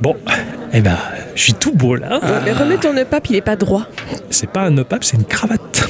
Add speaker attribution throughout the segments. Speaker 1: Bon, eh ben, je suis tout beau là.
Speaker 2: Ah.
Speaker 3: Ouais, mais remets ton nœud pape, il est pas droit.
Speaker 1: C'est pas un nœud pape, c'est une cravate.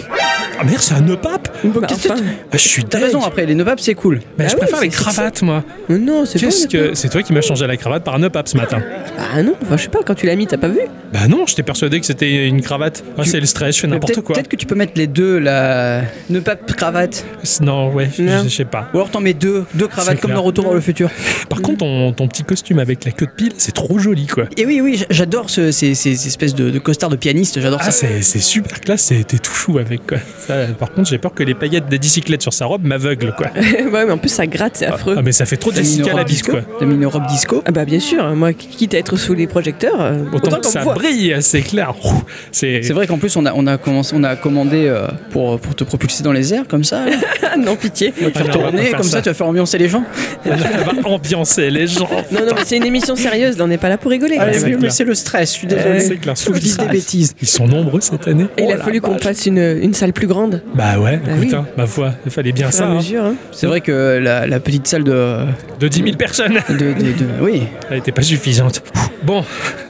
Speaker 1: Ah merde, c'est un nœud pape
Speaker 3: Bah,
Speaker 2: qu'est-ce que
Speaker 3: enfin,
Speaker 1: Ah, Je suis
Speaker 2: T'as
Speaker 1: dingue.
Speaker 2: raison, après, les nœuds papes, Bah c'est cool.
Speaker 1: Mais
Speaker 3: Ah
Speaker 1: je
Speaker 3: oui,
Speaker 1: préfère les
Speaker 3: c'est- c'est-
Speaker 1: cravates, moi.
Speaker 3: mais non, c'est pas
Speaker 1: Qu'est-ce
Speaker 3: le nœud
Speaker 1: que c'est toi qui m'as changé la cravate par un nœud pape ce matin
Speaker 3: pape.
Speaker 2: Bah
Speaker 3: Ah non, enfin, je sais pas, quand tu l'as mis, t'as pas vu
Speaker 1: Bah non, je t'ai persuadé que c'était une cravate. Ah,
Speaker 2: Tu-
Speaker 1: c'est le stress, je fais
Speaker 2: Mais
Speaker 1: n'importe
Speaker 2: Peut-être
Speaker 1: quoi.
Speaker 2: peut-être que tu peux mettre les deux, la nœud pape cravate.
Speaker 1: Non, ouais, je-
Speaker 3: Non.
Speaker 1: je sais pas.
Speaker 2: Ou alors t'en mets deux, deux cravates
Speaker 1: C'est
Speaker 2: comme
Speaker 1: clair.
Speaker 2: dans Retour vers le futur.
Speaker 1: Par contre, ton, ton petit costume avec la queue de pile, c'est trop joli, quoi.
Speaker 2: Et oui, oui, j- j'adore ce- ces, ces espèces de, de costards de pianiste, j'adore
Speaker 1: Ah,
Speaker 2: ça.
Speaker 1: c'est c'est super classe, c'est- t'es tout chou avec, quoi. Ça, par contre, j'ai peur que les paillettes des bicyclettes sur sa robe m'aveuglent, quoi.
Speaker 3: Ouais, mais en plus, ça gratte, c'est affreux.
Speaker 1: Ah, mais ça fait trop
Speaker 2: T'as mis une
Speaker 1: d'acica à la
Speaker 2: robe
Speaker 1: bise,
Speaker 2: disco
Speaker 1: quoi.
Speaker 2: T'as mis une robe disco
Speaker 3: Ah bah bien sûr, moi quitte à être sous les projecteurs, euh,
Speaker 1: Autant
Speaker 3: autant
Speaker 1: que
Speaker 3: qu'on
Speaker 1: ça
Speaker 3: me voit.
Speaker 1: brille, c'est clair. Ouh, C'est
Speaker 2: C'est vrai qu'en plus, on a, on a, commencé, on a commandé euh, pour, pour te propulser dans les airs, comme ça. là.
Speaker 3: Ah non pitié.
Speaker 2: Tu vas te
Speaker 1: Ah non, on va pas
Speaker 2: retourner,
Speaker 1: faire
Speaker 2: comme ça.
Speaker 1: ça.
Speaker 2: tu vas faire ambiancer les gens.
Speaker 1: Elle va ambiancer les gens.
Speaker 3: Non non mais c'est une émission sérieuse, là, on n'est pas là pour rigoler.
Speaker 2: Ah,
Speaker 1: Allez,
Speaker 2: oui,
Speaker 1: c'est
Speaker 2: mais
Speaker 1: clair.
Speaker 2: c'est le stress, je suis
Speaker 1: Euh,
Speaker 2: désolé.
Speaker 1: c'est clair, sous
Speaker 2: je
Speaker 1: le
Speaker 2: dis des
Speaker 1: stress.
Speaker 2: bêtises.
Speaker 1: Ils sont nombreux cette année.
Speaker 3: Et il
Speaker 1: Oh
Speaker 3: a
Speaker 1: la
Speaker 3: fallu qu'on
Speaker 1: vache.
Speaker 3: fasse une, une salle plus grande.
Speaker 1: Bah ouais,
Speaker 3: Ah
Speaker 1: écoute,
Speaker 3: oui.
Speaker 1: hein, ma foi, il fallait bien
Speaker 3: au fur et à
Speaker 1: ça. hein.
Speaker 3: mesure, hein.
Speaker 2: C'est vrai que la, la petite salle de,
Speaker 1: De 10 000 personnes,
Speaker 2: de, de- de- Oui,
Speaker 1: elle n'était pas suffisante. Bon,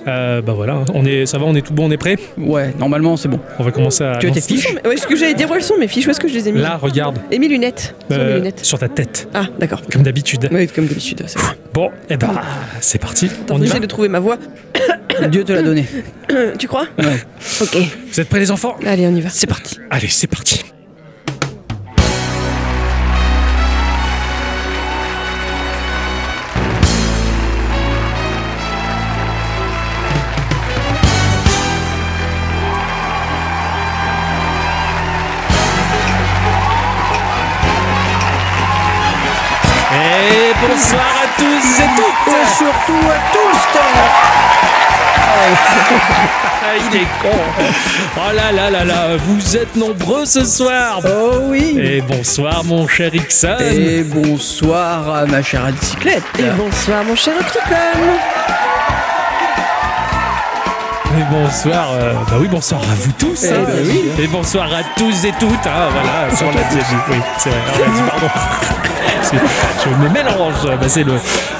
Speaker 1: euh, bah voilà, hein, on est, ça va, on est tout bon, on est prêt
Speaker 2: ouais, normalement, c'est bon.
Speaker 1: On va commencer à.
Speaker 2: Tu as tes
Speaker 1: lancer-
Speaker 2: fiches
Speaker 3: Ouais, ce que j'allais dire, où elles sont mes fiches Où est-ce que je les ai mis
Speaker 1: Là, regarde,
Speaker 3: Et mes lunettes. Elles sont mes
Speaker 1: euh,
Speaker 3: lunettes.
Speaker 1: sur ta tête,
Speaker 3: Ah d'accord.
Speaker 1: comme d'habitude.
Speaker 3: Ouais, comme d'habitude. c'est vrai.
Speaker 1: Bon, et bah, c'est parti, on y va.
Speaker 3: J'essaie de trouver ma voix.
Speaker 2: Dieu te l'a donné.
Speaker 3: Tu crois
Speaker 2: Ouais.
Speaker 3: Ok.
Speaker 1: Vous êtes prêts, les enfants
Speaker 3: Allez, on y va. C'est parti.
Speaker 1: Allez, c'est parti. Et bonsoir à tous et
Speaker 2: Et
Speaker 1: toutes
Speaker 2: surtout à tous
Speaker 1: Ah, Il est con Oh là là là là, vous êtes nombreux ce soir
Speaker 2: Oh oui
Speaker 1: Et bonsoir mon cher Ixon
Speaker 2: Et bonsoir à ma chère à bicyclette
Speaker 3: Et bonsoir mon cher Octicom.
Speaker 1: Et bonsoir, euh, bah oui, bonsoir à vous tous.
Speaker 2: Eh
Speaker 1: hein.
Speaker 2: ben oui.
Speaker 1: Et bonsoir à tous et toutes. hein, voilà, ça, on l'a déjà dit. Oui, c'est vrai. on l'a dit, pardon. C'est- Je me mélange. Bah, c'est le,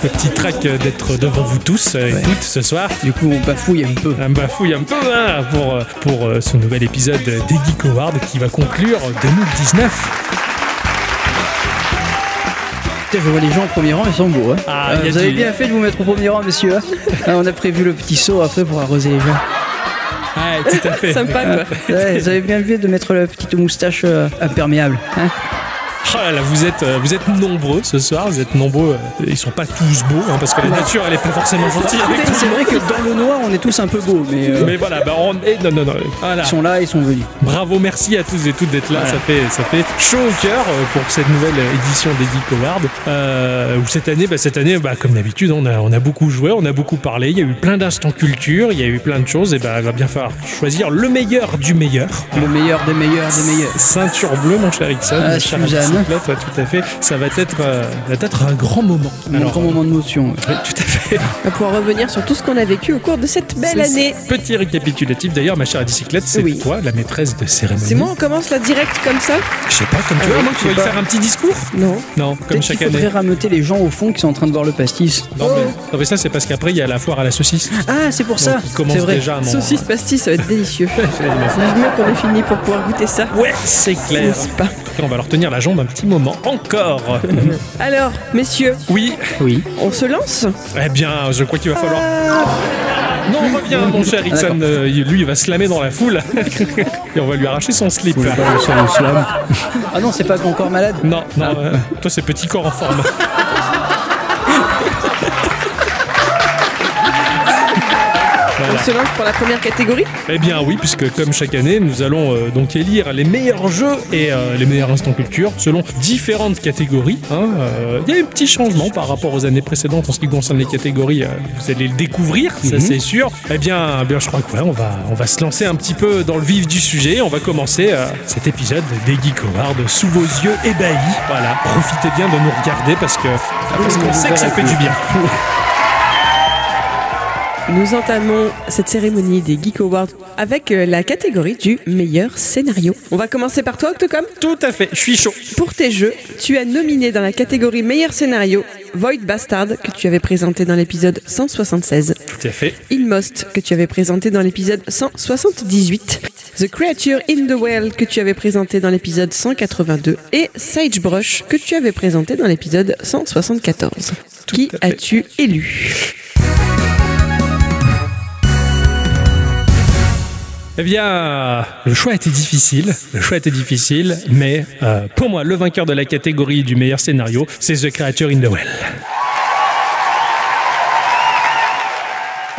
Speaker 1: le petit track euh, d'être devant vous tous euh, et toutes ce soir.
Speaker 2: Du coup, on bafouille un peu.
Speaker 1: Un bafouille un peu hein, pour, euh, pour euh, ce nouvel épisode des Geek Awards qui va conclure 2019.
Speaker 2: Putain, je vois les gens au premier rang, ils sont beaux. Hein.
Speaker 1: Ah,
Speaker 2: Euh,
Speaker 1: y a
Speaker 2: vous avez
Speaker 1: du-
Speaker 2: bien fait de vous mettre au premier rang, monsieur. hein. Ah, on a prévu le petit saut après pour arroser les gens.
Speaker 1: Ouais, tout à fait.
Speaker 3: Sympa quoi.
Speaker 2: Ouais, vous avez bien fait de mettre la petite moustache euh, imperméable. hein.
Speaker 1: Oh là là, vous êtes, euh, vous êtes nombreux ce soir, vous êtes nombreux. euh, Ils sont pas tous beaux, hein, parce que la nature, elle est pas forcément gentille avec tout
Speaker 2: Ah, bah. C'est
Speaker 1: le monde.
Speaker 2: vrai que dans le noir, on est tous un peu beaux, mais, euh,
Speaker 1: Ah, Mais voilà, bah on est. Non, non, non. Voilà.
Speaker 2: ils sont là, ils sont venus.
Speaker 1: Bravo, merci à tous et toutes d'être là.
Speaker 2: Voilà.
Speaker 1: Ça fait ça fait chaud au cœur euh, pour cette nouvelle édition des Geek Awards. Euh, où cette année, bah, cette année, bah, comme d'habitude, on a on a beaucoup joué, on a beaucoup parlé. Il y a eu plein d'instants culture, il y a eu plein de choses. Et bah, il va bien falloir choisir le meilleur du meilleur.
Speaker 2: Le meilleur des meilleurs des meilleurs.
Speaker 1: Ceinture bleue, mon cher Ixon.
Speaker 2: Ah,
Speaker 1: mon cher
Speaker 2: Suzanne.
Speaker 1: bicyclette, ouais, tout à fait. Ça va être, euh, va être un grand moment.
Speaker 2: Mon grand moment de notion.
Speaker 1: euh, ouais, tout à fait.
Speaker 3: On va pouvoir revenir sur tout ce qu'on a vécu au cours de cette belle
Speaker 1: C'est-
Speaker 3: année.
Speaker 1: Petit récapitulatif d'ailleurs, ma chère bicyclette, c'est
Speaker 3: Oui.
Speaker 1: toi la maîtresse de cérémonie.
Speaker 3: C'est moi, on commence la direct comme ça
Speaker 1: Je sais pas, comme tu
Speaker 2: Ah
Speaker 1: veux,
Speaker 2: oui,
Speaker 1: moi,
Speaker 2: je
Speaker 1: tu vas
Speaker 2: sais
Speaker 1: y
Speaker 2: pas.
Speaker 1: faire un petit discours
Speaker 3: Non.
Speaker 1: Non, comme
Speaker 2: Peut-être
Speaker 1: chaque
Speaker 2: qu'il faudrait
Speaker 1: année.
Speaker 2: rameuter les gens au fond qui sont en train de boire le pastis.
Speaker 1: Non mais, non, mais ça c'est parce qu'après il y a la foire à la saucisse.
Speaker 2: Ah, c'est pour ça.
Speaker 1: Donc, il
Speaker 2: C'est
Speaker 1: commence
Speaker 2: vrai.
Speaker 1: déjà à m'en-
Speaker 3: Saucisse pastis, ça va être délicieux. Vivement qu'on ait fini pour pouvoir goûter ça.
Speaker 1: Ouais, c'est clair.
Speaker 3: N'est-ce pas
Speaker 1: Après, on va leur tenir la jambe un petit moment encore.
Speaker 3: Alors, messieurs,
Speaker 1: oui.
Speaker 2: Oui.
Speaker 3: on se lance
Speaker 1: Eh bien, je crois qu'il va falloir. Non, reviens, mon cher
Speaker 2: d'accord.
Speaker 1: Ixon. euh, lui, il va se lamer dans la foule. Et on va lui arracher son slip.
Speaker 2: Faut le faire le sol en slam. Ah non, c'est pas encore malade.
Speaker 1: Non, non, euh, toi c'est petit corps en forme.
Speaker 3: On se lance pour la première catégorie
Speaker 1: Eh bien oui, puisque comme chaque année, nous allons euh, donc élire les meilleurs jeux et euh, les meilleurs instants culture selon différentes catégories. hein. Euh, Il y a un petit changement par rapport aux années précédentes en ce qui concerne les catégories. euh, vous allez le découvrir, ça c'est sûr. Eh bien, eh bien, je crois que ouais, on va on va se lancer un petit peu dans le vif du sujet. On va commencer euh, cet épisode des Geek Awards sous vos yeux ébahis. Voilà, profitez bien de nous regarder parce que parce qu'on sait que ça fait du bien.
Speaker 3: Nous entamons cette cérémonie des Geek Awards avec euh, la catégorie du meilleur scénario. On va commencer par toi, Octocom.
Speaker 1: Tout à fait, je suis chaud.
Speaker 3: Pour tes jeux, tu as nominé dans la catégorie meilleur scénario Void Bastard, que tu avais présenté dans l'épisode 176,
Speaker 1: Tout à fait.
Speaker 3: Inmost, que tu avais présenté dans l'épisode 178, The Creature in the Well, que tu avais présenté dans l'épisode 182, et Sagebrush, que tu avais présenté dans l'épisode 174. Qui
Speaker 1: à fait.
Speaker 3: as-tu élu
Speaker 1: Eh bien, le choix était difficile. Le choix était difficile, mais euh, pour moi, le vainqueur de la catégorie du meilleur scénario, c'est The Creature in the Well.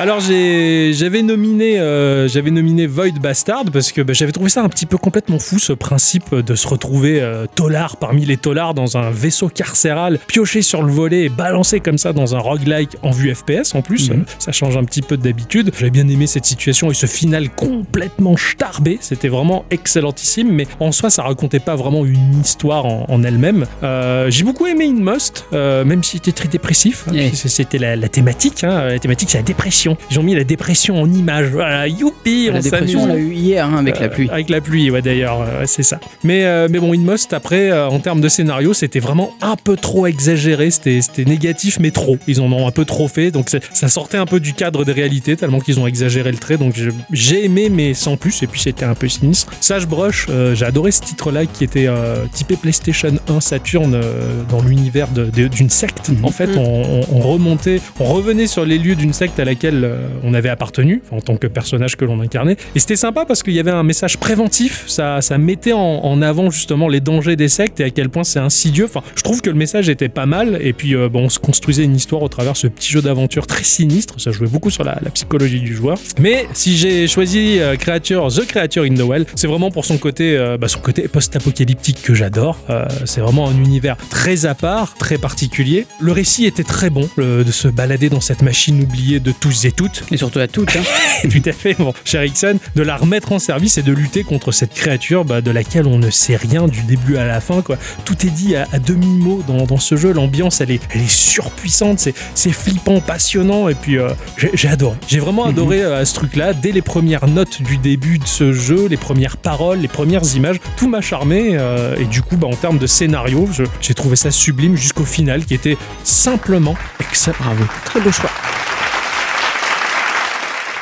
Speaker 1: Alors j'ai- j'avais nominé, euh, j'avais nominé Void Bastard parce que bah, j'avais trouvé ça un petit peu complètement fou ce principe de se retrouver euh, tolard parmi les tolards dans un vaisseau carcéral, pioché sur le volet et balancé comme ça dans un roguelike en vue FPS en plus.
Speaker 2: Mhm.
Speaker 1: Euh, Ça change un petit peu d'habitude. J'ai bien aimé cette situation et ce final complètement starbé. C'était vraiment excellentissime, mais en soi ça racontait pas vraiment une histoire en, en elle-même. Euh, j'ai beaucoup aimé Inmost, euh, même s'il était très dépressif. hein,
Speaker 2: Oui.
Speaker 1: parce que C'était la, la thématique. hein. La thématique c'est la dépression. Ils ont mis la dépression en image. Voilà, youpi,
Speaker 2: Ah, La
Speaker 1: on
Speaker 2: dépression, on
Speaker 1: s'amuse.
Speaker 2: l'a eu hier hein, avec la pluie.
Speaker 1: Avec la pluie, ouais, d'ailleurs, euh, ouais, c'est ça. Mais, euh, mais bon, Inmost, après, euh, en termes de scénario, c'était vraiment un peu trop exagéré. C'était c'était négatif, mais trop. Ils en ont un peu trop fait. Donc, c'est- ça sortait un peu du cadre des réalités, tellement qu'ils ont exagéré le trait. Donc, je- j'ai aimé, mais sans plus. Et puis, c'était un peu sinistre. Sagebrush, euh, j'ai adoré ce titre-là qui était euh, typé PlayStation 1 Saturn euh, dans l'univers de- de- d'une secte.
Speaker 2: Mhm.
Speaker 1: En fait, on, on- on remontait, on revenait sur les lieux d'une secte à laquelle euh, on avait appartenu en tant que personnage que l'on incarnait. Et c'était sympa parce qu'il y avait un message préventif. Ça, ça mettait en, en avant justement les dangers des sectes et à quel point c'est insidieux. Enfin, je trouve que le message était pas mal. Et puis, euh, bon, on se construisait une histoire au travers de ce petit jeu d'aventure très sinistre. Ça jouait beaucoup sur la, la psychologie du joueur. Mais si j'ai choisi euh, Creature, The Creature in the Well, c'est vraiment pour son côté, euh, bah, son côté post-apocalyptique que j'adore. Euh, c'est vraiment un univers très à part, très particulier. Le récit était très bon, le- de se balader dans cette machine oubliée de tous et toutes.
Speaker 2: Et surtout à toutes. hein.
Speaker 1: Tout à fait, bon, cher Ixon, de la remettre en service et de lutter contre cette créature bah, de laquelle on ne sait rien du début à la fin. Quoi. Tout est dit à, à demi-mot dans, dans ce jeu. L'ambiance, elle est, elle est surpuissante, c'est, c'est flippant, passionnant. Et puis, euh, j'ai, j'ai adoré. J'ai vraiment
Speaker 3: Mhm.
Speaker 1: adoré euh, ce truc-là. Dès les premières notes du début de ce jeu, les premières paroles, les premières images, tout m'a charmé. euh, et du coup, bah, en termes de scénario, je- j'ai trouvé ça sublime jusqu'au final qui était simplement excellent. Bravo.
Speaker 3: Très beau choix.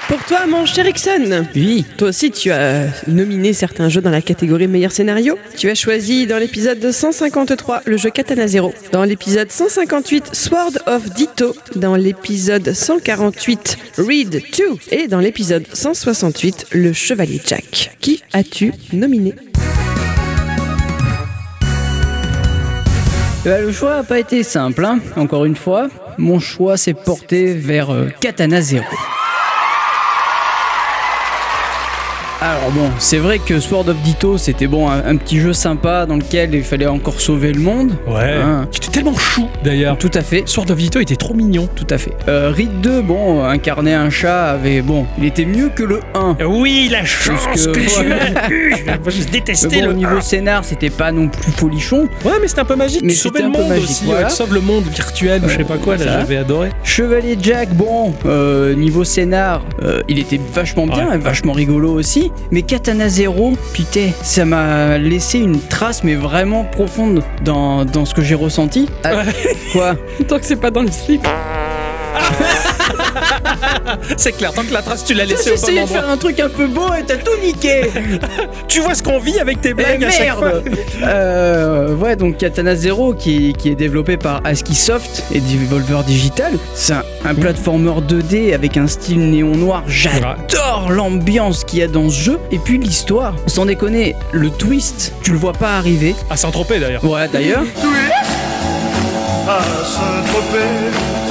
Speaker 3: Pour toi, mon cher Ixon,
Speaker 2: Oui.
Speaker 3: toi aussi tu as nominé certains jeux dans la catégorie meilleur scénario. Tu as choisi dans l'épisode 153 le jeu Katana Zero, dans l'épisode 158 Sword of Ditto, dans l'épisode 148 Read 2 et dans l'épisode 168 le Chevalier Jack. Qui as-tu nominé
Speaker 2: Eh ben, le choix n'a pas été simple, hein. encore une fois. Mon choix s'est porté vers euh, Katana Zero. Alors bon, c'est vrai que Sword of Ditto, c'était bon, un, un petit jeu sympa dans lequel il fallait encore sauver le monde.
Speaker 1: Ouais.
Speaker 3: Ah.
Speaker 2: Hein.
Speaker 1: Qui était tellement chou d'ailleurs.
Speaker 2: Tout à fait.
Speaker 1: Sword of Vito était trop mignon.
Speaker 2: Tout à fait. Euh, Reed 2, bon, incarner un chat avait. Bon, il était mieux que le 1.
Speaker 1: Oui, la chance
Speaker 2: Parce que-
Speaker 1: que, tu as eue Je détestais
Speaker 2: Mais bon, au
Speaker 1: le
Speaker 2: niveau scénar, c'était pas non plus folichon.
Speaker 1: Ouais, mais c'était un peu magique.
Speaker 2: Mais
Speaker 1: tu sauvais le
Speaker 2: c'était un peu
Speaker 1: monde
Speaker 2: magique,
Speaker 1: aussi.
Speaker 2: voilà.
Speaker 1: ouais, tu sauves le monde virtuel ou je sais pas quoi. Là,
Speaker 2: ça.
Speaker 1: j'avais adoré.
Speaker 2: Chevalier Jack, bon, euh, niveau scénar, euh, il était vachement bien,
Speaker 1: Ouais.
Speaker 2: et vachement rigolo aussi. Mais Katana Zero, putain, ça m'a laissé une trace, mais vraiment profonde dans, dans ce que j'ai ressenti. Ah, Quoi
Speaker 3: Tant que c'est pas dans le slip.
Speaker 1: C'est clair. Tant que la trace, tu l'as
Speaker 2: J'ai
Speaker 1: laissée au bon
Speaker 2: essayé de
Speaker 1: endroit.
Speaker 2: faire un truc un peu beau et t'as tout niqué
Speaker 1: Tu vois ce qu'on vit avec tes
Speaker 2: Eh,
Speaker 1: blagues à chaque fois.
Speaker 2: merde Euh, Ouais, donc Katana Zero qui, qui est développé par ASCII Soft et Devolver Digital. C'est un, un platformer 2D avec un style néon noir. J'adore l'ambiance qu'il y a dans ce jeu. Et puis l'histoire. Sans déconner, le twist, tu le vois pas arriver.
Speaker 1: À Saint-Tropez d'ailleurs.
Speaker 2: Ouais, d'ailleurs.
Speaker 4: à Saint-Tropez.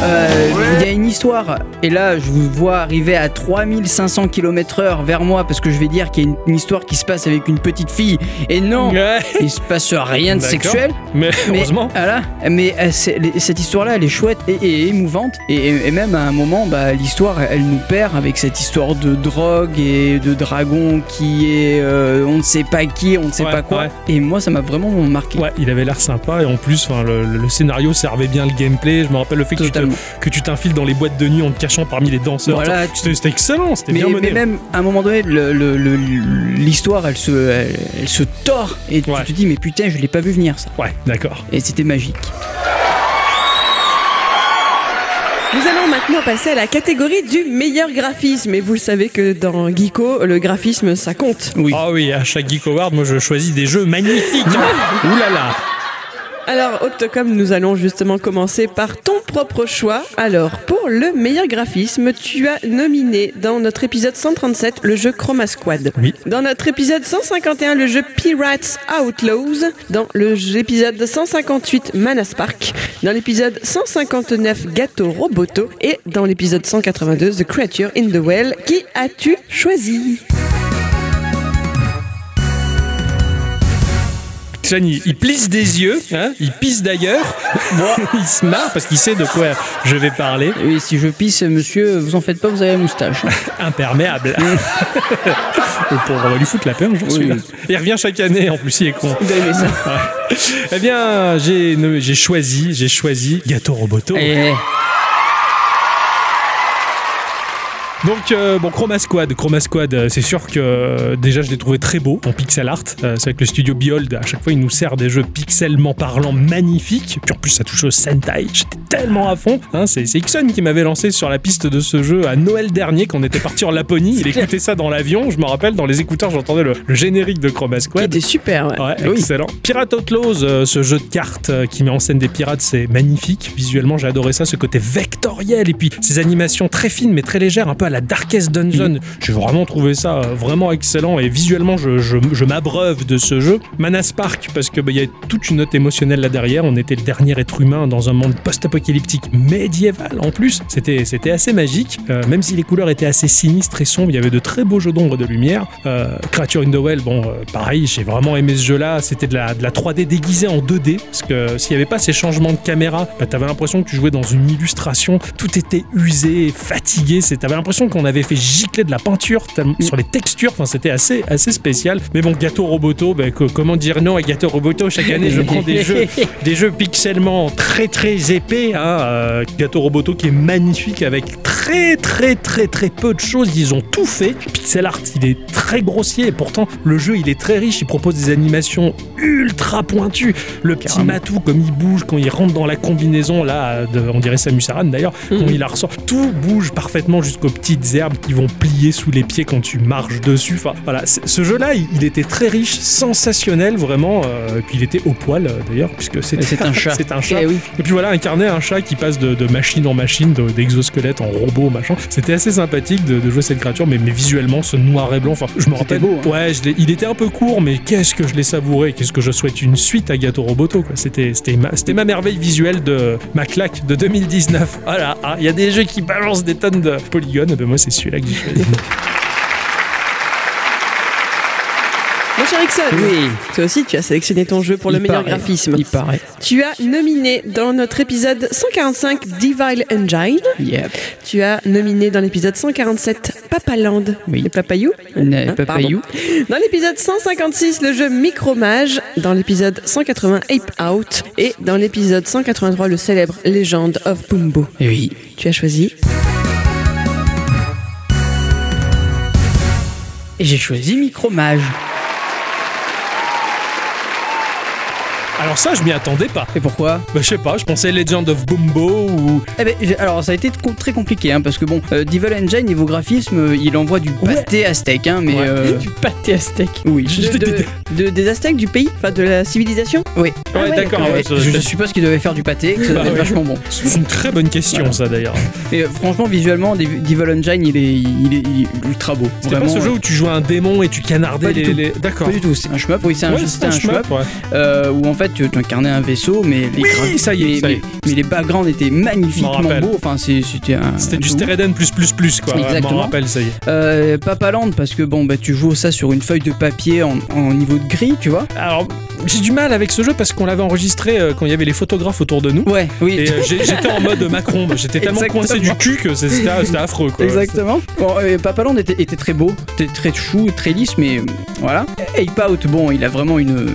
Speaker 2: Euh, Il y a une histoire, et là je vous vois arriver à 3500 km/h vers moi parce que je vais dire qu'il y a une, une histoire qui se passe avec une petite fille, et non,
Speaker 1: Ouais.
Speaker 2: il se passe rien de
Speaker 1: D'accord.
Speaker 2: sexuel,
Speaker 1: Mais,
Speaker 2: Mais,
Speaker 1: heureusement.
Speaker 2: voilà. mais euh, c'est- les- cette histoire-là, elle est chouette et, et émouvante. Et, et- et même à un moment, bah, l'histoire, elle nous perd avec cette histoire de drogue et de dragon qui est euh, on ne sait pas qui, on ne sait
Speaker 1: Ouais,
Speaker 2: pas quoi.
Speaker 1: ouais.
Speaker 2: Et moi, ça m'a vraiment marqué.
Speaker 1: Ouais, il avait l'air sympa et en plus, enfin, le, le- le scénario servait bien le gameplay. Je me rappelle le fait que tu
Speaker 2: Totalement.
Speaker 1: que tu t'infiles dans les boîtes de nuit en te cachant parmi les danseurs.
Speaker 2: Voilà.
Speaker 1: Ça, C'était c'était excellent, c'était
Speaker 2: Mais,
Speaker 1: bien mené.
Speaker 2: mais même à un moment donné, le- le- le- l'histoire elle se, elle, elle se tord et
Speaker 1: Ouais.
Speaker 2: tu te dis, mais putain, je l'ai pas vu venir ça.
Speaker 1: Ouais, d'accord.
Speaker 2: Et c'était magique.
Speaker 3: Nous allons maintenant passer à la catégorie du meilleur graphisme. Et vous le savez que dans Geeko, le graphisme, ça compte.
Speaker 2: Oui.
Speaker 1: Ah oui, à chaque Geek Award, moi je choisis des jeux magnifiques. hein. Ouh là là.
Speaker 3: Alors, Octocom, nous allons justement commencer par ton propre choix. Alors, pour le meilleur graphisme, tu as nominé dans notre épisode 137 le jeu Chroma Squad.
Speaker 1: Oui.
Speaker 3: Dans notre épisode 151, le jeu Pirates Outlaws. Dans le jeu- épisode 158, Manaspark. Dans l'épisode 159, Gâteau Roboto. Et dans l'épisode 182, The Creature in the Well. Qui as-tu choisi
Speaker 1: Sean, il, il plisse des yeux, hein, il pisse d'ailleurs. Bon, il se marre parce qu'il sait de quoi je vais parler.
Speaker 2: Et si je pisse, monsieur, vous en faites pas, vous avez la moustache.
Speaker 1: Imperméable. Le pauvre, on va lui foutre la paix un jour,
Speaker 2: Oui.
Speaker 1: celui-là. Il revient chaque année, en plus, il est con.
Speaker 2: Vous avez ça.
Speaker 1: Ouais. Eh bien, j'ai nommé- j'ai choisi, j'ai choisi Gâteau Roboto.
Speaker 2: Et-
Speaker 1: Donc euh, bon Chroma Squad, Chroma Squad, euh, c'est sûr que euh, déjà je l'ai trouvé très beau en pixel art. Euh, c'est vrai que le studio Behold à chaque fois il nous sert des jeux pixellement parlant magnifiques. Puis en plus ça touche au Sentai. J'étais tellement à fond. Hein, c'est c'est Ixon qui m'avait lancé sur la piste de ce jeu à Noël dernier quand on était parti en Laponie. Il écoutait ça dans l'avion. Je me rappelle dans les écouteurs j'entendais le, le générique de Chroma
Speaker 3: Qui
Speaker 1: Squad.
Speaker 3: était super, ouais.
Speaker 1: Ouais, excellent. Pirate Outlaws, euh, ce jeu de cartes euh, qui met en scène des pirates, c'est magnifique. Visuellement, j'ai adoré ça, ce côté vectoriel et puis ces animations très fines mais très légères, un peu à la Darkest Dungeon. J'ai vraiment trouvé ça euh, vraiment excellent et visuellement, je, je- je m'abreuve de ce jeu. Manas Park, parce que bah, il y a toute une note émotionnelle là derrière. On était le dernier être humain dans un monde post-apocalyptique médiéval en plus. C'était c'était assez magique, Euh, même si les couleurs étaient assez sinistres et sombres. Il y avait de très beaux jeux d'ombre et de lumière. Euh, Creature in the Well, bon, euh, pareil, j'ai vraiment aimé ce jeu-là. C'était de la, de la 3D déguisée en 2D, parce que euh, s'il n'y avait pas ces changements de caméra, bah, t'avais l'impression que tu jouais dans une illustration. Tout était usé, fatigué. C'est- T'avais l'impression qu'on avait fait gicler de la peinture tellement- sur les textures. Enfin, c'était assez, assez spécial. Mais bon, Gâteau Roboto, bah, que- comment dire non à Gâteau Roboto Chaque année, je prends des jeux des jeux pixellement très très épais. Hein, euh, Gato Roboto qui est magnifique avec très très très très peu de choses. Ils ont tout fait. Pixel art, il est très grossier et pourtant le jeu il est très riche. Il propose des animations ultra pointues. Le petit
Speaker 2: Carrément.
Speaker 1: matou comme il bouge quand il rentre dans la combinaison là, de- on dirait Samus Aran d'ailleurs, quand il la ressort. Tout bouge parfaitement jusqu'aux petites herbes qui vont plier sous les pieds quand tu marches dessus. Enfin voilà, c- ce jeu-là il, il était très riche, sensationnel vraiment. euh, et puis il était au poil euh, d'ailleurs puisque c'était
Speaker 2: C'est un chat.
Speaker 1: c'est un chat.
Speaker 2: Eh oui.
Speaker 1: Et puis voilà, incarner un chat qui passe de, de machine en machine, de- d'exosquelette en robot, machin. C'était assez sympathique de, de jouer cette créature, mais, mais visuellement, ce noir et blanc, enfin, je me rappelle.
Speaker 2: beau, hein.
Speaker 1: Ouais, je l'ai- il était un peu court, mais qu'est-ce que je l'ai savouré, qu'est-ce que je souhaite une suite à Gato Roboto, quoi. C'était c'était ma, c'était ma merveille visuelle de ma claque de 2019. Voilà, hein, il y a des jeux qui balancent des tonnes de polygones, ben moi, c'est celui-là que j'ai choisi.
Speaker 3: Mon cher Ixon,
Speaker 2: Oui.
Speaker 3: toi aussi, tu as sélectionné ton jeu pour le
Speaker 2: Il
Speaker 3: meilleur
Speaker 2: paraît.
Speaker 3: graphisme.
Speaker 2: Il paraît.
Speaker 3: Tu as nominé dans notre épisode 145 Divine Engine.
Speaker 2: Yep.
Speaker 3: Tu as nominé dans l'épisode 147 Papaland
Speaker 2: Oui.
Speaker 3: et Papayou.
Speaker 2: Ne-
Speaker 3: Hein,
Speaker 2: Papayou.
Speaker 3: pardon. Dans l'épisode 156, le jeu Micromage. Dans l'épisode 180, Ape Out. Et dans l'épisode 183, le célèbre Legend of Pumbo.
Speaker 2: Eh Oui.
Speaker 3: Tu as choisi.
Speaker 2: Et j'ai choisi Micromage.
Speaker 1: Alors ça, je m'y attendais pas.
Speaker 2: Et pourquoi
Speaker 1: Bah, je sais pas, je pensais Legend of Bumbo ou.
Speaker 2: Eh ben, j'ai- alors ça a été com- très compliqué hein, parce que bon, euh, Devil Engine niveau graphisme, euh, il envoie du pâté aztèque, hein, mais
Speaker 1: Ouais.
Speaker 2: euh,
Speaker 3: Du pâté aztèque.
Speaker 2: oui.
Speaker 3: De, de- de- des aztèques du pays, enfin de la civilisation. Ah
Speaker 2: Oui.
Speaker 1: Ouais, d'accord, ouais,
Speaker 2: je,
Speaker 1: ça-
Speaker 2: je suppose qu'il devait faire du pâté, que ça
Speaker 1: Bah
Speaker 2: devait être
Speaker 1: ouais.
Speaker 2: vachement bon.
Speaker 1: C'est une très bonne question, ça d'ailleurs.
Speaker 2: Et euh, franchement, visuellement, Dev- Devil Engine, il est, il est, il est ultra beau.
Speaker 1: C'était pas
Speaker 2: Vraiment,
Speaker 1: ce jeu
Speaker 2: euh,
Speaker 1: où tu jouais un démon et tu canardais
Speaker 2: Pas du
Speaker 1: les.
Speaker 2: tout.
Speaker 1: les- D'accord.
Speaker 2: Pas du tout, c'est un shmup, oui, c'est un,
Speaker 1: Ouais,
Speaker 2: jeu-
Speaker 1: c'est
Speaker 2: c'était un shmup,
Speaker 1: shmup, ouais.
Speaker 2: euh, où en fait tu tu incarnais un vaisseau, mais les,
Speaker 1: Oui,
Speaker 2: gra-
Speaker 1: ça y est,
Speaker 2: mais,
Speaker 1: ça y est.
Speaker 2: mais- mais les backgrounds étaient magnifiquement
Speaker 1: rappelle.
Speaker 2: beaux. Enfin, c'est- c'était un.
Speaker 1: C'était du
Speaker 2: un-
Speaker 1: Stereden plus plus plus quoi. Je m'en
Speaker 2: Exactement.
Speaker 1: rappelle, ça y est.
Speaker 2: Euh, Papaland, parce que bon, bah tu joues ça sur une feuille de papier en, en niveau de gris, tu vois.
Speaker 1: Alors, j'ai du mal avec ce jeu parce qu'on l'avait enregistré euh, quand il y avait les photographes autour de nous.
Speaker 2: Ouais, oui.
Speaker 1: Et euh, j'ai- j'étais en mode Macron. J'étais tellement
Speaker 2: Exactement.
Speaker 1: coincé du cul que c'est- c'était c'était affreux quoi.
Speaker 2: Exactement. Bon, euh, Papaland était, était très beau, était très chou, très lisse, mais euh, voilà. Ape Out, bon, il a vraiment une.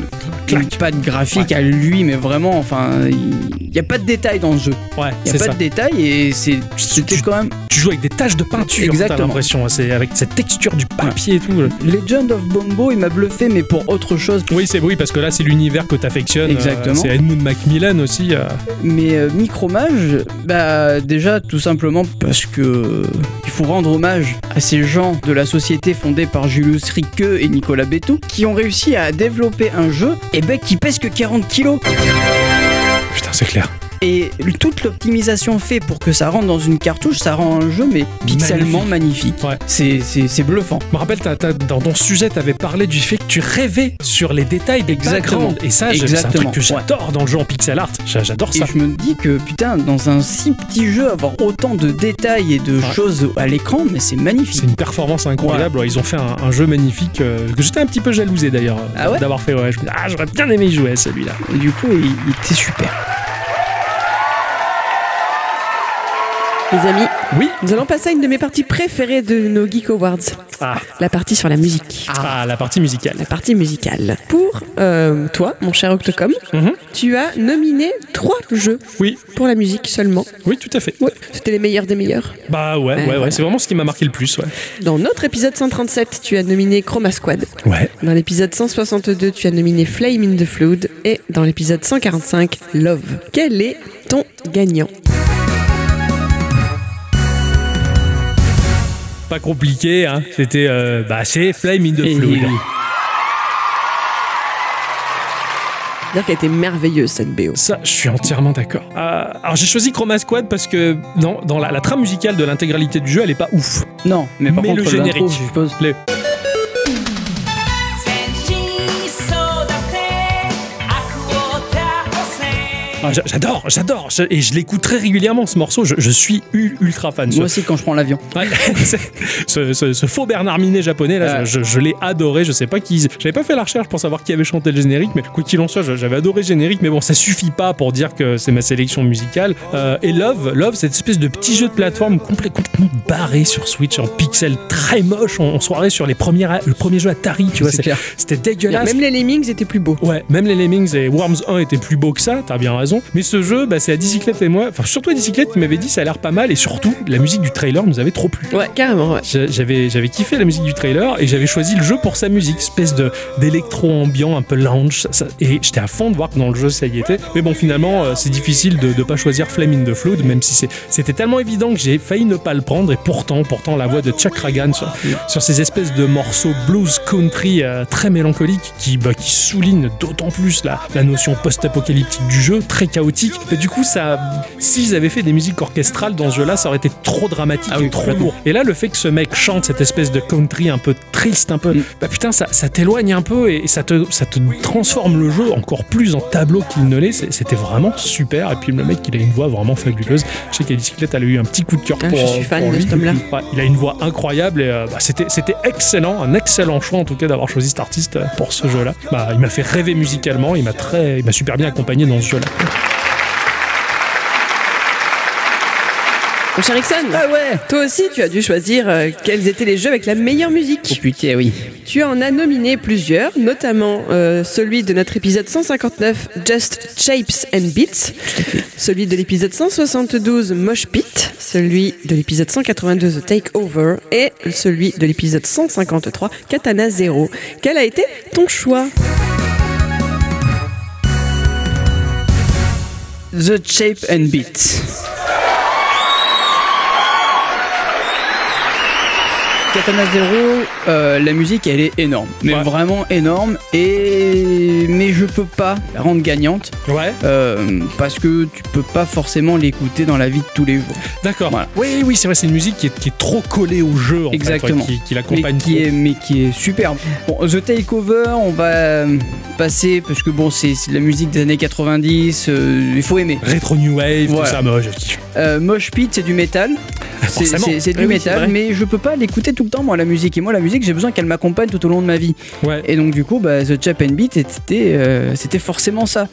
Speaker 2: une patte graphique à lui, mais vraiment, enfin, il n'y a pas de détails dans ce jeu.
Speaker 1: Ouais,
Speaker 2: Il
Speaker 1: c'est
Speaker 2: n'y a
Speaker 1: ça.
Speaker 2: pas de détails et c'est- c'était quand même
Speaker 1: Tu joues avec des taches de peinture,
Speaker 2: Exactement.
Speaker 1: t'as l'impression, hein, c'est avec cette texture du papier et tout. là.
Speaker 2: Legend of Bombo, il m'a bluffé, mais pour autre chose.
Speaker 1: Oui, c'est oui, parce que là, c'est l'univers que t'affectionnes. euh,
Speaker 2: Exactement.
Speaker 1: c'est Edmund Macmillan aussi. euh.
Speaker 2: Mais euh, Micromage, bah déjà tout simplement parce que euh, il faut rendre hommage à ces gens de la société fondée par Julius Riqueux et Nicolas Betou qui ont réussi à développer un jeu et ben qui pèse que 40 kilos.
Speaker 1: Putain, c'est clair.
Speaker 2: Et toute l'optimisation faite pour que ça rentre dans une cartouche, ça rend un jeu mais pixellement magnifique.
Speaker 1: Ouais.
Speaker 2: C'est- C'est c'est bluffant.
Speaker 1: Je me rappelle, t'as- t'as- dans ton sujet, t'avais parlé du fait que tu rêvais sur les détails des
Speaker 2: Exactement.
Speaker 1: backgrounds. Et ça, je- c'est un
Speaker 2: Exactement,
Speaker 1: truc que j'adore dans le jeu en pixel art. J'a- J'adore ça.
Speaker 2: Et je me dis que putain, dans un si petit jeu, avoir autant de détails et de
Speaker 1: Ouais.
Speaker 2: choses à l'écran, mais c'est magnifique.
Speaker 1: C'est une performance incroyable. Ouais, Ils ont fait un, un jeu magnifique euh, que j'étais un petit peu jalousé d'ailleurs euh,
Speaker 2: Ah ouais
Speaker 1: d'avoir fait. Ouais, je me dis, ah, j'aurais bien aimé y jouer à celui-là.
Speaker 2: Et du coup, il, il était super.
Speaker 3: Les amis,
Speaker 1: Oui.
Speaker 3: nous allons passer à une de mes parties préférées de nos Geek Awards,
Speaker 1: Ah,
Speaker 3: la partie sur la musique.
Speaker 1: ah, la partie musicale.
Speaker 3: La partie musicale. Pour euh, toi, mon cher Octocom,
Speaker 1: Mhm.
Speaker 3: tu as nominé trois jeux
Speaker 1: Oui,
Speaker 3: pour la musique seulement.
Speaker 1: oui, tout à fait.
Speaker 3: Ouais, c'était les meilleurs des meilleurs.
Speaker 1: Bah ouais, ouais, ouais.
Speaker 3: voilà.
Speaker 1: C'est vraiment ce qui m'a marqué le plus. Ouais.
Speaker 3: Dans notre épisode 137, tu as nominé Chroma Squad.
Speaker 1: Ouais.
Speaker 3: Dans l'épisode 162, tu as nominé Flame in the Flood. Et dans l'épisode 145, Love. Quel est ton gagnant
Speaker 1: Pas compliqué. Hein. C'était, euh, bah, c'est Flame in the
Speaker 2: Et-
Speaker 1: Flood.
Speaker 3: C'est-à-dire qu'elle était merveilleuse cette BO.
Speaker 1: Ça, je suis entièrement d'accord. Euh, alors j'ai choisi Chroma Squad parce que non, dans la, la trame musicale de l'intégralité du jeu, elle est pas ouf.
Speaker 2: Non, mais par
Speaker 1: Mais
Speaker 2: contre,
Speaker 1: le générique.
Speaker 2: l'intro, je suppose.
Speaker 1: Le- Ah, j'a- j'adore, j'adore, je- et je l'écoute très régulièrement ce morceau. Je, je suis u- ultra fan. Ce,
Speaker 2: Moi aussi, quand je prends l'avion.
Speaker 1: Ouais, c'est- ce- ce- ce faux Bernard Minet japonais là,
Speaker 2: Ouais.
Speaker 1: je, je- je l'ai adoré. Je sais pas qui, j'avais pas fait la recherche pour savoir qui avait chanté le générique, mais quoi qu'il en soit, je- j'avais adoré le générique. Mais bon, ça suffit pas pour dire que c'est ma sélection musicale. Euh, et Love, Love, cette espèce de petit jeu de plateforme complè- complètement barré sur Switch en pixel très moche. On, on se croirait sur les premières, le premier jeu Atari, tu vois.
Speaker 2: C'est
Speaker 1: c'est-
Speaker 2: clair.
Speaker 1: C'était dégueulasse.
Speaker 3: Même les Lemmings étaient plus beaux.
Speaker 1: Ouais, même les Lemmings et Worms 1 étaient plus beaux que ça, t'as bien raison. Mais ce jeu, bah, c'est à Dicyclette et moi, enfin surtout à Dicyclette, il m'avait dit ça a l'air pas mal et surtout la musique du trailer nous avait trop plu.
Speaker 3: Ouais, carrément, ouais.
Speaker 1: J'a- J'avais, j'avais kiffé la musique du trailer et j'avais choisi le jeu pour sa musique, espèce de, d'électro ambiant un peu lounge. ça- ça- et j'étais à fond de voir que dans le jeu ça y était. Mais bon, finalement, euh, c'est difficile de ne pas choisir Flame in the Flood, même si c'est, c'était tellement évident que j'ai failli ne pas le prendre. Et pourtant, pourtant, la voix de Chuck Ragan sur, sur ces espèces de morceaux blues country euh, très mélancoliques qui, bah, qui soulignent d'autant plus la, la notion post-apocalyptique du jeu, très chaotique. Et du coup, ça, s'ils avaient fait des musiques orchestrales dans ce jeu-là, ça aurait été trop dramatique
Speaker 2: Ah
Speaker 1: et
Speaker 2: oui,
Speaker 1: trop
Speaker 2: complètement.
Speaker 1: lourd. Et là, le fait que ce mec chante cette espèce de country un peu triste, un peu,
Speaker 2: Mm.
Speaker 1: bah putain, ça, ça t'éloigne un peu et ça te, ça te transforme le jeu encore plus en tableau qu'il ne l'est. C'est- C'était vraiment super. Et puis le mec, il a une voix vraiment fabuleuse. Je sais qu'à bicyclette, elle a eu un petit coup de cœur
Speaker 3: Ah,
Speaker 1: pour.
Speaker 3: je suis fan
Speaker 1: pour
Speaker 3: de
Speaker 1: lui.
Speaker 3: cet homme-là.
Speaker 1: Ouais, il a une voix incroyable et euh, bah, c'était, c'était excellent, un excellent choix en tout cas d'avoir choisi cet artiste euh, pour ce jeu-là. Bah, il m'a fait rêver musicalement, il m'a très, il m'a super bien accompagné dans ce jeu-là.
Speaker 3: Mon cher Ixon,
Speaker 2: Ah ouais
Speaker 3: toi aussi, tu as dû choisir euh, quels étaient les jeux avec la meilleure
Speaker 2: Oh
Speaker 3: musique.
Speaker 2: putain, oui.
Speaker 3: Tu en as nominé plusieurs, notamment euh, celui de notre épisode 159, Just Shapes and Beats, celui de l'épisode 172, Mosh Pit, celui de l'épisode 182, The Takeover, et celui de l'épisode 153, Katana Zero. Quel a été ton choix
Speaker 2: The Shape and Beat. Katana Zero, euh, la musique elle est énorme, mais
Speaker 1: Ouais.
Speaker 2: vraiment énorme, et mais je peux pas la rendre gagnante
Speaker 1: Ouais,
Speaker 2: euh, parce que tu peux pas forcément l'écouter dans la vie de tous les jours.
Speaker 1: d'accord.
Speaker 2: Voilà.
Speaker 1: Oui, oui, c'est vrai, c'est une musique qui est, qui est trop collée au jeu, en fait,
Speaker 2: Exactement.
Speaker 1: ouais, qui, qui
Speaker 2: mais
Speaker 1: l'accompagne
Speaker 2: qui
Speaker 1: trop.
Speaker 2: est mais qui est superbe. Bon, The Takeover, on va euh, passer parce que bon, c'est c'est de la musique des années 90, euh, il faut aimer.
Speaker 1: Rétro New Wave,
Speaker 2: Voilà.
Speaker 1: tout ça, moi je kiffe.
Speaker 2: Euh, Mosh Pit, c'est du métal. C'est-
Speaker 1: Forcément.
Speaker 2: C'est c'est
Speaker 1: Eh
Speaker 2: du
Speaker 1: oui,
Speaker 2: métal,
Speaker 1: c'est vrai.
Speaker 2: mais je peux pas l'écouter tout le temps, moi, la musique. Et moi, la musique, j'ai besoin qu'elle m'accompagne tout au long de ma vie.
Speaker 1: Ouais.
Speaker 2: Et donc, du coup, bah, The Chap and Beat, c'était euh, c'était forcément ça.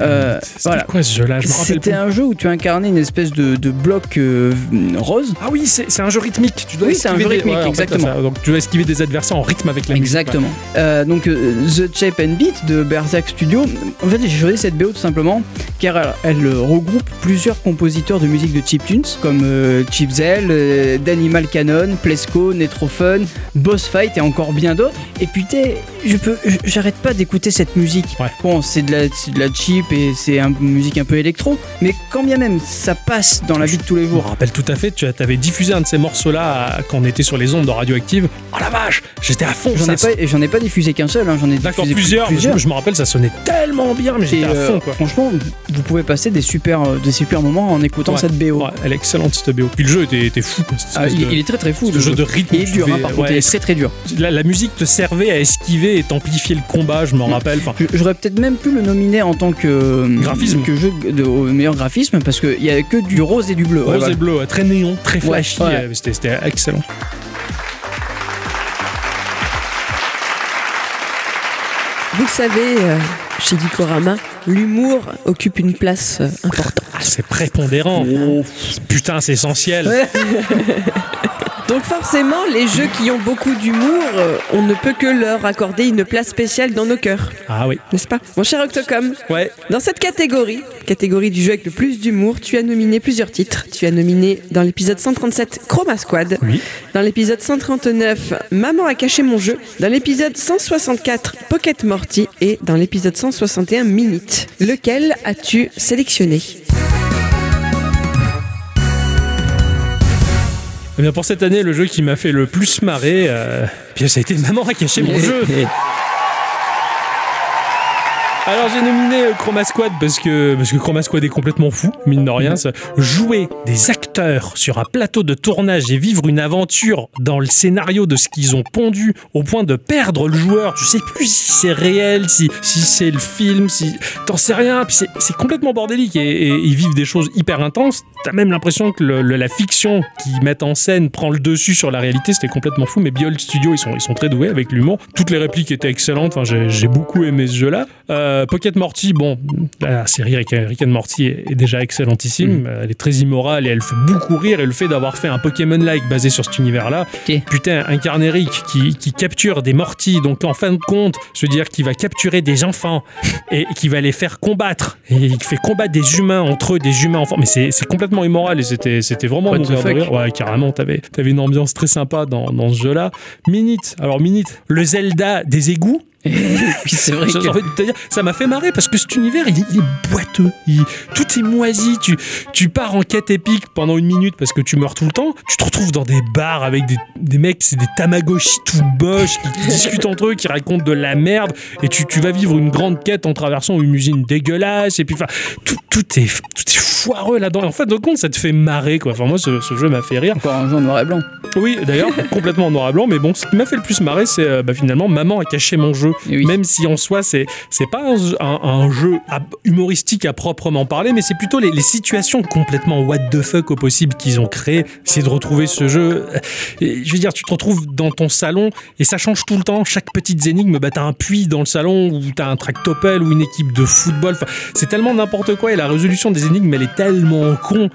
Speaker 2: euh,
Speaker 1: C'était
Speaker 2: voilà.
Speaker 1: quoi ce jeu-là Ah, Je me rappelle
Speaker 2: C'était
Speaker 1: plus.
Speaker 2: un jeu où tu incarnais une espèce de, de bloc euh, rose.
Speaker 1: Ah oui, c'est c'est un jeu rythmique. Tu dois
Speaker 2: Oui, c'est un
Speaker 1: esquiver
Speaker 2: jeu
Speaker 1: des-
Speaker 2: rythmique,
Speaker 1: en fait,
Speaker 2: exactement.
Speaker 1: c'est ça. donc tu dois esquiver des adversaires en rythme avec la musique.
Speaker 2: Exactement. Euh, donc euh, The Shape and Beat de Berserk Studio, en fait j'ai choisi cette BO tout simplement car elle, elle, euh, regroupe plusieurs compositeurs de musique de chiptunes comme euh, Chip Zell, euh, D'Animal Cannon, Plesco, Netrophone, Boss Fight et encore bien d'autres. Et putain, je peux, je- j'arrête pas d'écouter cette musique.
Speaker 1: Ouais.
Speaker 2: Bon, c'est de la, c'est de la chip et c'est un- une musique un peu électro, mais quand bien même ça passe dans la vie de tous les
Speaker 1: Je me
Speaker 2: jours.
Speaker 1: rappelle tout à fait, tu avais diffusé un de ces morceaux-là à- quand on était sur les ondes de Radioactive. Oh la vache, j'étais à fond.
Speaker 2: J'en
Speaker 1: ça
Speaker 2: ai, pas, et j'en ai pas diffusé qu'un seul, hein, j'en ai
Speaker 1: D'accord,
Speaker 2: diffusé
Speaker 1: plusieurs, mais je- je me rappelle, ça sonnait tellement bien, mais
Speaker 2: Et,
Speaker 1: j'étais à
Speaker 2: euh,
Speaker 1: fond quoi.
Speaker 2: Franchement, vous pouvez passer des super, euh, des super moments en écoutant
Speaker 1: Ouais.
Speaker 2: cette BO.
Speaker 1: Ouais, elle est excellente cette BO. Puis le jeu était, était fou. quoi, cette
Speaker 2: Ah,
Speaker 1: espèce
Speaker 2: il,
Speaker 1: de-
Speaker 2: il est très très fou.
Speaker 1: ce
Speaker 2: le
Speaker 1: jeu de rythme
Speaker 2: Il
Speaker 1: où
Speaker 2: est
Speaker 1: tu
Speaker 2: dur, hein,
Speaker 1: devais-
Speaker 2: par contre,
Speaker 1: ouais,
Speaker 2: il est très très dur.
Speaker 1: la, la musique te servait à esquiver et t'amplifier le combat, je m'en
Speaker 2: Mm.
Speaker 1: rappelle. Enfin,
Speaker 2: Je- J'aurais peut-être même pu le nominer en tant que euh,
Speaker 1: Graphisme.
Speaker 2: que jeu de au meilleur graphisme parce qu'il y a que du rose et du bleu. Ouais,
Speaker 1: rose et
Speaker 2: voilà.
Speaker 1: bleu, ouais, très néon, très flashy,
Speaker 2: ouais.
Speaker 1: euh, c'était- c'était excellent.
Speaker 3: Vous le savez, euh, chez Gikorama, l'humour occupe une place euh, importante.
Speaker 1: Ah, c'est prépondérant. Putain, c'est essentiel.
Speaker 2: Oh. Ouais.
Speaker 3: Donc forcément, les jeux qui ont beaucoup d'humour, euh, on ne peut que leur accorder une place spéciale dans nos cœurs,
Speaker 1: Ah oui.
Speaker 3: n'est-ce pas Mon cher Octocom,
Speaker 1: Ouais.
Speaker 3: dans cette catégorie, catégorie du jeu avec le plus d'humour, tu as nominé plusieurs titres. Tu as nominé dans l'épisode 137 Chroma Squad,
Speaker 1: Oui.
Speaker 3: dans l'épisode 139 Maman a caché mon jeu, dans l'épisode 164 Pocket Morty et dans l'épisode 161 Minute. Lequel as-tu sélectionné
Speaker 1: Eh bien, pour cette année, le jeu qui m'a fait le plus marrer, euh, bien, ça a été Maman a caché mon jeu. Alors j'ai nominé euh, Chroma Squad parce que parce que Chroma Squad est complètement fou, mine de rien. Ça. Jouer des acteurs sur un plateau de tournage et vivre une aventure dans le scénario de ce qu'ils ont pondu au point de perdre le joueur. Tu sais plus si c'est réel, si si c'est le film, si t'en sais rien. Puis c'est- c'est complètement bordélique et, et ils vivent des choses hyper intenses. T'as même l'impression que le- le- la fiction qu'ils mettent en scène prend le dessus sur la réalité. C'était complètement fou. Mais Biol Studio ils sont ils sont très doués avec l'humour. Toutes les répliques étaient excellentes. Enfin j'ai j'ai beaucoup aimé ce jeu là. Euh, Pocket Morty, bon, la série Rick, Rick and Morty est, est déjà excellentissime.
Speaker 2: Mm.
Speaker 1: Euh, Elle est très immorale et elle fait beaucoup rire. Et le fait d'avoir fait un Pokémon-like basé sur cet univers-là,
Speaker 2: Ok.
Speaker 1: putain, incarné Rick qui, qui capture des Morty, donc en fin de compte, se dire qu'il va capturer des enfants et qui va les faire combattre. Et il fait combattre des humains entre eux, des humains enfants. Mais c'est c'est complètement immoral et c'était c'était vraiment
Speaker 2: What
Speaker 1: mon
Speaker 2: the
Speaker 1: verre de
Speaker 2: fuck
Speaker 1: rire. Ouais, carrément, t'avais avais une ambiance très sympa dans, dans ce jeu-là. Minute, alors Minute, le Zelda des égouts.
Speaker 2: Puis c'est vrai
Speaker 1: J'ai
Speaker 2: que
Speaker 1: envie de te dire, ça m'a fait marrer parce que cet univers, il est, il est boiteux. Il- tout est moisi. Tu, tu pars en quête épique pendant une minute parce que tu meurs tout le temps. Tu te retrouves dans des bars avec des, des mecs, c'est des tamagotchi tout boches qui, qui discutent entre eux, qui racontent de la merde. Et tu, tu vas vivre une grande quête en traversant une usine dégueulasse. Et puis, enfin, tout, tout est, tout est foireux là-dedans. Et en fait, de compte, ça te fait marrer, quoi. Enfin, moi, ce- ce jeu m'a fait rire.
Speaker 2: encore un jeu en noir et blanc.
Speaker 1: Oui, d'ailleurs, complètement en noir et blanc, mais bon, ce qui m'a fait le plus marrer, c'est euh, bah, finalement Maman a caché mon jeu.
Speaker 2: Et oui.
Speaker 1: Même si en soi, c'est c'est pas un, un- un jeu à- humoristique à proprement parler, mais c'est plutôt les, les situations complètement what the fuck au possible qu'ils ont créées. C'est de retrouver ce jeu. euh, et je veux dire, tu te retrouves dans ton salon et ça change tout le temps. Chaque petite énigme, bah, t'as un puits dans le salon ou t'as un tractopelle ou une équipe de football. Enfin, c'est tellement n'importe quoi et la résolution des énigmes, elle est tellement con.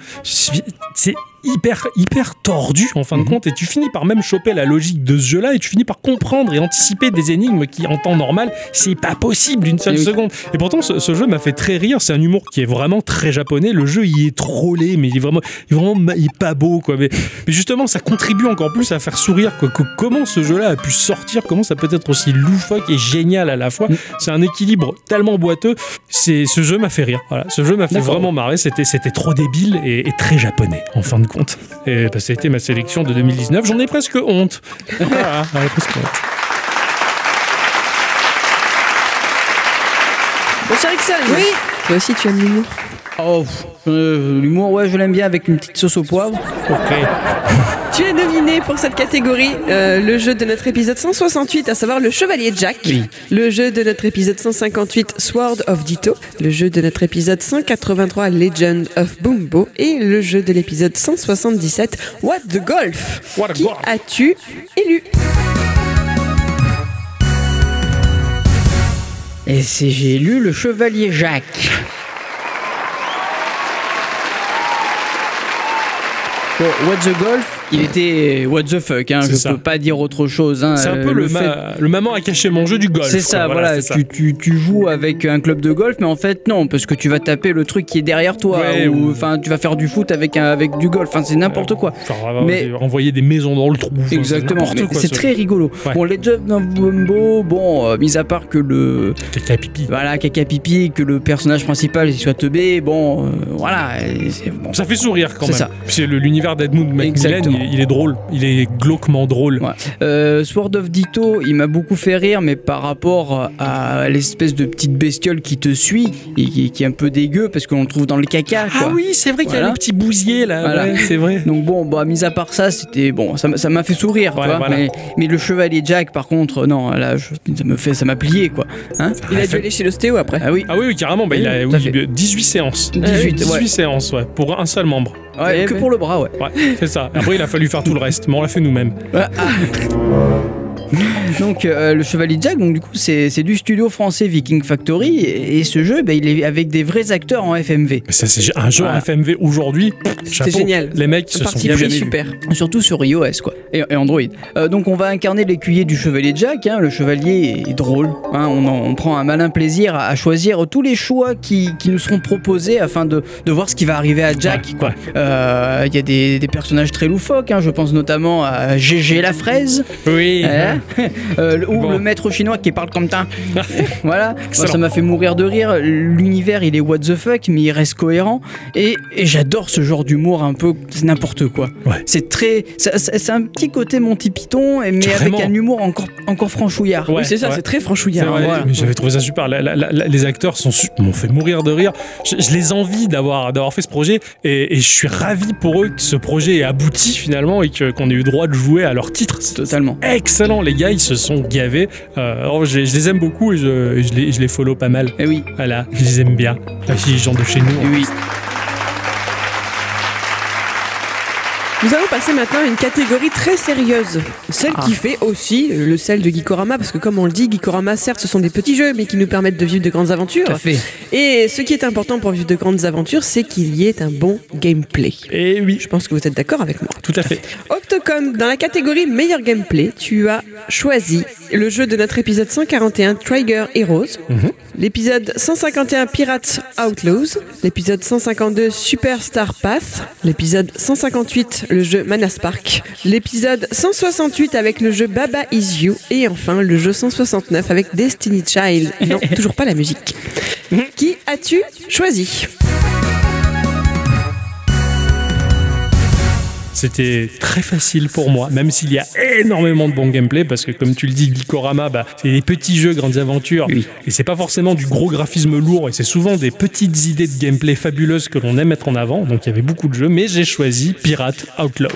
Speaker 1: C'est hyper hyper tordu en fin de compte et tu finis par même choper la logique de ce jeu là et tu finis par comprendre et anticiper des énigmes qui en temps normal c'est pas possible d'une seule
Speaker 2: Eh oui.
Speaker 1: seconde et pourtant ce, ce jeu m'a fait très rire c'est un humour qui est vraiment très japonais le jeu il est trollé mais il est vraiment il est vraiment ma- il est pas beau quoi mais, mais justement ça contribue encore plus à faire sourire quoi que comment ce jeu là a pu sortir comment ça peut être aussi loufoque et génial à la fois
Speaker 2: Mm.
Speaker 1: c'est un équilibre tellement boiteux c'est ce jeu m'a fait rire voilà ce jeu m'a fait
Speaker 2: D'accord.
Speaker 1: vraiment marrer c'était c'était trop débile et- et très japonais en fin de compte et bah, ça a été ma sélection de 2019. J'en ai presque honte. Voilà, j'en ai presque honte.
Speaker 3: Bon, Monsieur Rickson
Speaker 2: Oui.
Speaker 3: Toi aussi, tu aimes l'humour
Speaker 2: Oh, pff, euh, l'humour, ouais, je l'aime bien avec une petite sauce au poivre. Euh,
Speaker 3: Tu es nominé pour cette catégorie euh, le jeu de notre épisode 168, à savoir le Chevalier Jack,
Speaker 2: Oui.
Speaker 3: le jeu de notre épisode 158, Sword of Ditto, le jeu de notre épisode 183, Legend of Bumbo, et le jeu de l'épisode 177, What the Golf.
Speaker 1: What the
Speaker 3: Qui
Speaker 1: Golf.
Speaker 3: as-tu élu
Speaker 2: Et c'est j'ai lu le Chevalier Jacques. Bon, what the golf, il était what the fuck, hein,
Speaker 1: C'est
Speaker 2: je
Speaker 1: ça.
Speaker 2: peux pas dire autre chose. hein,
Speaker 1: C'est un
Speaker 2: euh,
Speaker 1: peu le,
Speaker 2: fait-
Speaker 1: ma- le maman a caché mon jeu du golf.
Speaker 2: C'est ça,
Speaker 1: quoi,
Speaker 2: voilà,
Speaker 1: c'est ça.
Speaker 2: Tu, tu- tu joues avec un club de golf, mais en fait non, parce que tu vas taper le truc qui est derrière toi,
Speaker 1: Ouais,
Speaker 2: ou
Speaker 1: ou-
Speaker 2: enfin tu vas faire du foot avec, un- avec du golf, enfin c'est n'importe quoi.
Speaker 1: Genre, euh,
Speaker 2: Mais-
Speaker 1: envoyer des maisons dans le trou. enfin, c'est
Speaker 2: Exactement,
Speaker 1: n'importe
Speaker 2: mais
Speaker 1: quoi,
Speaker 2: c'est
Speaker 1: ce-
Speaker 2: très rigolo.
Speaker 1: Ouais.
Speaker 2: Bon, les jobs d'un Bumbo, bon, euh, mis à part que le,
Speaker 1: Caca pipi.
Speaker 2: voilà, caca pipi, que le personnage principal il soit teubé, bon, euh, voilà, et c'est bon.
Speaker 1: Ça fait sourire quand
Speaker 2: C'est
Speaker 1: même.
Speaker 2: ça.
Speaker 1: C'est le- l'univers d'Edmund Macmillan,
Speaker 2: Exactement.
Speaker 1: il, il est drôle. Il est glauquement drôle.
Speaker 2: Ouais. Euh, Sword of Ditto, il m'a beaucoup fait rire, mais par rapport à l'espèce de petite bestiole qui te suit et qui, qui est un peu dégueu parce qu'on le trouve dans le caca.
Speaker 1: Ah
Speaker 2: quoi.
Speaker 1: oui, c'est vrai qu'il y a
Speaker 2: Voilà.
Speaker 1: le petit bousier là.
Speaker 2: Voilà.
Speaker 1: ouais, c'est vrai.
Speaker 2: Donc bon, bah, mis à part ça, c'était bon, ça m'a- ça m'a fait sourire,
Speaker 1: Ouais,
Speaker 2: tu vois,
Speaker 1: voilà.
Speaker 2: mais, mais le chevalier Jack, par contre, euh, non, là, je- ça me fait, ça m'a plié, quoi. Hein
Speaker 3: Il a dû aller chez l'ostéo après.
Speaker 2: ah oui,
Speaker 1: Ah oui, oui, carrément. bah,
Speaker 2: Oui,
Speaker 1: il a
Speaker 2: tout à
Speaker 1: oui,
Speaker 2: fait.
Speaker 1: 18 séances.
Speaker 2: 18,
Speaker 1: 18
Speaker 2: ouais.
Speaker 1: séances, ouais, pour un seul membre.
Speaker 2: Ouais,
Speaker 3: Eh
Speaker 2: que
Speaker 3: ben.
Speaker 2: pour le bras, ouais.
Speaker 1: Ouais, c'est ça. Après, il a fallu faire tout le reste, mais on l'a fait nous-mêmes.
Speaker 2: Donc euh, le Chevalier Jack, donc du coup c'est c'est du studio français Viking Factory et, et ce jeu, ben, il est avec des vrais acteurs en FMV.
Speaker 1: Mais ça, c'est un jeu
Speaker 2: Voilà.
Speaker 1: FMV aujourd'hui. chapeau.
Speaker 3: génial.
Speaker 1: Les mecs se sont
Speaker 3: Parti
Speaker 1: bien
Speaker 3: pris,
Speaker 1: vus.
Speaker 3: super.
Speaker 2: Surtout sur iOS quoi, et, et Android. Euh, donc on va incarner l'écuyer du Chevalier Jack, hein. le Chevalier est drôle, hein. on, en- on prend un malin plaisir à, à choisir tous les choix qui, qui nous seront proposés afin de, de voir ce qui va arriver à Jack.
Speaker 1: Ouais,
Speaker 2: quoi.
Speaker 1: ouais.
Speaker 2: Euh, Il y a des, des personnages très loufoques, hein. je pense notamment à GG la fraise,
Speaker 1: Oui.
Speaker 2: Hein Euh, le- ou
Speaker 1: Bon.
Speaker 2: le maître chinois qui parle comme ça. voilà, Moi,
Speaker 1: Excellent.
Speaker 2: ça m'a fait mourir de rire. L'univers, il est what the fuck, mais il reste cohérent. Et, et j'adore ce genre d'humour un peu c'est n'importe quoi.
Speaker 1: Ouais.
Speaker 2: C'est très, ça- ça- c'est un petit côté Monty Python, et- mais
Speaker 1: Carrément.
Speaker 2: avec un humour encore encore franchouillard.
Speaker 1: Ouais,
Speaker 3: oui, c'est ça,
Speaker 1: ouais.
Speaker 3: c'est très
Speaker 1: C'est
Speaker 3: franchouillard.
Speaker 1: vrai,
Speaker 3: voilà.
Speaker 1: mais J'avais trouvé ça super. La- la- la- la- les acteurs sont su- m'ont fait mourir de rire. Je, je les envie d'avoir d'avoir fait ce projet et, et je suis ravi pour eux que ce projet ait abouti finalement et que- qu'on ait eu droit de jouer à leur titre. C'est
Speaker 2: Totalement.
Speaker 1: Excellent, les gars, ils se sont gavés. Euh, oh, je, je les aime beaucoup et je, et je les, je les follow pas mal.
Speaker 2: Et Eh oui,
Speaker 1: Voilà, je les aime bien. Ah, si, les gens de chez nous.
Speaker 2: eh oui.
Speaker 3: Nous allons passer maintenant à une catégorie très sérieuse, celle qui
Speaker 2: Ah.
Speaker 3: fait aussi euh, le sel de Gikorama, parce que comme on le dit, Gikorama, certes, ce sont des petits jeux, mais qui nous permettent de vivre de grandes
Speaker 2: Tout à
Speaker 3: aventures.
Speaker 2: fait.
Speaker 3: Et ce qui est important pour vivre de grandes aventures, c'est qu'il y ait un bon gameplay.
Speaker 1: Et oui,
Speaker 3: Je pense que vous êtes d'accord avec moi.
Speaker 1: tout à fait.
Speaker 3: Octocom, dans la catégorie meilleur gameplay, tu as choisi le jeu de notre épisode 141, Trigger Heroes,
Speaker 1: Mhm.
Speaker 3: l'épisode 151, Pirates Outlaws, l'épisode 152, Superstar Path, l'épisode 158, le jeu Manas Park, l'épisode 168 avec le jeu Baba Is You, et enfin le jeu 169 avec Destiny Child. Non, toujours pas la musique.
Speaker 1: Mhm.
Speaker 3: Qui as-tu choisi
Speaker 1: C'était très facile pour moi, même s'il y a énormément de bon gameplay, parce que comme tu le dis, Gikorama, bah, c'est des petits jeux, grandes aventures,
Speaker 2: Oui.
Speaker 1: et c'est pas forcément du gros graphisme lourd, et c'est souvent des petites idées de gameplay fabuleuses que l'on aime mettre en avant, donc il y avait beaucoup de jeux, mais j'ai choisi Pirate Outlaws.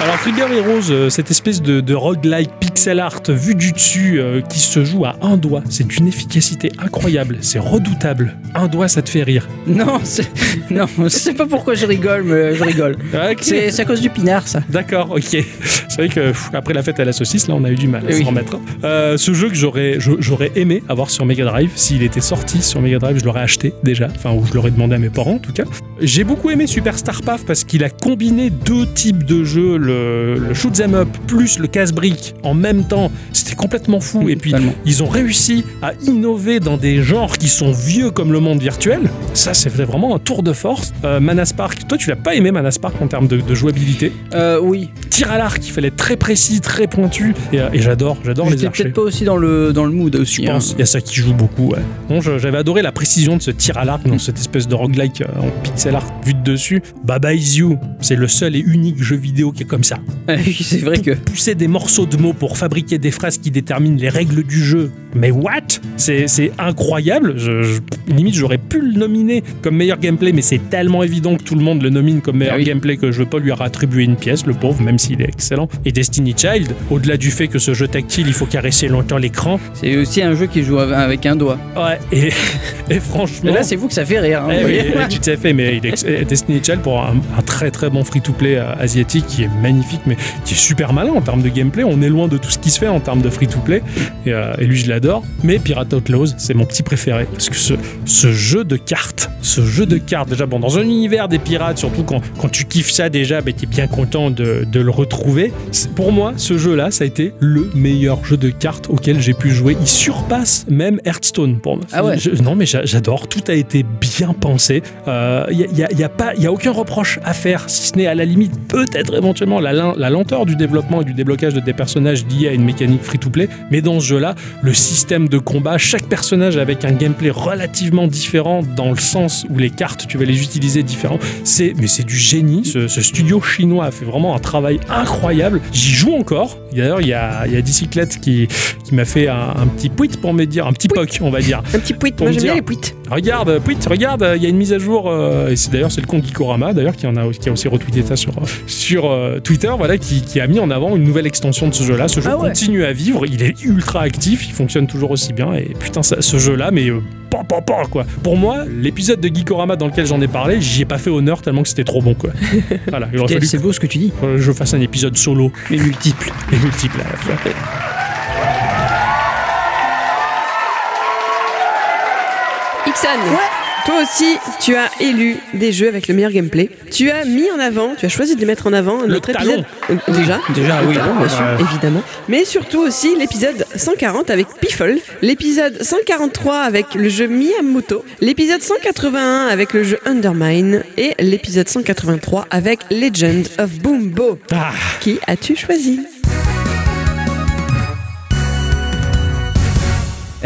Speaker 1: Alors Trigger Heroes, euh, cette espèce de, de roguelike pixel art vu du dessus euh, qui se joue à un doigt, c'est d'une efficacité incroyable, c'est redoutable. Un doigt, ça te fait rire.
Speaker 2: Non, c'est- non, je sais pas pourquoi je rigole, mais je rigole. C'est c'est à cause du pinard, ça.
Speaker 1: D'accord, ok. C'est vrai que pff, après la fête à la saucisse, là, on a eu du mal à
Speaker 2: Eh
Speaker 1: s'en
Speaker 2: oui.
Speaker 1: remettre. Euh, ce jeu que j'aurais, je- j'aurais aimé avoir sur Mega Drive, s'il était sorti sur Mega Drive, je l'aurais acheté déjà, enfin, ou je l'aurais demandé à mes parents en tout cas. J'ai beaucoup aimé Superstar Path parce qu'il a combiné deux types de jeux, le, le shoot 'em up plus le casse-brique en même temps. C'était complètement fou. Et puis,
Speaker 2: Mm, Totalement.
Speaker 1: ils ont réussi à innover dans des genres qui sont vieux comme le monde virtuel. Ça, c'est vraiment un tour de force. Euh, Manas Park, toi, tu l'as pas aimé Manas Park en termes de- de jouabilité
Speaker 2: Euh, oui.
Speaker 1: tir à l'arc, il fallait être très précis, très pointu. Et, euh, et j'adore, j'adore les
Speaker 2: J'étais
Speaker 1: archers.
Speaker 2: peut-être pas aussi dans le, dans le mood aussi.
Speaker 1: Je
Speaker 2: hein.
Speaker 1: pense, il y a ça qui joue beaucoup. ouais. Bon, je- j'avais adoré la précision de ce tir à
Speaker 2: Mm.
Speaker 1: l'arc dans cette espèce de roguelike euh, en pixel art vu de dessus. Baba Is You, c'est le seul et unique jeu vidéo qui est comme ça.
Speaker 2: Oui, c'est vrai que.
Speaker 1: Pousser des morceaux de mots pour fabriquer des phrases qui déterminent les règles du jeu. Mais what C'est c'est incroyable. Je- je- limite, j'aurais pu le nominer comme meilleur gameplay, mais c'est tellement évident que tout le monde le nomine comme meilleur
Speaker 2: Ah oui.
Speaker 1: gameplay que je veux pas lui attribuer une pièce, le pauvre, même s'il est excellent. Et Destiny Child, au-delà du fait que ce jeu tactile, il faut caresser longtemps l'écran.
Speaker 2: C'est aussi un jeu qui joue av- avec un doigt.
Speaker 1: Ouais, et, et franchement.
Speaker 2: Mais là, c'est vous que ça fait rire. hein,
Speaker 1: Eh
Speaker 2: vous
Speaker 1: oui,
Speaker 2: voyez.
Speaker 1: tout à fait, mais il est- eh, Destiny Child pour un, un très très bon free-to-play euh, asiatique qui est magnifique, mais qui est super malin en termes de gameplay. On est loin de tout ce qui se fait en termes de free-to-play, et, euh, et lui je l'adore. Mais Pirate Outlaws, c'est mon petit préféré, parce que ce, ce jeu de cartes, ce jeu de cartes, déjà bon, dans un univers des pirates, surtout quand, quand tu kiffes ça déjà, ben, t'es bien content de, de le retrouver. C'est- Pour moi, ce jeu-là, ça a été le meilleur jeu de cartes auquel j'ai pu jouer. Il surpasse même Hearthstone pour moi.
Speaker 2: Ah ouais.
Speaker 1: Je- non, mais j'a- j'adore. Tout a été bien pensé. Il n'y a, Euh, y a pas- y a aucun reproche à faire, si ce n'est à la limite, peut-être éventuellement, la, lin- la lenteur du développement et du déblocage de des personnages liés à une mécanique free-to-play. Mais dans ce jeu-là, le système de combat, chaque personnage avec un gameplay relativement différent dans le sens où les cartes, tu vas les utiliser différents. C'est, mais c'est du génie. Ce, ce studio chinois a fait vraiment un travail incroyable. J'y joue encore. D'ailleurs, il y a, il y a Dicyclette qui, qui m'a fait un, un petit tweet pour me dire, un petit poc, on va dire.
Speaker 3: Un petit pouit,
Speaker 1: Pour
Speaker 3: moi
Speaker 1: me
Speaker 3: j'aime bien
Speaker 1: dire.
Speaker 3: les pouites.
Speaker 1: Regarde, euh, Pete, regarde, euh, il y a une mise à jour. euh, et c'est d'ailleurs c'est le con Gikorama d'ailleurs qui en a qui a aussi retweeté ça sur euh, sur euh, Twitter, voilà, qui, qui a mis en avant une nouvelle extension de ce jeu-là. Ce jeu
Speaker 2: Ah ouais.
Speaker 1: continue à vivre, il est ultra actif, il fonctionne toujours aussi bien. Et putain, ça- ce jeu-là, mais euh, pan pan pan quoi. Pour moi, l'épisode de Gikorama dans lequel j'en ai parlé, j'y ai pas fait honneur tellement que c'était trop bon quoi. voilà, il aurait
Speaker 2: Putain,
Speaker 1: fallu
Speaker 2: C'est beau ce que tu dis.
Speaker 1: que je fasse un épisode solo
Speaker 2: Mais multiple.
Speaker 1: et multiple. à la fois.
Speaker 3: Ixan Toi aussi, tu as élu des jeux avec le meilleur gameplay. Tu as mis en avant, tu as choisi de les mettre en avant
Speaker 1: Le
Speaker 3: notre
Speaker 1: talon.
Speaker 3: épisode. Euh, Déjà
Speaker 2: Déjà, oui.
Speaker 3: talon, bien sûr, évidemment. Mais surtout aussi l'épisode 140 avec Piffle, l'épisode 143 avec le jeu Miyamoto, l'épisode 181 avec le jeu Undermine et l'épisode 183 avec Legend of Boombo.
Speaker 1: Ah,
Speaker 3: Qui as-tu choisi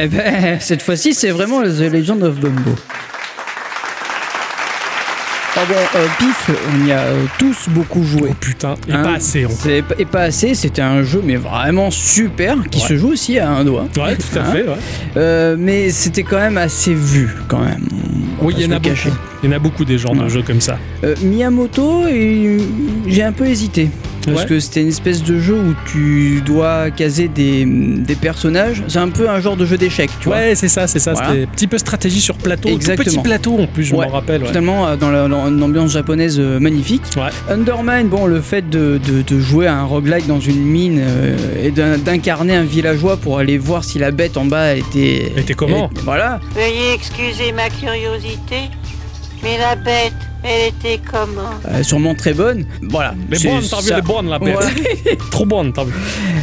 Speaker 2: Eh ben, cette fois-ci, c'est vraiment The Legend of Bumbo. Ah bon, euh, pif, on y a euh, tous beaucoup joué.
Speaker 1: oh putain, et
Speaker 2: Hein,
Speaker 1: pas assez. on-
Speaker 2: c'est pas- Et pas assez, c'était un jeu mais vraiment super qui
Speaker 1: Ouais.
Speaker 2: se joue aussi à un doigt.
Speaker 1: Ouais, tout à
Speaker 2: Hein
Speaker 1: fait. Ouais.
Speaker 2: Euh, mais c'était quand même assez vu quand même. On va
Speaker 1: Oui,
Speaker 2: pas
Speaker 1: il y
Speaker 2: se
Speaker 1: en a
Speaker 2: le cacher.
Speaker 1: beaucoup. Il y en a beaucoup des genres de
Speaker 2: Ouais.
Speaker 1: jeux comme ça.
Speaker 2: Euh, Miyamoto, et- euh, j'ai un peu hésité. Parce
Speaker 1: Ouais.
Speaker 2: que c'était une espèce de jeu où tu dois caser des, des personnages. C'est un peu un genre de jeu d'échecs, tu vois.
Speaker 1: Ouais, c'est ça, c'est ça.
Speaker 2: Voilà.
Speaker 1: C'était un petit peu stratégie sur plateau.
Speaker 2: Exactement.
Speaker 1: Tout petit plateau en plus, je
Speaker 2: Ouais.
Speaker 1: m'en rappelle. ouais.
Speaker 2: Totalement euh, dans la- dans une ambiance japonaise euh, magnifique.
Speaker 1: Ouais.
Speaker 2: Undermine, bon, le fait de, de- de jouer à un roguelike dans une mine euh, et d'un- d'incarner un villageois pour aller voir si la bête en bas était.
Speaker 1: Était comment
Speaker 2: elle- Voilà.
Speaker 5: Veuillez excuser ma curiosité, mais la bête, elle était comment
Speaker 2: euh, sûrement très bonne. Voilà.
Speaker 1: Les
Speaker 2: ah, c'est
Speaker 1: bonnes, t'as vu
Speaker 2: ça.
Speaker 1: les bonnes la bête. Trop bonnes, t'as vu.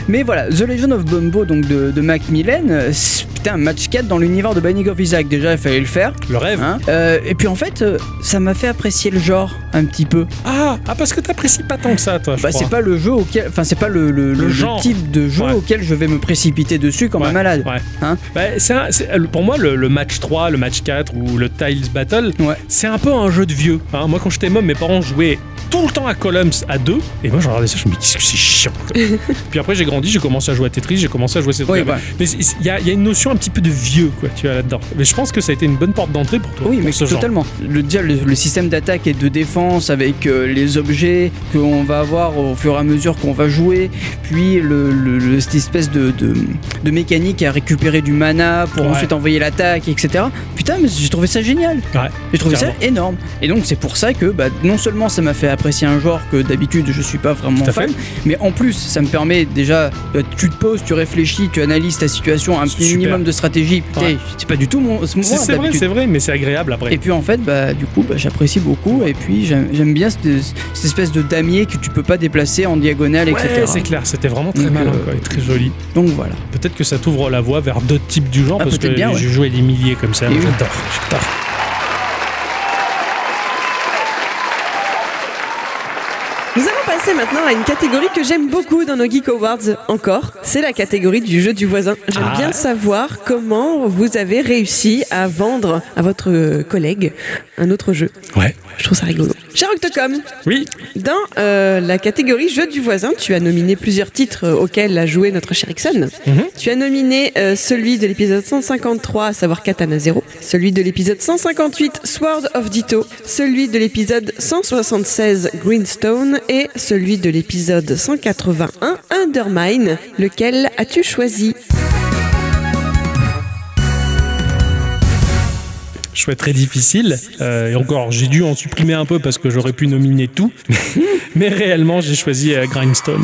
Speaker 2: Mais voilà, The Legend of Bumbo, donc de, de Macmillan, euh, c'est- putain, match 4 dans l'univers de Banning of Isaac, déjà, il fallait le faire.
Speaker 1: Le rêve.
Speaker 2: hein. Euh, et puis en fait, euh, ça m'a fait apprécier le genre un petit peu.
Speaker 1: Ah, ah, parce que t'apprécies pas tant que ça, toi. je
Speaker 2: Bah,
Speaker 1: crois.
Speaker 2: c'est pas le jeu auquel. Enfin, c'est pas le, le- le- le
Speaker 1: genre.
Speaker 2: type de jeu
Speaker 1: Ouais.
Speaker 2: auquel je vais me précipiter dessus comme
Speaker 1: Ouais,
Speaker 2: un malade.
Speaker 1: ouais.
Speaker 2: Hein
Speaker 1: Bah, c'est un- c'est- pour moi, le, le match 3, le match 4 ou le Tiles Battle,
Speaker 2: Ouais.
Speaker 1: c'est un peu un jeu de vieux. hein. Moi, quand j'étais môme, mes parents jouaient tout le temps à Columns à deux. Et moi, je regardais ça, je me dis, qu'est-ce que c'est chiant. quoi. Puis après, j'ai grandi, j'ai commencé à jouer à Tetris, j'ai commencé à jouer à ces
Speaker 2: Oui,
Speaker 1: trucs-là.
Speaker 2: bah,
Speaker 1: Mais c'est- c'est- il y, a il y a une notion un petit peu de vieux, quoi, tu vois, là-dedans. Mais je pense que ça a été une bonne porte d'entrée pour toi.
Speaker 2: oui,
Speaker 1: pour
Speaker 2: mais
Speaker 1: ce genre.
Speaker 2: totalement. Le, déjà, le, le système d'attaque et de défense avec euh, les objets qu'on va avoir au fur et à mesure qu'on va jouer, puis le, le- le- cette espèce de, de, de mécanique à récupérer du mana pour
Speaker 1: Ouais.
Speaker 2: ensuite envoyer l'attaque, etc. Putain, mais j'ai trouvé ça génial.
Speaker 1: Ouais,
Speaker 2: j'ai trouvé
Speaker 1: carrément.
Speaker 2: ça énorme. Et donc, c'est pour ça que bah, non seulement ça m'a fait apprécier un genre que d'habitude je suis pas vraiment
Speaker 1: Tout à
Speaker 2: fan, mais en plus, ça me permet déjà, euh, tu te poses, tu réfléchis, tu analyses ta situation, un
Speaker 1: C'est super.
Speaker 2: minimum de stratégie. Putain,
Speaker 1: Ouais.
Speaker 2: c'est pas du tout mon, ce
Speaker 1: C'est
Speaker 2: moi,
Speaker 1: c'est vrai,
Speaker 2: d'habitude.
Speaker 1: c'est vrai, mais c'est agréable après.
Speaker 2: Et puis en fait, bah, du coup, bah, j'apprécie beaucoup. Et puis j'aime j'aime bien cette, cette espèce de damier que tu peux pas déplacer en diagonale,
Speaker 1: Ouais, c'est
Speaker 2: etc.
Speaker 1: clair, c'était vraiment très
Speaker 2: Donc,
Speaker 1: malin
Speaker 2: euh,
Speaker 1: quoi, et très joli.
Speaker 2: Donc voilà.
Speaker 1: Peut-être que ça t'ouvre la voie vers d'autres types du genre,
Speaker 2: Ah,
Speaker 1: parce que
Speaker 2: peut-être bien, ouais.
Speaker 1: j'ai joué des milliers comme ça,
Speaker 2: Et oui.
Speaker 1: j'adore, j'adore.
Speaker 3: Nous allons passer maintenant à une catégorie que j'aime beaucoup dans nos Geek Awards encore. C'est la catégorie du jeu du voisin. J'aime
Speaker 1: Ah.
Speaker 3: bien savoir comment vous avez réussi à vendre à votre euh, collègue un autre jeu.
Speaker 1: Ouais.
Speaker 3: Je trouve ça rigolo. Cher Octocom,
Speaker 1: Oui.
Speaker 3: dans euh, la catégorie jeu du voisin, tu as nominé plusieurs titres euh, auxquels a joué notre cher Ixon. Tu as nominé euh, celui de l'épisode 153, à savoir Katana Zero, celui de l'épisode 158, Sword of Ditto, celui de l'épisode 176, Greenstone, et celui de l'épisode 181, Undermine. Lequel as-tu choisi
Speaker 1: Choix très difficile. Euh, et encore, j'ai dû en supprimer un peu parce que j'aurais pu nominer tout. Mais réellement, j'ai choisi euh, Grindstone.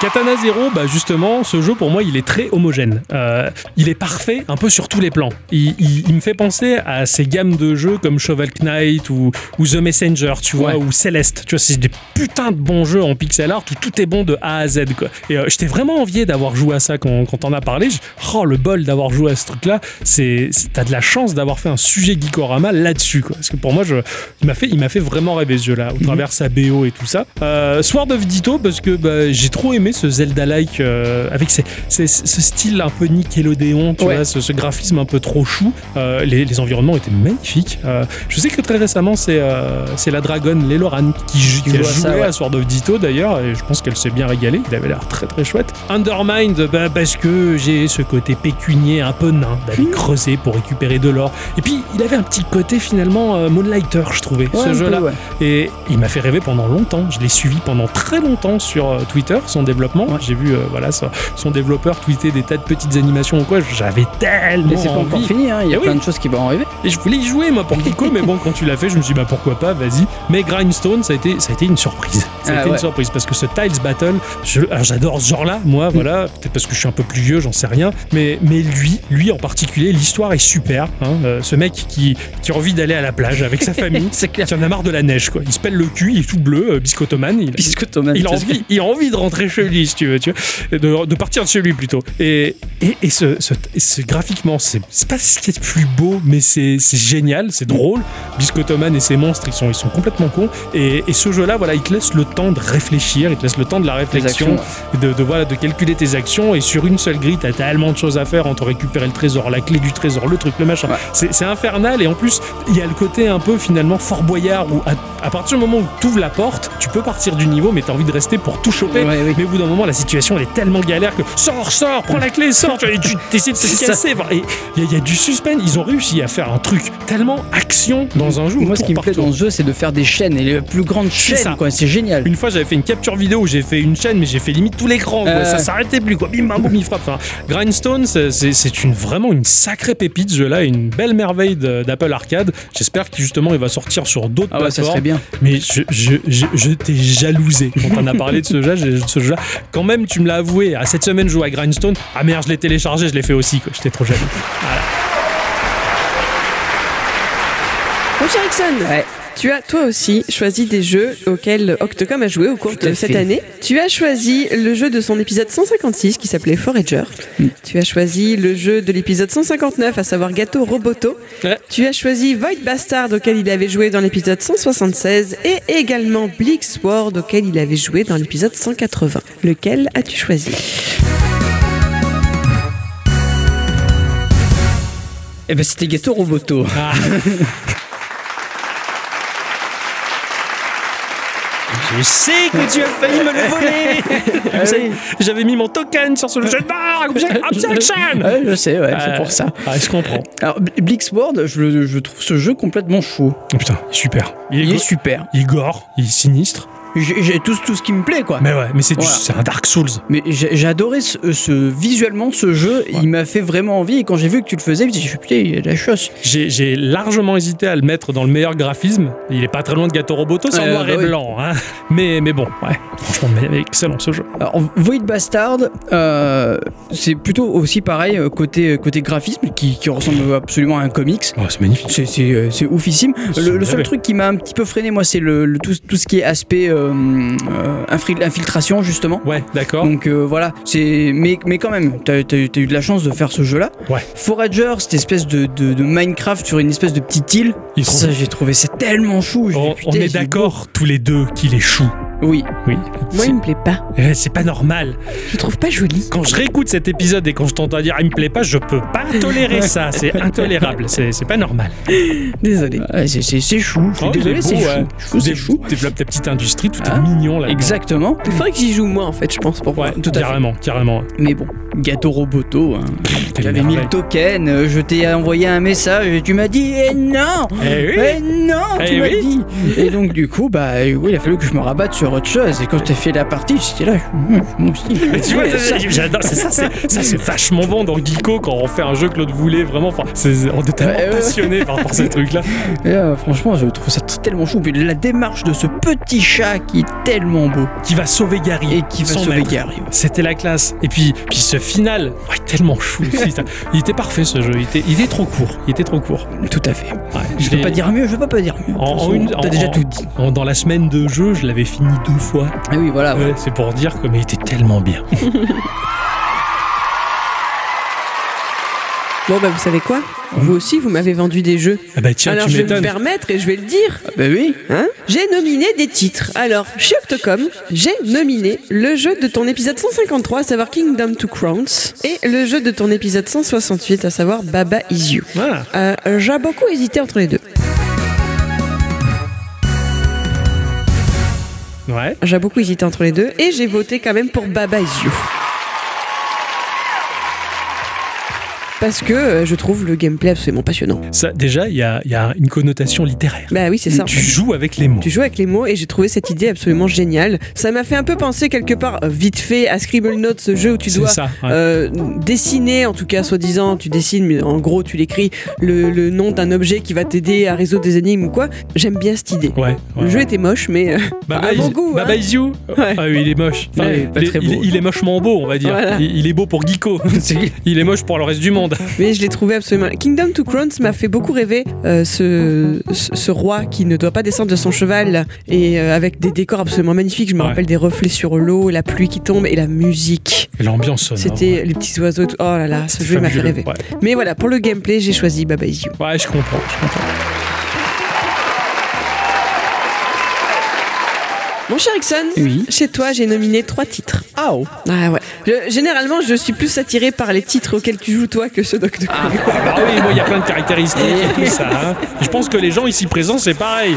Speaker 1: Katana Zero, bah justement, ce jeu pour moi, il est très homogène. Euh, il est parfait un peu sur tous les plans. Il, il- il me fait penser à ces gammes de jeux comme Shovel Knight ou, ou The Messenger, tu vois, ou Celeste. Tu vois, c'est des putains de bons jeux en pixel art où tout est bon de A à Z. Quoi. Et euh, j'étais vraiment envié d'avoir joué à ça quand, quand on en a parlé. Je- Oh, le bol d'avoir joué à ce truc-là. C'est, c'est- t'as de la chance d'avoir fait un sujet Geekorama là-dessus. quoi. Parce que pour moi, je, il m'a fait, il m'a fait vraiment rêver ce jeu-là, au travers de sa BO et tout ça. Euh, Sword of Ditto, parce que bah, j'ai trop aimé ce Zelda-like, euh, avec ses- ses- ce style un peu Nickelodeon, tu
Speaker 2: Ouais.
Speaker 1: vois, ce, ce graphisme un peu trop chou. Euh, les, les environnements étaient magnifiques. Euh, je sais que très récemment, c'est euh, c'est la dragonne Leloran qui, ju- qui a
Speaker 2: vois
Speaker 1: joué
Speaker 2: ça, ouais.
Speaker 1: à Sword of Ditto d'ailleurs, et je pense qu'elle s'est bien régalée. Il avait l'air très très chouette. Undermind, bah, parce que j'ai ce côté pécunier un peu nain d'aller creuser pour récupérer de l'or. Et puis, il avait un petit côté finalement euh, Moonlighter, je trouvais,
Speaker 2: Ouais, un
Speaker 1: ce
Speaker 2: peu,
Speaker 1: jeu-là.
Speaker 2: ouais.
Speaker 1: Et il m'a fait rêver pendant longtemps. Je l'ai suivi pendant très longtemps sur euh, Twitter, son développement.
Speaker 2: Ouais.
Speaker 1: J'ai vu euh, voilà, son, son développeur tweeter des tas de petites animations ou quoi. J'avais tellement
Speaker 2: Mais c'est pas encore
Speaker 1: envie.
Speaker 2: fini, hein. il y a
Speaker 1: Eh oui.
Speaker 2: plein de choses qui vont arriver.
Speaker 1: Et je voulais y jouer, moi, pour Kiko, mais bon, quand tu l'as fait, je me suis dit, bah pourquoi pas, vas-y. Mais Grindstone, ça a été, ça a été une surprise. Ça a
Speaker 2: Ah,
Speaker 1: été une
Speaker 2: ouais.
Speaker 1: surprise, parce que ce Tiles Battle, je- alors, j'adore ce genre-là,
Speaker 2: Mm.
Speaker 1: moi, voilà, peut-être parce que je suis un peu plus vieux, j'en sais rien, mais, mais lui, lui en particulier, l'histoire est super. hein. Euh, ce mec qui, qui a envie d'aller à la plage avec sa famille,
Speaker 2: C'est clair.
Speaker 1: qui en a marre de la neige, quoi. Il se pèle le cul, il est tout bleu, euh, biscotomane, il,
Speaker 2: Puisque Thomas.
Speaker 1: il a envie, il a envie de rentrer chez lui, si tu veux, tu vois, Et de, de partir de chez lui plutôt. Et, et, et ce, ce- et ce- graphiquement, c'est c'est pas ce qui est le plus beau, mais c'est c'est génial, c'est drôle. Biscottoman et ses monstres, ils sont, ils sont complètement cons. Et, et ce jeu-là, voilà, il te laisse le temps de réfléchir, il te laisse le temps de la réflexion,
Speaker 2: actions,
Speaker 1: de, de, voilà, de calculer tes actions. Et sur une seule grille, t'as tellement de choses à faire entre récupérer le trésor, la clé du trésor, le truc, le machin.
Speaker 2: Ouais.
Speaker 1: C'est c'est infernal. Et en plus, il y a le côté un peu finalement Fort Boyard où à, à partir du moment où tu ouvres la porte, tu peux partir du niveau, mais t'as envie de rester pour tout choper.
Speaker 2: Ouais, oui.
Speaker 1: Mais au bout d'un moment, la situation elle est tellement galère que sors, sors, prends la clé, sors, tu vois, et tu essaies de te
Speaker 2: C'est
Speaker 1: casser. Enfin, et Il y, a- il y a du suspense, ils ont réussi à faire un truc tellement action dans un jeu.
Speaker 2: Moi, ce
Speaker 1: tour
Speaker 2: qui me
Speaker 1: par
Speaker 2: plaît
Speaker 1: tour.
Speaker 2: dans ce jeu, c'est de faire des chaînes et les plus grandes
Speaker 1: C'est ça.
Speaker 2: chaînes, quoi. C'est génial.
Speaker 1: Une fois, j'avais fait une capture vidéo où j'ai fait une chaîne, mais j'ai fait limite tout l'écran. quoi.
Speaker 2: Euh.
Speaker 1: Ça s'arrêtait plus, quoi. Bim, bam, boum, il frappe. Enfin, Grindstone, c'est- c'est c'est une, vraiment une sacrée pépite, ce jeu-là, une belle merveille de- d'Apple Arcade. J'espère que justement, il va sortir sur d'autres
Speaker 2: Ah ouais, ça
Speaker 1: plateformes.
Speaker 2: serait bien.
Speaker 1: Mais je, je, je, je t'ai jalousé quand on a parlé de ce jeu-là. j'ai- de ce jeu-là. Quand même, tu me l'as avoué. À cette semaine, je joue à Grindstone. Ah merde, je l'ai téléchargé, je l'ai fait aussi. quoi. J'étais trop jaloux.
Speaker 3: Mon cher Ixon,
Speaker 2: Ouais.
Speaker 3: tu as toi aussi choisi des jeux auxquels Octocom a joué au cours
Speaker 2: Tout à
Speaker 3: de cette
Speaker 2: fait.
Speaker 3: année. Tu as choisi le jeu de son épisode 156 qui s'appelait Forager. Tu as choisi le jeu de l'épisode 159, à savoir Gâteau Roboto.
Speaker 1: Ouais.
Speaker 3: Tu as choisi Void Bastard auquel il avait joué dans l'épisode 176 et également Bleak Sword auquel il avait joué dans l'épisode 180. Lequel as-tu choisi
Speaker 2: Eh ben, c'était Gâteau Roboto.
Speaker 1: Ah. Je sais que tu as failli me le voler. Vous savez, Ah J'avais mis mon token sur ce jeu de barre. Objection.
Speaker 2: Ouais, je sais, ouais, c'est pour ça.
Speaker 1: Ah, je comprends.
Speaker 2: Alors, Bl- Blixboard, je, le- je trouve ce jeu complètement fou.
Speaker 1: Oh, putain, super. Il est,
Speaker 2: Il est
Speaker 1: gore,
Speaker 2: super.
Speaker 1: il est gore, il est sinistre.
Speaker 2: J'ai j'ai tout, tout ce qui me plaît, quoi.
Speaker 1: Mais ouais, mais c'est du-
Speaker 2: Voilà.
Speaker 1: c'est un Dark Souls.
Speaker 2: Mais j'ai j'ai adoré ce, ce- visuellement ce jeu, il m'a fait vraiment envie. Et quand j'ai vu que tu le faisais, je me suis dit, putain, il y a de la chose.
Speaker 1: J'ai j'ai largement hésité à le mettre dans le meilleur graphisme. Il est pas très loin de Gâteau Roboto, c'est en
Speaker 2: Euh,
Speaker 1: noir
Speaker 2: bah
Speaker 1: et
Speaker 2: oui.
Speaker 1: blanc. hein. Mais, mais bon, ouais. Franchement, mais- mais excellent ce jeu.
Speaker 2: Alors, Void Bastard, euh, c'est plutôt aussi pareil euh, côté, côté graphisme qui, qui ressemble absolument à un comics.
Speaker 1: Oh, c'est magnifique.
Speaker 2: C'est- C'est euh, c'est oufissime.
Speaker 1: C'est
Speaker 2: Le, le
Speaker 1: merveilleux.
Speaker 2: seul truc qui m'a un petit peu freiné, moi, c'est le, le- tout, tout ce qui est aspect euh, euh, infri- infiltration justement.
Speaker 1: Ouais, d'accord.
Speaker 2: Donc euh, voilà, c'est mais, mais quand même, t'as t'as eu t'as eu de la chance de faire ce jeu-là.
Speaker 1: Ouais.
Speaker 2: Forager, cette espèce de, de- de Minecraft sur une espèce de petite île.
Speaker 1: Il se
Speaker 2: Ça, j'ai trouvé ça tellement chou. j'ai dit,
Speaker 1: On, on
Speaker 2: putain,
Speaker 1: est
Speaker 2: j'ai-
Speaker 1: d'accord tous les deux qu'il est chou.
Speaker 2: Oui.
Speaker 1: Oui.
Speaker 3: Moi, il me plaît pas.
Speaker 1: Eh, C'est pas normal.
Speaker 3: Je le trouve pas joli.
Speaker 1: Quand je réécoute cet épisode et quand je t'entends dire il me plaît pas, je peux pas tolérer ça. C'est intolérable. C'est c'est pas normal.
Speaker 3: Désolé.
Speaker 2: Ouais, c'est- c'est c'est chou. Je suis
Speaker 1: Oh,
Speaker 2: désolé,
Speaker 1: c'est
Speaker 2: c'est
Speaker 1: beau,
Speaker 2: chou.
Speaker 1: ouais.
Speaker 2: Je trouve c'est
Speaker 1: Dé-
Speaker 2: chou.
Speaker 1: Développe ta petite industrie, tout est
Speaker 2: Ah.
Speaker 1: mignon là.
Speaker 2: Exactement.
Speaker 3: Il faudrait que j'y joue moi en fait, je pense, pour
Speaker 1: Ouais,
Speaker 3: voir.
Speaker 2: tout à fait.
Speaker 1: carrément, carrément.
Speaker 2: Mais bon, gâteau roboto. Hein.
Speaker 1: Quelle
Speaker 2: J'avais mis
Speaker 1: merveille.
Speaker 2: le token, euh, je t'ai envoyé un message et tu m'as dit eh non
Speaker 1: Eh oui.
Speaker 2: Eh non Tu
Speaker 1: Eh
Speaker 2: m'as
Speaker 1: oui.
Speaker 2: dit Et donc du coup, bah euh, oui, il a fallu que je me rabatte sur autre chose. Et quand t'as fait la partie, j'étais là, je- mm, mon style.
Speaker 1: Mais tu vois,
Speaker 2: Ouais, ça-
Speaker 1: ça- j'adore, c'est ça, c'est ça, c'est vachement bon dans Geeko quand on fait un jeu que l'autre voulait vraiment. Enfin, c'est- on est tellement
Speaker 2: Ouais, ouais.
Speaker 1: passionné par, par ces trucs-là.
Speaker 2: Et, euh, franchement, je trouve ça tellement chou. Puis la démarche de ce petit chat qui est tellement beau
Speaker 1: Qui va sauver Gary.
Speaker 2: et qui va
Speaker 1: son
Speaker 2: sauver
Speaker 1: maître.
Speaker 2: Gary.
Speaker 1: C'était la classe. Et puis, puis ce final, ouais, tellement chou. Putain, il était parfait ce jeu. Il était, il était trop court. Il était trop court.
Speaker 2: Tout à fait.
Speaker 1: Ouais,
Speaker 2: Je peux
Speaker 1: l'ai-
Speaker 2: pas dire mieux, je peux pas dire mieux.
Speaker 1: En-
Speaker 2: De toute
Speaker 1: en
Speaker 2: façon,
Speaker 1: une- en-
Speaker 2: T'as déjà
Speaker 1: en-
Speaker 2: tout dit.
Speaker 1: en- dans la semaine de jeu, je l'avais fini deux fois.
Speaker 2: Ah oui, voilà. ouais.
Speaker 1: Ouais, c'est pour dire que mais il était tellement bien.
Speaker 3: Bon, bah, vous savez quoi Vous aussi, vous m'avez vendu des jeux.
Speaker 1: Ah bah tiens,
Speaker 3: Alors,
Speaker 1: tu
Speaker 3: je vais me
Speaker 1: m'étonnes.
Speaker 3: permettre et je vais le dire.
Speaker 2: Ah Bah oui.
Speaker 3: Hein j'ai nominé des titres. Alors, chez Octocom, j'ai nominé le jeu de ton épisode 153, à savoir Kingdom to Crowns, et le jeu de ton épisode 168, à savoir Baba Is You.
Speaker 1: Voilà.
Speaker 3: Euh, j'ai beaucoup hésité entre les deux.
Speaker 1: Ouais.
Speaker 3: J'ai beaucoup hésité entre les deux, et j'ai voté quand même pour Baba Is You. Parce que euh, je trouve le gameplay absolument passionnant.
Speaker 1: Ça, déjà, il y a, il y a une connotation littéraire.
Speaker 3: Bah oui, c'est ça.
Speaker 1: Tu joues avec les mots.
Speaker 3: Tu joues avec les mots et j'ai trouvé cette idée absolument géniale. Ça m'a fait un peu penser quelque part, euh, vite fait, à Scribble Note, ce jeu où tu
Speaker 1: C'est
Speaker 3: dois
Speaker 1: ça. hein. ouais.
Speaker 3: euh, dessiner, en tout cas soi-disant, tu dessines, mais en gros tu l'écris, le, le nom d'un objet qui va t'aider à résoudre des énigmes ou quoi. J'aime bien cette idée.
Speaker 1: Ouais, ouais. Bah,
Speaker 3: Le jeu était moche, mais euh,
Speaker 1: Baba
Speaker 3: à mon
Speaker 1: is-
Speaker 3: goût,
Speaker 1: Baba
Speaker 3: hein.
Speaker 1: is you.
Speaker 3: Ouais.
Speaker 1: Ah oui, il est moche. Enfin,
Speaker 2: Ouais, pas
Speaker 1: il, est-
Speaker 2: très
Speaker 1: il est-
Speaker 2: beau.
Speaker 1: il est mochement beau, on va dire.
Speaker 3: Voilà.
Speaker 1: Il, il est beau pour Geeko. il est moche pour le reste du monde.
Speaker 3: mais je l'ai trouvé absolument. Kingdom to Crowns m'a fait beaucoup rêver. euh, ce, ce, ce roi qui ne doit pas descendre de son cheval et euh, avec des décors absolument magnifiques. Je me
Speaker 1: Ouais.
Speaker 3: rappelle des reflets sur l'eau, la pluie qui tombe et la musique.
Speaker 1: Et L'ambiance
Speaker 2: Ah, bah
Speaker 1: sonore.
Speaker 3: C'était les petits oiseaux. et tout. Oh là là, ce
Speaker 1: C'est
Speaker 3: jeu m'a fait
Speaker 1: fabuleux,
Speaker 3: rêver.
Speaker 1: ouais.
Speaker 3: Mais voilà, pour le gameplay, j'ai choisi Baba Is You.
Speaker 1: Ouais, je comprends, je comprends.
Speaker 3: Mon cher Ixon,
Speaker 2: Oui.
Speaker 3: chez toi, j'ai nominé trois titres.
Speaker 2: Ah oh.
Speaker 3: Ah ouais. Je- généralement, je suis plus attirée par les titres auxquels tu joues toi que ceux de de-
Speaker 1: Ah oui, moi, il y a plein de caractéristiques et tout ça. hein. Je pense que les gens ici présents, c'est pareil.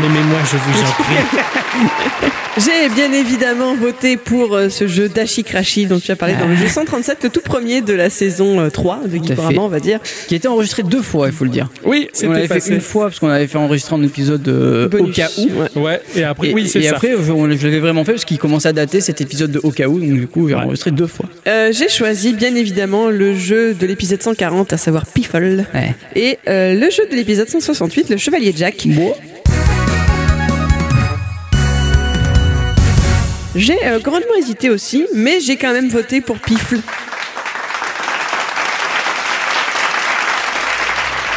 Speaker 1: Mais, mais moi, je vous en prie.
Speaker 3: J'ai bien évidemment voté pour euh, ce jeu Dashi Crashi dont tu as parlé dans le jeu 137, le tout premier de la saison euh, 3 de
Speaker 2: Ah. Tout à
Speaker 3: Guiparama,
Speaker 2: fait.
Speaker 3: on va dire.
Speaker 2: Qui a été enregistré deux fois, il faut le dire.
Speaker 1: Oui,
Speaker 2: On
Speaker 1: c'était
Speaker 2: l'avait fait
Speaker 1: passé.
Speaker 2: une fois parce qu'on avait fait enregistrer un épisode euh, au
Speaker 3: Bonus.
Speaker 2: cas où.
Speaker 3: Ouais.
Speaker 1: Ouais, et après,
Speaker 2: Et,
Speaker 1: oui, c'est
Speaker 2: et
Speaker 1: ça.
Speaker 2: après, je, on- je l'avais vraiment fait parce qu'il commençait à dater cet épisode de au cas où, donc du coup, j'ai
Speaker 1: Ouais.
Speaker 2: enregistré deux fois.
Speaker 3: Euh, j'ai choisi bien évidemment le jeu de l'épisode 140, à savoir Piffle,
Speaker 2: Ouais.
Speaker 3: et euh, le jeu de l'épisode 168, le Chevalier Jack.
Speaker 2: Bon,
Speaker 3: J'ai euh, grandement hésité aussi, mais j'ai quand même voté pour Pifle.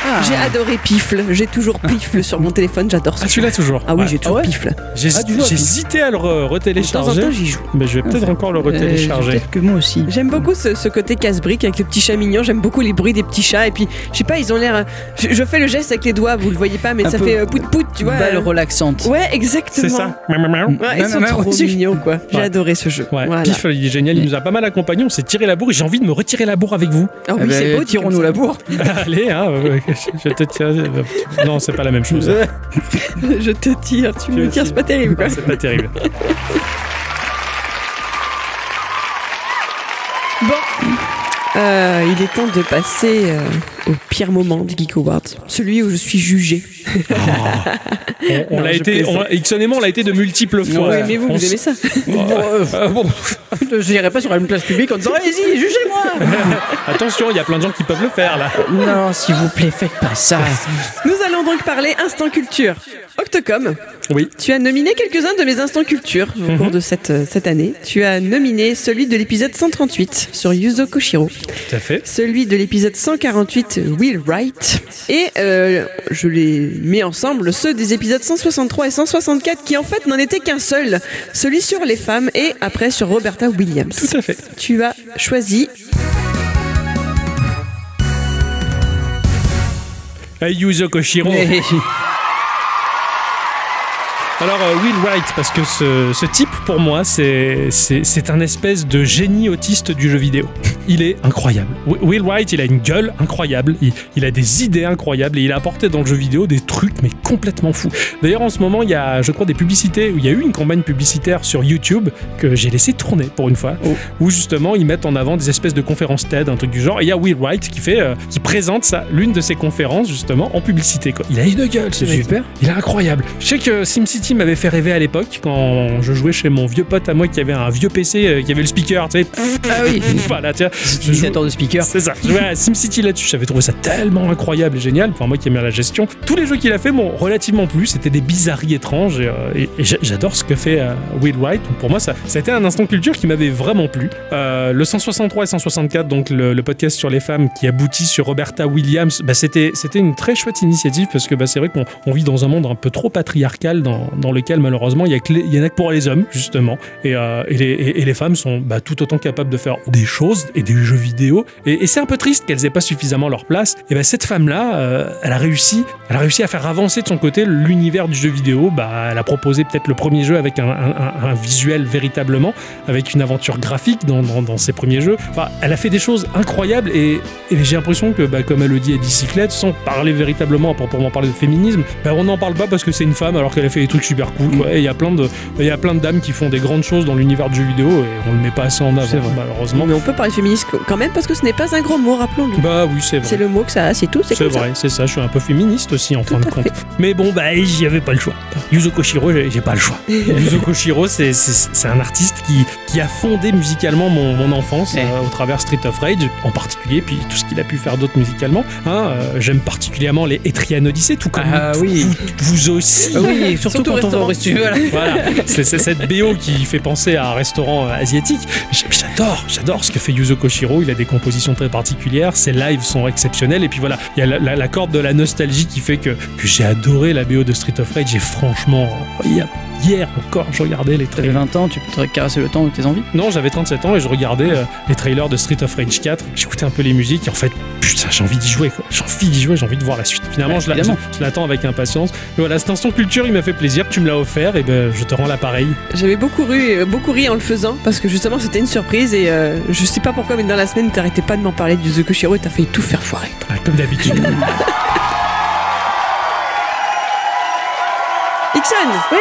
Speaker 2: Ah.
Speaker 3: J'ai adoré Pifle, j'ai toujours Pifle sur mon téléphone, j'adore ça.
Speaker 1: Ah, tu l'as toujours
Speaker 3: Ah oui,
Speaker 1: Ouais.
Speaker 3: j'ai toujours
Speaker 2: Ah ouais
Speaker 3: Pifle.
Speaker 1: J'ai
Speaker 2: Ah, tu vois,
Speaker 1: j'ai
Speaker 2: puis-
Speaker 1: hésité à le re-
Speaker 2: De temps en
Speaker 1: retélécharger.
Speaker 2: temps, j'y joue.
Speaker 1: Mais je vais peut-être encore le
Speaker 2: Euh,
Speaker 1: retélécharger.
Speaker 2: Peut-être que moi aussi.
Speaker 3: J'aime beaucoup ce, ce côté casse-brique avec les petits chats mignons, j'aime beaucoup les bruits des petits chats, et puis, je sais pas, ils ont l'air... euh, Je, je fais le geste avec les doigts, vous le voyez pas, mais
Speaker 2: Un
Speaker 3: ça
Speaker 2: peu
Speaker 3: fait euh, pout-pout, tu vois.
Speaker 2: Balle
Speaker 3: euh.
Speaker 2: relaxante.
Speaker 3: Ouais, exactement.
Speaker 1: C'est ça. Miaou, miaou.
Speaker 3: Ouais, ils
Speaker 2: Non,
Speaker 3: sont
Speaker 2: non, non,
Speaker 3: trop
Speaker 2: aussi.
Speaker 3: mignons, quoi. J'ai
Speaker 1: Ouais.
Speaker 3: adoré ce jeu.
Speaker 1: Ouais,
Speaker 3: Voilà.
Speaker 1: Pif, il est génial, il nous a pas mal accompagnés, on s'est tiré la bourre et j'ai envie de me retirer la bourre avec vous.
Speaker 3: Ah oui,
Speaker 2: Eh ben,
Speaker 3: c'est beau, dit
Speaker 2: tirons-nous
Speaker 3: comme ça.
Speaker 2: la bourre.
Speaker 1: Allez, hein, euh, je te tiens. euh, Non, c'est pas la même chose.
Speaker 3: je te tire, tu me tires, c'est pas terrible, quoi.
Speaker 1: Non, C'est pas terrible.
Speaker 3: Euh, il est temps de passer euh, au pire moment du Geek Awards, celui où je suis jugée.
Speaker 1: On, on
Speaker 2: Non,
Speaker 1: l'a
Speaker 2: je
Speaker 1: été,
Speaker 2: plaisante.
Speaker 1: on- Ixon et moi, on l'a été de multiples fois.
Speaker 2: Ouais,
Speaker 3: mais vous,
Speaker 1: On
Speaker 3: vous
Speaker 1: s-
Speaker 3: aimez ça
Speaker 1: Euh, euh, bon,
Speaker 2: Je n'irai pas sur une place publique en disant allez-y, jugez-moi.
Speaker 1: attention, il y a plein de gens qui peuvent le faire là.
Speaker 2: non, s'il vous plaît, faites pas ça.
Speaker 3: Nous allons donc parler instant culture. Octocom,
Speaker 1: Oui.
Speaker 3: tu as nominé quelques-uns de mes instants culture au
Speaker 2: Mhm.
Speaker 3: cours de cette, euh, cette année. Tu as nominé celui de l'épisode 138 sur Yuzo Koshiro,
Speaker 1: Tout à fait.
Speaker 3: celui de l'épisode 148 Will Wright, et euh, je les mets ensemble, ceux des épisodes 163 et 164 qui en fait n'en étaient qu'un seul, celui sur les femmes et après sur Roberta Williams.
Speaker 1: Tout à fait.
Speaker 3: Tu as choisi
Speaker 1: Euh, Yuzo Koshiro. Alors euh, Will Wright, parce que ce, ce type pour moi c'est c'est c'est un espèce de génie autiste du jeu vidéo. Il est incroyable. Wi- Will Wright, il a une gueule incroyable, il, il a des idées incroyables et il a apporté dans le jeu vidéo des trucs mais complètement fous. D'ailleurs en ce moment il y a je crois des publicités où il y a eu une campagne publicitaire sur YouTube que j'ai laissé tourner pour une fois
Speaker 2: Oh.
Speaker 1: où justement ils mettent en avant des espèces de conférences TED, un truc du genre. Et il y a Will Wright qui fait euh, qui présente ça l'une de ses conférences justement en publicité quoi. Il a une gueule, ce
Speaker 2: C'est
Speaker 1: mec.
Speaker 2: super.
Speaker 1: Il est incroyable. Je sais que SimCity m'avait fait rêver à l'époque quand je jouais chez mon vieux pote à moi qui avait un vieux PC euh, qui avait le speaker, tu sais.
Speaker 2: Ah oui.
Speaker 1: Voilà, tiens. Je joue-
Speaker 2: Utilisateur de speaker.
Speaker 1: C'est ça, je jouais à SimCity là-dessus, j'avais trouvé ça tellement incroyable et génial, enfin moi qui aime bien la gestion. Tous les jeux qu'il a fait m'ont relativement plu, c'était des bizarreries étranges et, euh, et- et j'a- j'adore ce que fait euh, Will White. Donc, pour moi, ça, ça a été un instant culture qui m'avait vraiment plu. Euh, le 163 et 164, donc le, le podcast sur les femmes qui aboutit sur Roberta Williams, bah, c'était c'était une très chouette initiative parce que bah, c'est vrai qu'on on vit dans un monde un peu trop patriarcal dans, dans lequel malheureusement il y, a que les- il y en a que pour les hommes justement et, euh, et les, et- et les femmes sont bah, tout autant capables de faire des choses et des jeux vidéo et, et c'est un peu triste qu'elles aient pas suffisamment leur place et ben cette femme là elle a réussi elle a réussi à faire avancer de son côté l'univers du jeu vidéo bah, elle a proposé peut-être le premier jeu avec un- un- un- un visuel véritablement avec une aventure graphique dans, dans- dans ses premiers jeux. Enfin, elle a fait des choses incroyables et, et j'ai l'impression que, bah, comme elle le dit à Dicyclette, sans parler véritablement, à proprement parler de féminisme, bah, on n'en parle pas parce que c'est une femme alors qu'elle a fait des trucs super cool.
Speaker 2: Mm.
Speaker 1: quoi. Et il y a plein de, il y a plein de dames qui font des grandes choses dans l'univers du jeu vidéo et on le met pas assez en avant,
Speaker 2: C'est vrai. Mm.
Speaker 1: malheureusement.
Speaker 3: Oh, Mais on peut parler féministe quand même parce que ce n'est pas un gros mot, rappelons-le.
Speaker 1: Bah oui, c'est vrai.
Speaker 3: C'est le mot que ça a, c'est tout, c'est
Speaker 1: C'est
Speaker 3: comme ça.
Speaker 1: vrai, c'est ça, je suis un peu féministe aussi en fin de
Speaker 3: à
Speaker 1: compte.
Speaker 3: fait.
Speaker 1: Mais bon, bah, j'y avais pas le choix. Yuzo Koshiro, j'ai j'ai pas le choix. Yuzo Koshiro, c'est- c'est c'est un artiste qui, qui a fondé musicalement mon, mon enfance
Speaker 2: Ouais.
Speaker 1: euh, au travers Street of Rage en particulier, puis tout ce qu'il a pu faire d'autre musicalement. Hein, euh, J'aime particulièrement les Etrian Odyssey, tout comme
Speaker 2: Ah
Speaker 1: vous,
Speaker 2: oui.
Speaker 1: vous- vous aussi.
Speaker 2: Ah oui,
Speaker 3: Surtout
Speaker 2: surtout
Speaker 3: au
Speaker 2: quand on va au resto. Voilà.
Speaker 1: Voilà, c'est c'est cette BO qui fait penser à un restaurant euh, asiatique. J- J'adore, j'adore ce que fait Yuzo Koshiro. Il a des compositions très particulières, ses lives sont exceptionnels. Et puis voilà, il y a la, la- la corde de la nostalgie qui fait que, que j'ai adoré la BO de Street of Rage. Et franchement, il y a- hier encore, je regardais les
Speaker 2: T'avais
Speaker 1: trailers.
Speaker 2: 20 ans, tu peux caresser le temps de tes envies.
Speaker 1: Non, j'avais 37 ans et je regardais euh, les trailers de Street of Rage 4. J'écoutais un peu les musiques et en fait, putain, j'ai envie d'y jouer. quoi. J'ai envie d'y jouer, j'ai envie de voir la suite. Finalement,
Speaker 2: Ouais,
Speaker 1: je la-
Speaker 2: évidemment.
Speaker 1: je l'attends avec impatience. Mais voilà, cet instant culture, il m'a fait plaisir. Tu me l'as offert et ben, je te rends l'appareil.
Speaker 3: J'avais beaucoup ri, euh, beaucoup ri en le faisant parce que justement c'était une surprise et euh, je sais pas pourquoi mais dans la semaine t'arrêtais pas de m'en parler du The Shiro et t'as failli tout faire foirer.
Speaker 1: Ah, Comme d'habitude.
Speaker 3: Ixon Oui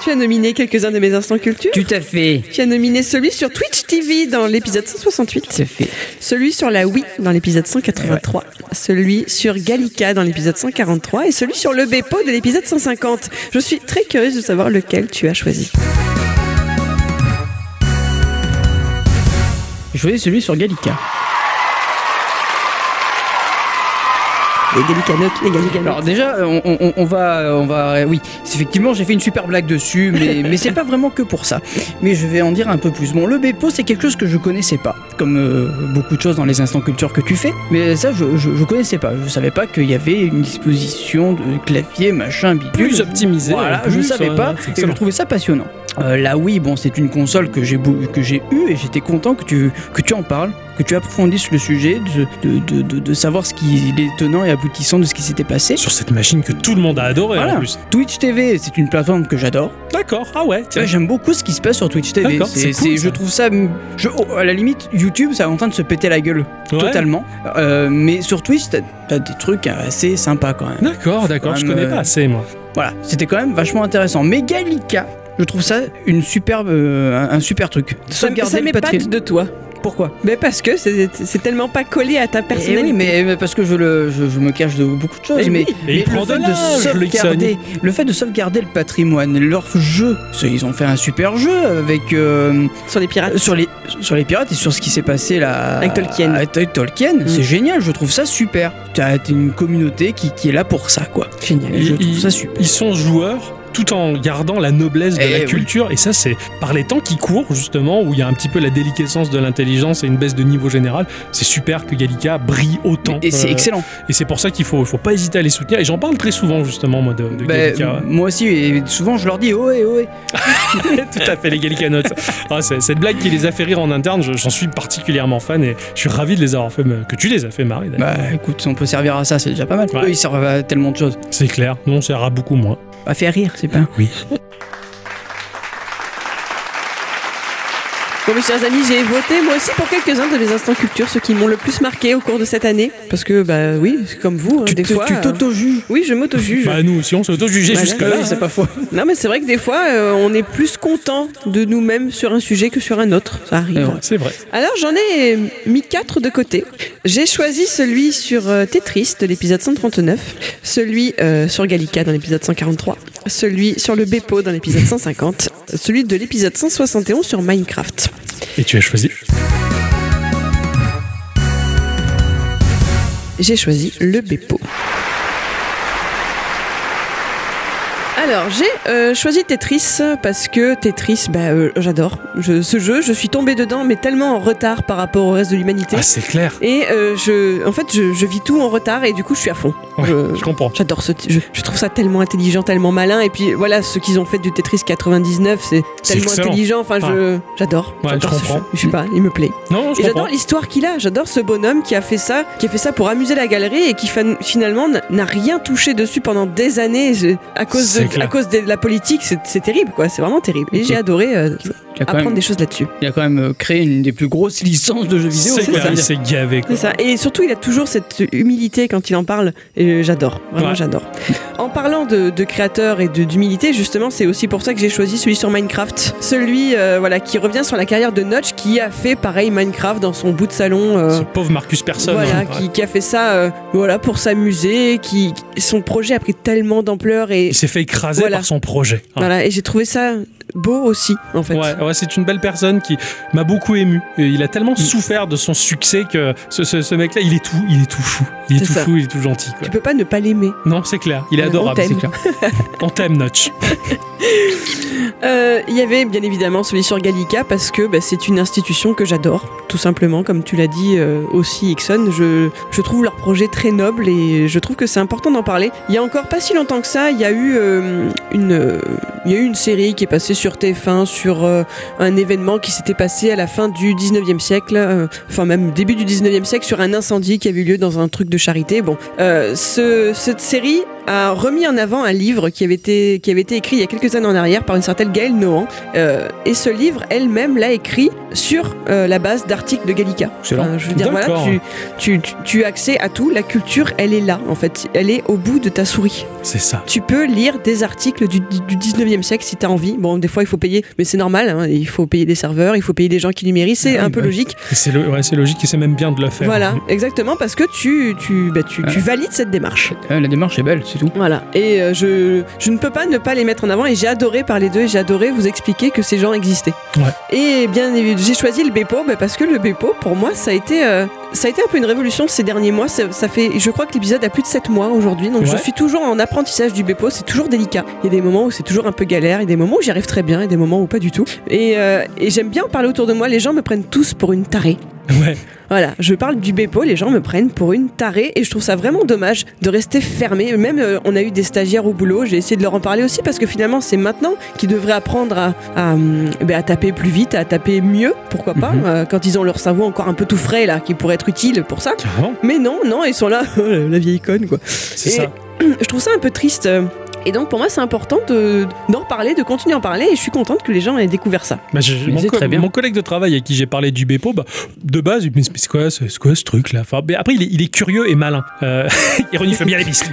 Speaker 3: Tu as nominé quelques-uns de mes instants culture.
Speaker 2: Tout à fait.
Speaker 3: Tu as nominé celui sur Twitch TV dans l'épisode 168,
Speaker 2: C'est fait.
Speaker 3: celui sur la Wii dans l'épisode 183, celui sur Gallica dans l'épisode 143 et celui sur le Bepo de l'épisode 150. Je suis très curieuse de savoir lequel tu as choisi.
Speaker 2: J'ai choisi celui sur Gallica.
Speaker 3: Les Gallicanotes, les
Speaker 2: Alors
Speaker 3: Gallicanotes.
Speaker 2: déjà, on, on- on va, on va, oui, c'est- effectivement, j'ai fait une super blague dessus, mais, mais c'est pas vraiment que pour ça. Mais je vais en dire un peu plus. Bon, le Bepo, c'est quelque chose que je connaissais pas, comme euh, beaucoup de choses dans les instants culture que tu fais. Mais ça, je, je, je connaissais pas. Je savais pas qu'il y avait une disposition de clavier, machin, bidule.
Speaker 1: plus optimisé.
Speaker 2: Voilà,
Speaker 1: en plus,
Speaker 2: je savais
Speaker 1: ouais,
Speaker 2: pas
Speaker 1: c'est
Speaker 2: et je
Speaker 1: excellent.
Speaker 2: trouvais ça passionnant. hein, Euh, la Wii, bon, c'est une console que j'ai bou- que j'ai eue et j'étais content que tu que tu en parles, que tu approfondisses le sujet, de de, de, de- de savoir ce qui les tenants et aboutissants de ce qui s'était passé.
Speaker 1: Sur cette machine que tout le monde a adoré en
Speaker 2: Voilà.
Speaker 1: plus.
Speaker 2: Twitch TV, c'est une plateforme que j'adore.
Speaker 1: D'accord, ah ouais, tiens.
Speaker 2: Ouais, J'aime beaucoup ce qui se passe sur Twitch TV.
Speaker 1: D'accord, c'est cool, ça.
Speaker 2: je trouve ça, je- oh, à la limite, YouTube, ça est en train de se péter la gueule
Speaker 1: Ouais.
Speaker 2: totalement. Euh, mais sur Twitch, t'as t'as des trucs assez sympas quand même.
Speaker 1: D'accord, d'accord, je
Speaker 2: Quand même,
Speaker 1: connais pas
Speaker 2: euh,
Speaker 1: assez moi.
Speaker 2: Voilà, c'était quand même vachement intéressant. Mais Gallica, je trouve ça une superbe, euh, un, un super truc.
Speaker 3: Ça,
Speaker 2: Sauvegarder
Speaker 3: ça
Speaker 2: le patri-
Speaker 3: m'épate de toi.
Speaker 2: Pourquoi
Speaker 3: Mais parce que c'est c'est tellement pas collé à ta
Speaker 2: Eh oui,
Speaker 3: personnalité.
Speaker 2: mais, mais parce que je, le, je, je me cache de beaucoup de choses,
Speaker 3: Eh
Speaker 2: mais,
Speaker 3: oui.
Speaker 1: Et il
Speaker 2: mais
Speaker 1: prend
Speaker 2: le, fait
Speaker 1: de
Speaker 2: de
Speaker 1: l'âge, le
Speaker 2: sauvegarder, le fait de sauvegarder le patrimoine, leur jeu, c'est- ils ont fait un super jeu avec euh,
Speaker 3: Sur les pirates.
Speaker 2: sur les sur les pirates et sur ce qui s'est passé là
Speaker 3: Avec Tolkien. Mm.
Speaker 2: avec Tol- Tolkien, c'est génial, je trouve ça super. T'as t'as une communauté qui, qui est là pour ça, quoi. Génial,
Speaker 1: Ils-
Speaker 2: je trouve
Speaker 1: ils-
Speaker 2: ça super.
Speaker 1: Ils sont joueurs tout en gardant la noblesse de
Speaker 2: Eh
Speaker 1: la
Speaker 2: oui.
Speaker 1: culture et ça c'est par les temps qui courent justement où il y a un petit peu la déliquescence de l'intelligence et une baisse de niveau général c'est super que Gallica brille autant
Speaker 2: Et c'est
Speaker 1: Euh,
Speaker 2: excellent.
Speaker 1: et c'est pour ça qu'il faut, faut pas hésiter à les soutenir et j'en parle très souvent justement moi de, de
Speaker 2: Bah,
Speaker 1: Gallica
Speaker 2: moi aussi, et souvent je leur dis oh, eh, ohé, ohé.
Speaker 1: tout à fait les Gallica Notes Ah, c'est- cette blague qui les a fait rire en interne je- j'en suis particulièrement fan et je suis ravi de les avoir fait me- que tu les as fait marrer d'ailleurs.
Speaker 2: Bah écoute, on peut servir à ça, c'est déjà pas mal.
Speaker 1: Ouais.
Speaker 2: Eux, ils servent à tellement de choses.
Speaker 3: Bah.
Speaker 1: c'est clair nous on sert à beaucoup moins
Speaker 2: À faire rire, c'est pas.
Speaker 3: Bon, mes chers amis, j'ai voté moi aussi pour quelques-uns de mes instants culture, ceux qui m'ont le plus marqué au cours de cette année. Parce que, bah oui, c'est comme vous, hein, des
Speaker 2: te-
Speaker 3: fois. euh,
Speaker 2: t'auto-juges.
Speaker 3: Oui, je m'auto-juge.
Speaker 1: bah nous aussi on s'est auto-jugé
Speaker 3: Bah,
Speaker 1: jusque là
Speaker 3: oui,
Speaker 2: c'est pas faux.
Speaker 3: Non, mais c'est vrai que des fois, euh, on est plus content de nous-mêmes sur un sujet que sur un autre. Ça arrive.
Speaker 2: C'est vrai.
Speaker 1: c'est vrai
Speaker 3: Alors, j'en ai mis quatre de côté. J'ai choisi celui sur euh, Tetris de l'épisode 139, celui euh, sur Gallica dans l'épisode 143, celui sur le Bepo dans l'épisode 150, celui de l'épisode 171 sur Minecraft.
Speaker 1: et tu as choisi
Speaker 3: J'ai choisi le Bepo. Alors, j'ai euh, choisi Tetris parce que Tetris, bah, euh, j'adore. Je- ce jeu, je suis tombée dedans, mais tellement en retard par rapport au reste de l'humanité.
Speaker 1: ah c'est clair
Speaker 3: Et euh, je, en fait, je, je vis tout en retard et du coup, je suis à fond.
Speaker 1: Ouais,
Speaker 3: Je-
Speaker 1: je comprends
Speaker 3: J'adore ce. Je, je trouve ça tellement intelligent, tellement malin. Et puis voilà, ce qu'ils ont fait du Tetris 99, c'est
Speaker 1: C'est
Speaker 3: tellement
Speaker 1: excellent. Ah.
Speaker 3: intelligent. Enfin, je j'adore.
Speaker 1: Ouais,
Speaker 3: J'adore
Speaker 1: je
Speaker 3: ce
Speaker 1: comprends.
Speaker 3: jeu. Je sais pas, il me plaît.
Speaker 1: non je
Speaker 3: Et j'adore
Speaker 1: comprends
Speaker 3: l'histoire qu'il a. J'adore ce bonhomme qui a fait ça, qui a fait ça pour amuser la galerie et qui fan- finalement n- n'a rien touché dessus pendant des années Je- à cause
Speaker 1: C'est
Speaker 3: de,
Speaker 1: clair.
Speaker 3: à cause de la politique. C'est c'est terrible, quoi. C'est vraiment terrible. Et
Speaker 2: Ok.
Speaker 3: j'ai adoré euh,
Speaker 2: Il a, quand
Speaker 3: apprendre
Speaker 2: même,
Speaker 3: des choses là-dessus.
Speaker 2: il a quand même euh, créé une des plus grosses licences de jeux vidéo.
Speaker 1: c'est
Speaker 3: c'est
Speaker 1: clair
Speaker 3: ça.
Speaker 1: il s'est gavé quoi.
Speaker 3: C'est ça. Et surtout, il a toujours cette humilité quand il en parle. Et j'adore. Vraiment,
Speaker 1: Ouais.
Speaker 3: j'adore. En parlant de, de créateurs et de- d'humilité, justement, c'est aussi pour ça que j'ai choisi celui sur Minecraft. Celui euh, voilà, qui revient sur la carrière de Notch, qui a fait pareil Minecraft dans son bout de salon. euh,
Speaker 1: Ce pauvre Marcus Persson.
Speaker 3: voilà,
Speaker 1: hein.
Speaker 3: qui, qui a fait ça euh, voilà, pour s'amuser, qui, qui- son projet a pris tellement d'ampleur et,
Speaker 1: Il s'est fait écraser
Speaker 3: Voilà.
Speaker 1: par son projet. hein.
Speaker 3: voilà, et j'ai trouvé ça beau aussi, en fait. Mm.
Speaker 1: Ouais, ouais, c'est une belle personne qui m'a beaucoup ému. Et il a tellement souffert de son succès que ce, ce- ce mec-là, il est tout, il est tout fou, il est,
Speaker 3: C'est
Speaker 1: tout
Speaker 3: ça.
Speaker 1: fou, il est tout gentil. quoi.
Speaker 3: Tu peux pas ne pas l'aimer.
Speaker 1: Non, c'est clair, il est
Speaker 3: Ouais, Euh, on
Speaker 1: adorable,
Speaker 3: t'aime.
Speaker 1: c'est clair. on t'aime, Notch.
Speaker 3: Euh, Il y avait bien évidemment celui sur Gallica parce que bah, c'est une institution que j'adore, tout simplement, comme tu l'as dit euh, aussi, Ixon. Je, je trouve leur projet très noble et je trouve que c'est important d'en parler. Il y a encore pas si longtemps que ça, il y a eu euh, une, euh, il y a eu une série qui est passée sur TF1 sur euh, un événement qui s'était passé à la fin du 19e siècle, euh, enfin même début du 19e siècle, sur un incendie qui avait eu lieu dans un truc de charité. Bon, euh, ce- cette série a remis en avant un livre qui avait été, qui avait été écrit il y a quelques années en arrière par une certaine Gaëlle Nohan. Euh, et ce livre, elle-même l'a écrit sur euh, la base d'articles de Gallica.
Speaker 2: Excellent.
Speaker 3: je veux dire, voilà,
Speaker 1: D'accord.
Speaker 3: tu, tu, tu- tu as accès à tout. La culture, elle est là, en fait. Elle est au bout de ta souris.
Speaker 1: C'est ça.
Speaker 3: Tu peux lire des articles du, du 19e siècle si tu as envie. Bon, des fois, il faut payer, mais c'est normal. hein, il faut payer des serveurs, il faut payer des gens qui numérisent. C'est
Speaker 2: Ah oui,
Speaker 3: un peu
Speaker 2: bah oui.
Speaker 3: logique.
Speaker 1: Et C'est lo- ouais, c'est logique et c'est même bien de le faire.
Speaker 3: Voilà, exactement, parce que tu, tu, bah, tu, tu valides cette démarche.
Speaker 2: Euh, la démarche est belle, c'est tout.
Speaker 3: Voilà, et euh, je, je ne peux pas ne pas les mettre en avant, et j'ai adoré parler d'eux, et j'ai adoré vous expliquer que ces gens existaient.
Speaker 1: Ouais.
Speaker 3: Et bien, évi- j'ai choisi le Bepo bah, parce que le Bepo, pour moi, ça a été, euh, ça a été un peu une révolution ces derniers mois. Ça, ça fait, je crois que l'épisode a plus de 7 mois aujourd'hui, donc je
Speaker 1: Ouais.
Speaker 3: suis toujours en apprentissage du Bepo, c'est toujours délicat. Il y a des moments où c'est toujours un peu galère, il y a des moments où j'y arrive très bien, et des moments où pas du tout. Et, euh, et j'aime bien en parler autour de moi, les gens me prennent tous pour une tarée.
Speaker 1: Ouais.
Speaker 3: Voilà, je parle du Bepo, les gens me prennent pour une tarée et je trouve ça vraiment dommage de rester fermé. Même euh, on a eu des stagiaires au boulot, j'ai essayé de leur en parler aussi parce que finalement c'est maintenant qu'ils devraient apprendre à, à, hum, ben, à taper plus vite, à taper mieux, pourquoi pas,
Speaker 1: Mhm.
Speaker 3: euh, quand ils ont leur cerveau encore un peu tout frais là, qui pourrait être utile pour ça.
Speaker 1: Carrément,
Speaker 3: Mais non, non, ils sont là, euh, la vieille conne quoi.
Speaker 1: c'est
Speaker 3: Et-
Speaker 1: ça.
Speaker 3: Je trouve ça un peu triste. euh, Et donc pour moi c'est important de- d'en reparler, de continuer à en parler et je suis contente que les gens aient découvert ça.
Speaker 1: Bah, j'ai-
Speaker 2: Mais
Speaker 1: mon,
Speaker 2: c'est
Speaker 1: co-
Speaker 2: très bien.
Speaker 1: mon collègue de travail à qui j'ai parlé du Bepo, bah, de base, il me dit, mais c'est quoi, ce- c'est quoi ce truc là Enfin, mais Après, il est, il est curieux et malin. Euh, il renifle bien les pistes.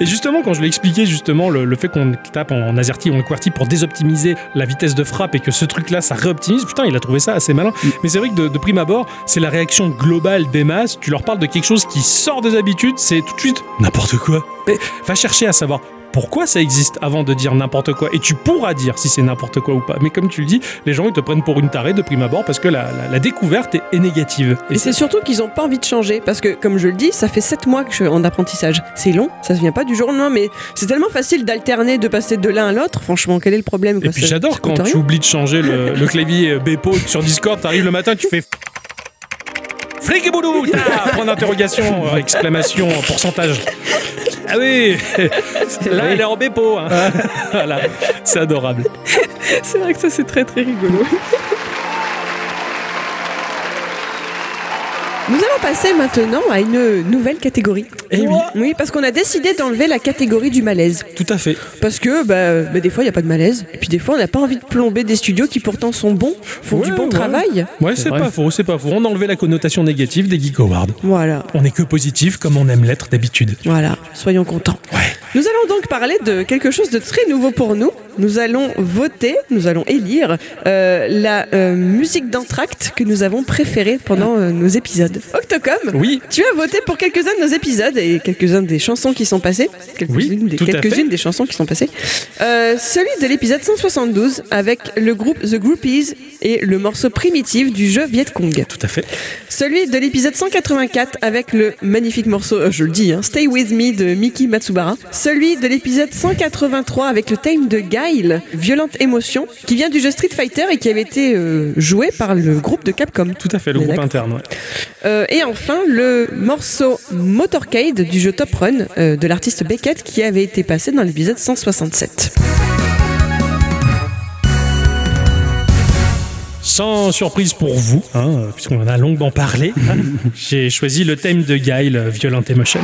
Speaker 1: Et justement, quand je l'ai expliqué, justement, le, le fait qu'on tape en, en AZERTY ou en QWERTY pour désoptimiser la vitesse de frappe et que ce truc-là, ça réoptimise, putain, il a trouvé ça assez malin. Mais c'est vrai que de, de prime abord, c'est la réaction globale des masses. Tu leur parles de quelque chose qui sort des habitudes, c'est tout de suite n'importe quoi. Mais va chercher à savoir pourquoi ça existe avant de dire n'importe quoi. Et tu pourras dire si c'est n'importe quoi ou pas. Mais comme tu le dis, les gens ils te prennent pour une tarée de prime abord parce que la, la- la découverte est, est négative.
Speaker 3: Et c'est surtout qu'ils n'ont pas envie de changer, parce que comme je le dis, ça fait 7 mois que je suis en apprentissage. C'est long, ça ne vient pas du jour au lendemain, mais c'est tellement facile d'alterner, de passer de l'un à l'autre. Franchement, quel est le problème
Speaker 1: Et
Speaker 3: quoi,
Speaker 1: puis
Speaker 3: ça-
Speaker 1: j'adore
Speaker 3: ça
Speaker 1: quand
Speaker 3: coûte
Speaker 1: tu
Speaker 3: rien.
Speaker 1: oublies de changer le, le clavier euh, Bepo sur Discord, t'arrives le matin, tu fais. Flic et boulot putain Point d'interrogation, euh, exclamation, pourcentage. Ah oui Là, elle est en Bepo hein. Voilà, c'est adorable.
Speaker 3: C'est vrai que ça, c'est très très rigolo. Nous allons passer maintenant à une nouvelle catégorie.
Speaker 1: Eh oui.
Speaker 3: Oui, parce qu'on a décidé d'enlever la catégorie du malaise.
Speaker 1: Tout à fait.
Speaker 3: Parce que bah, bah, des fois, il n'y a pas de malaise. Et puis des fois, on n'a pas envie de plomber des studios qui pourtant sont bons, font du
Speaker 1: Ouais,
Speaker 3: bon
Speaker 1: ouais.
Speaker 3: travail.
Speaker 1: Ouais, c'est
Speaker 2: vrai.
Speaker 1: pas faux, c'est pas faux. On a enlevé la connotation négative des Geek Awards.
Speaker 3: Voilà,
Speaker 1: On n'est que positif comme on aime l'être d'habitude.
Speaker 3: voilà, soyons contents. Nous allons donc parler de quelque chose de très nouveau pour nous. Nous allons voter, nous allons élire euh, la euh, musique d'entracte que nous avons préférée pendant euh, nos épisodes. Octocom,
Speaker 1: Oui,
Speaker 3: Tu as voté pour quelques-uns de nos épisodes et quelques-unes des chansons qui sont passées. Quelques-unes
Speaker 1: Oui,
Speaker 3: des,
Speaker 1: tout à
Speaker 3: quelques-unes
Speaker 1: fait.
Speaker 3: des chansons qui sont passées. Euh, celui de l'épisode 172 avec le groupe The Groupies et le morceau primitif du jeu Viet Cong.
Speaker 1: tout à fait.
Speaker 3: Celui de l'épisode 184 avec le magnifique morceau, euh, je le dis, hein, Stay With Me de Miki Matsubara. Celui de l'épisode 183 avec le thème de Guile, Violente Émotion, qui vient du jeu Street Fighter et qui avait été euh, joué par le groupe de Capcom.
Speaker 1: Tout à fait, le
Speaker 3: Mais
Speaker 1: groupe
Speaker 3: d'accord.
Speaker 1: interne. ouais.
Speaker 3: Euh, et enfin, le morceau Motorcade du jeu Top Run euh, de l'artiste Beckett qui avait été passé dans l'épisode 167.
Speaker 1: Sans surprise pour vous, hein, euh, puisqu'on en a longuement parlé, hein, j'ai choisi le thème de Guile, euh, Violent Emotion.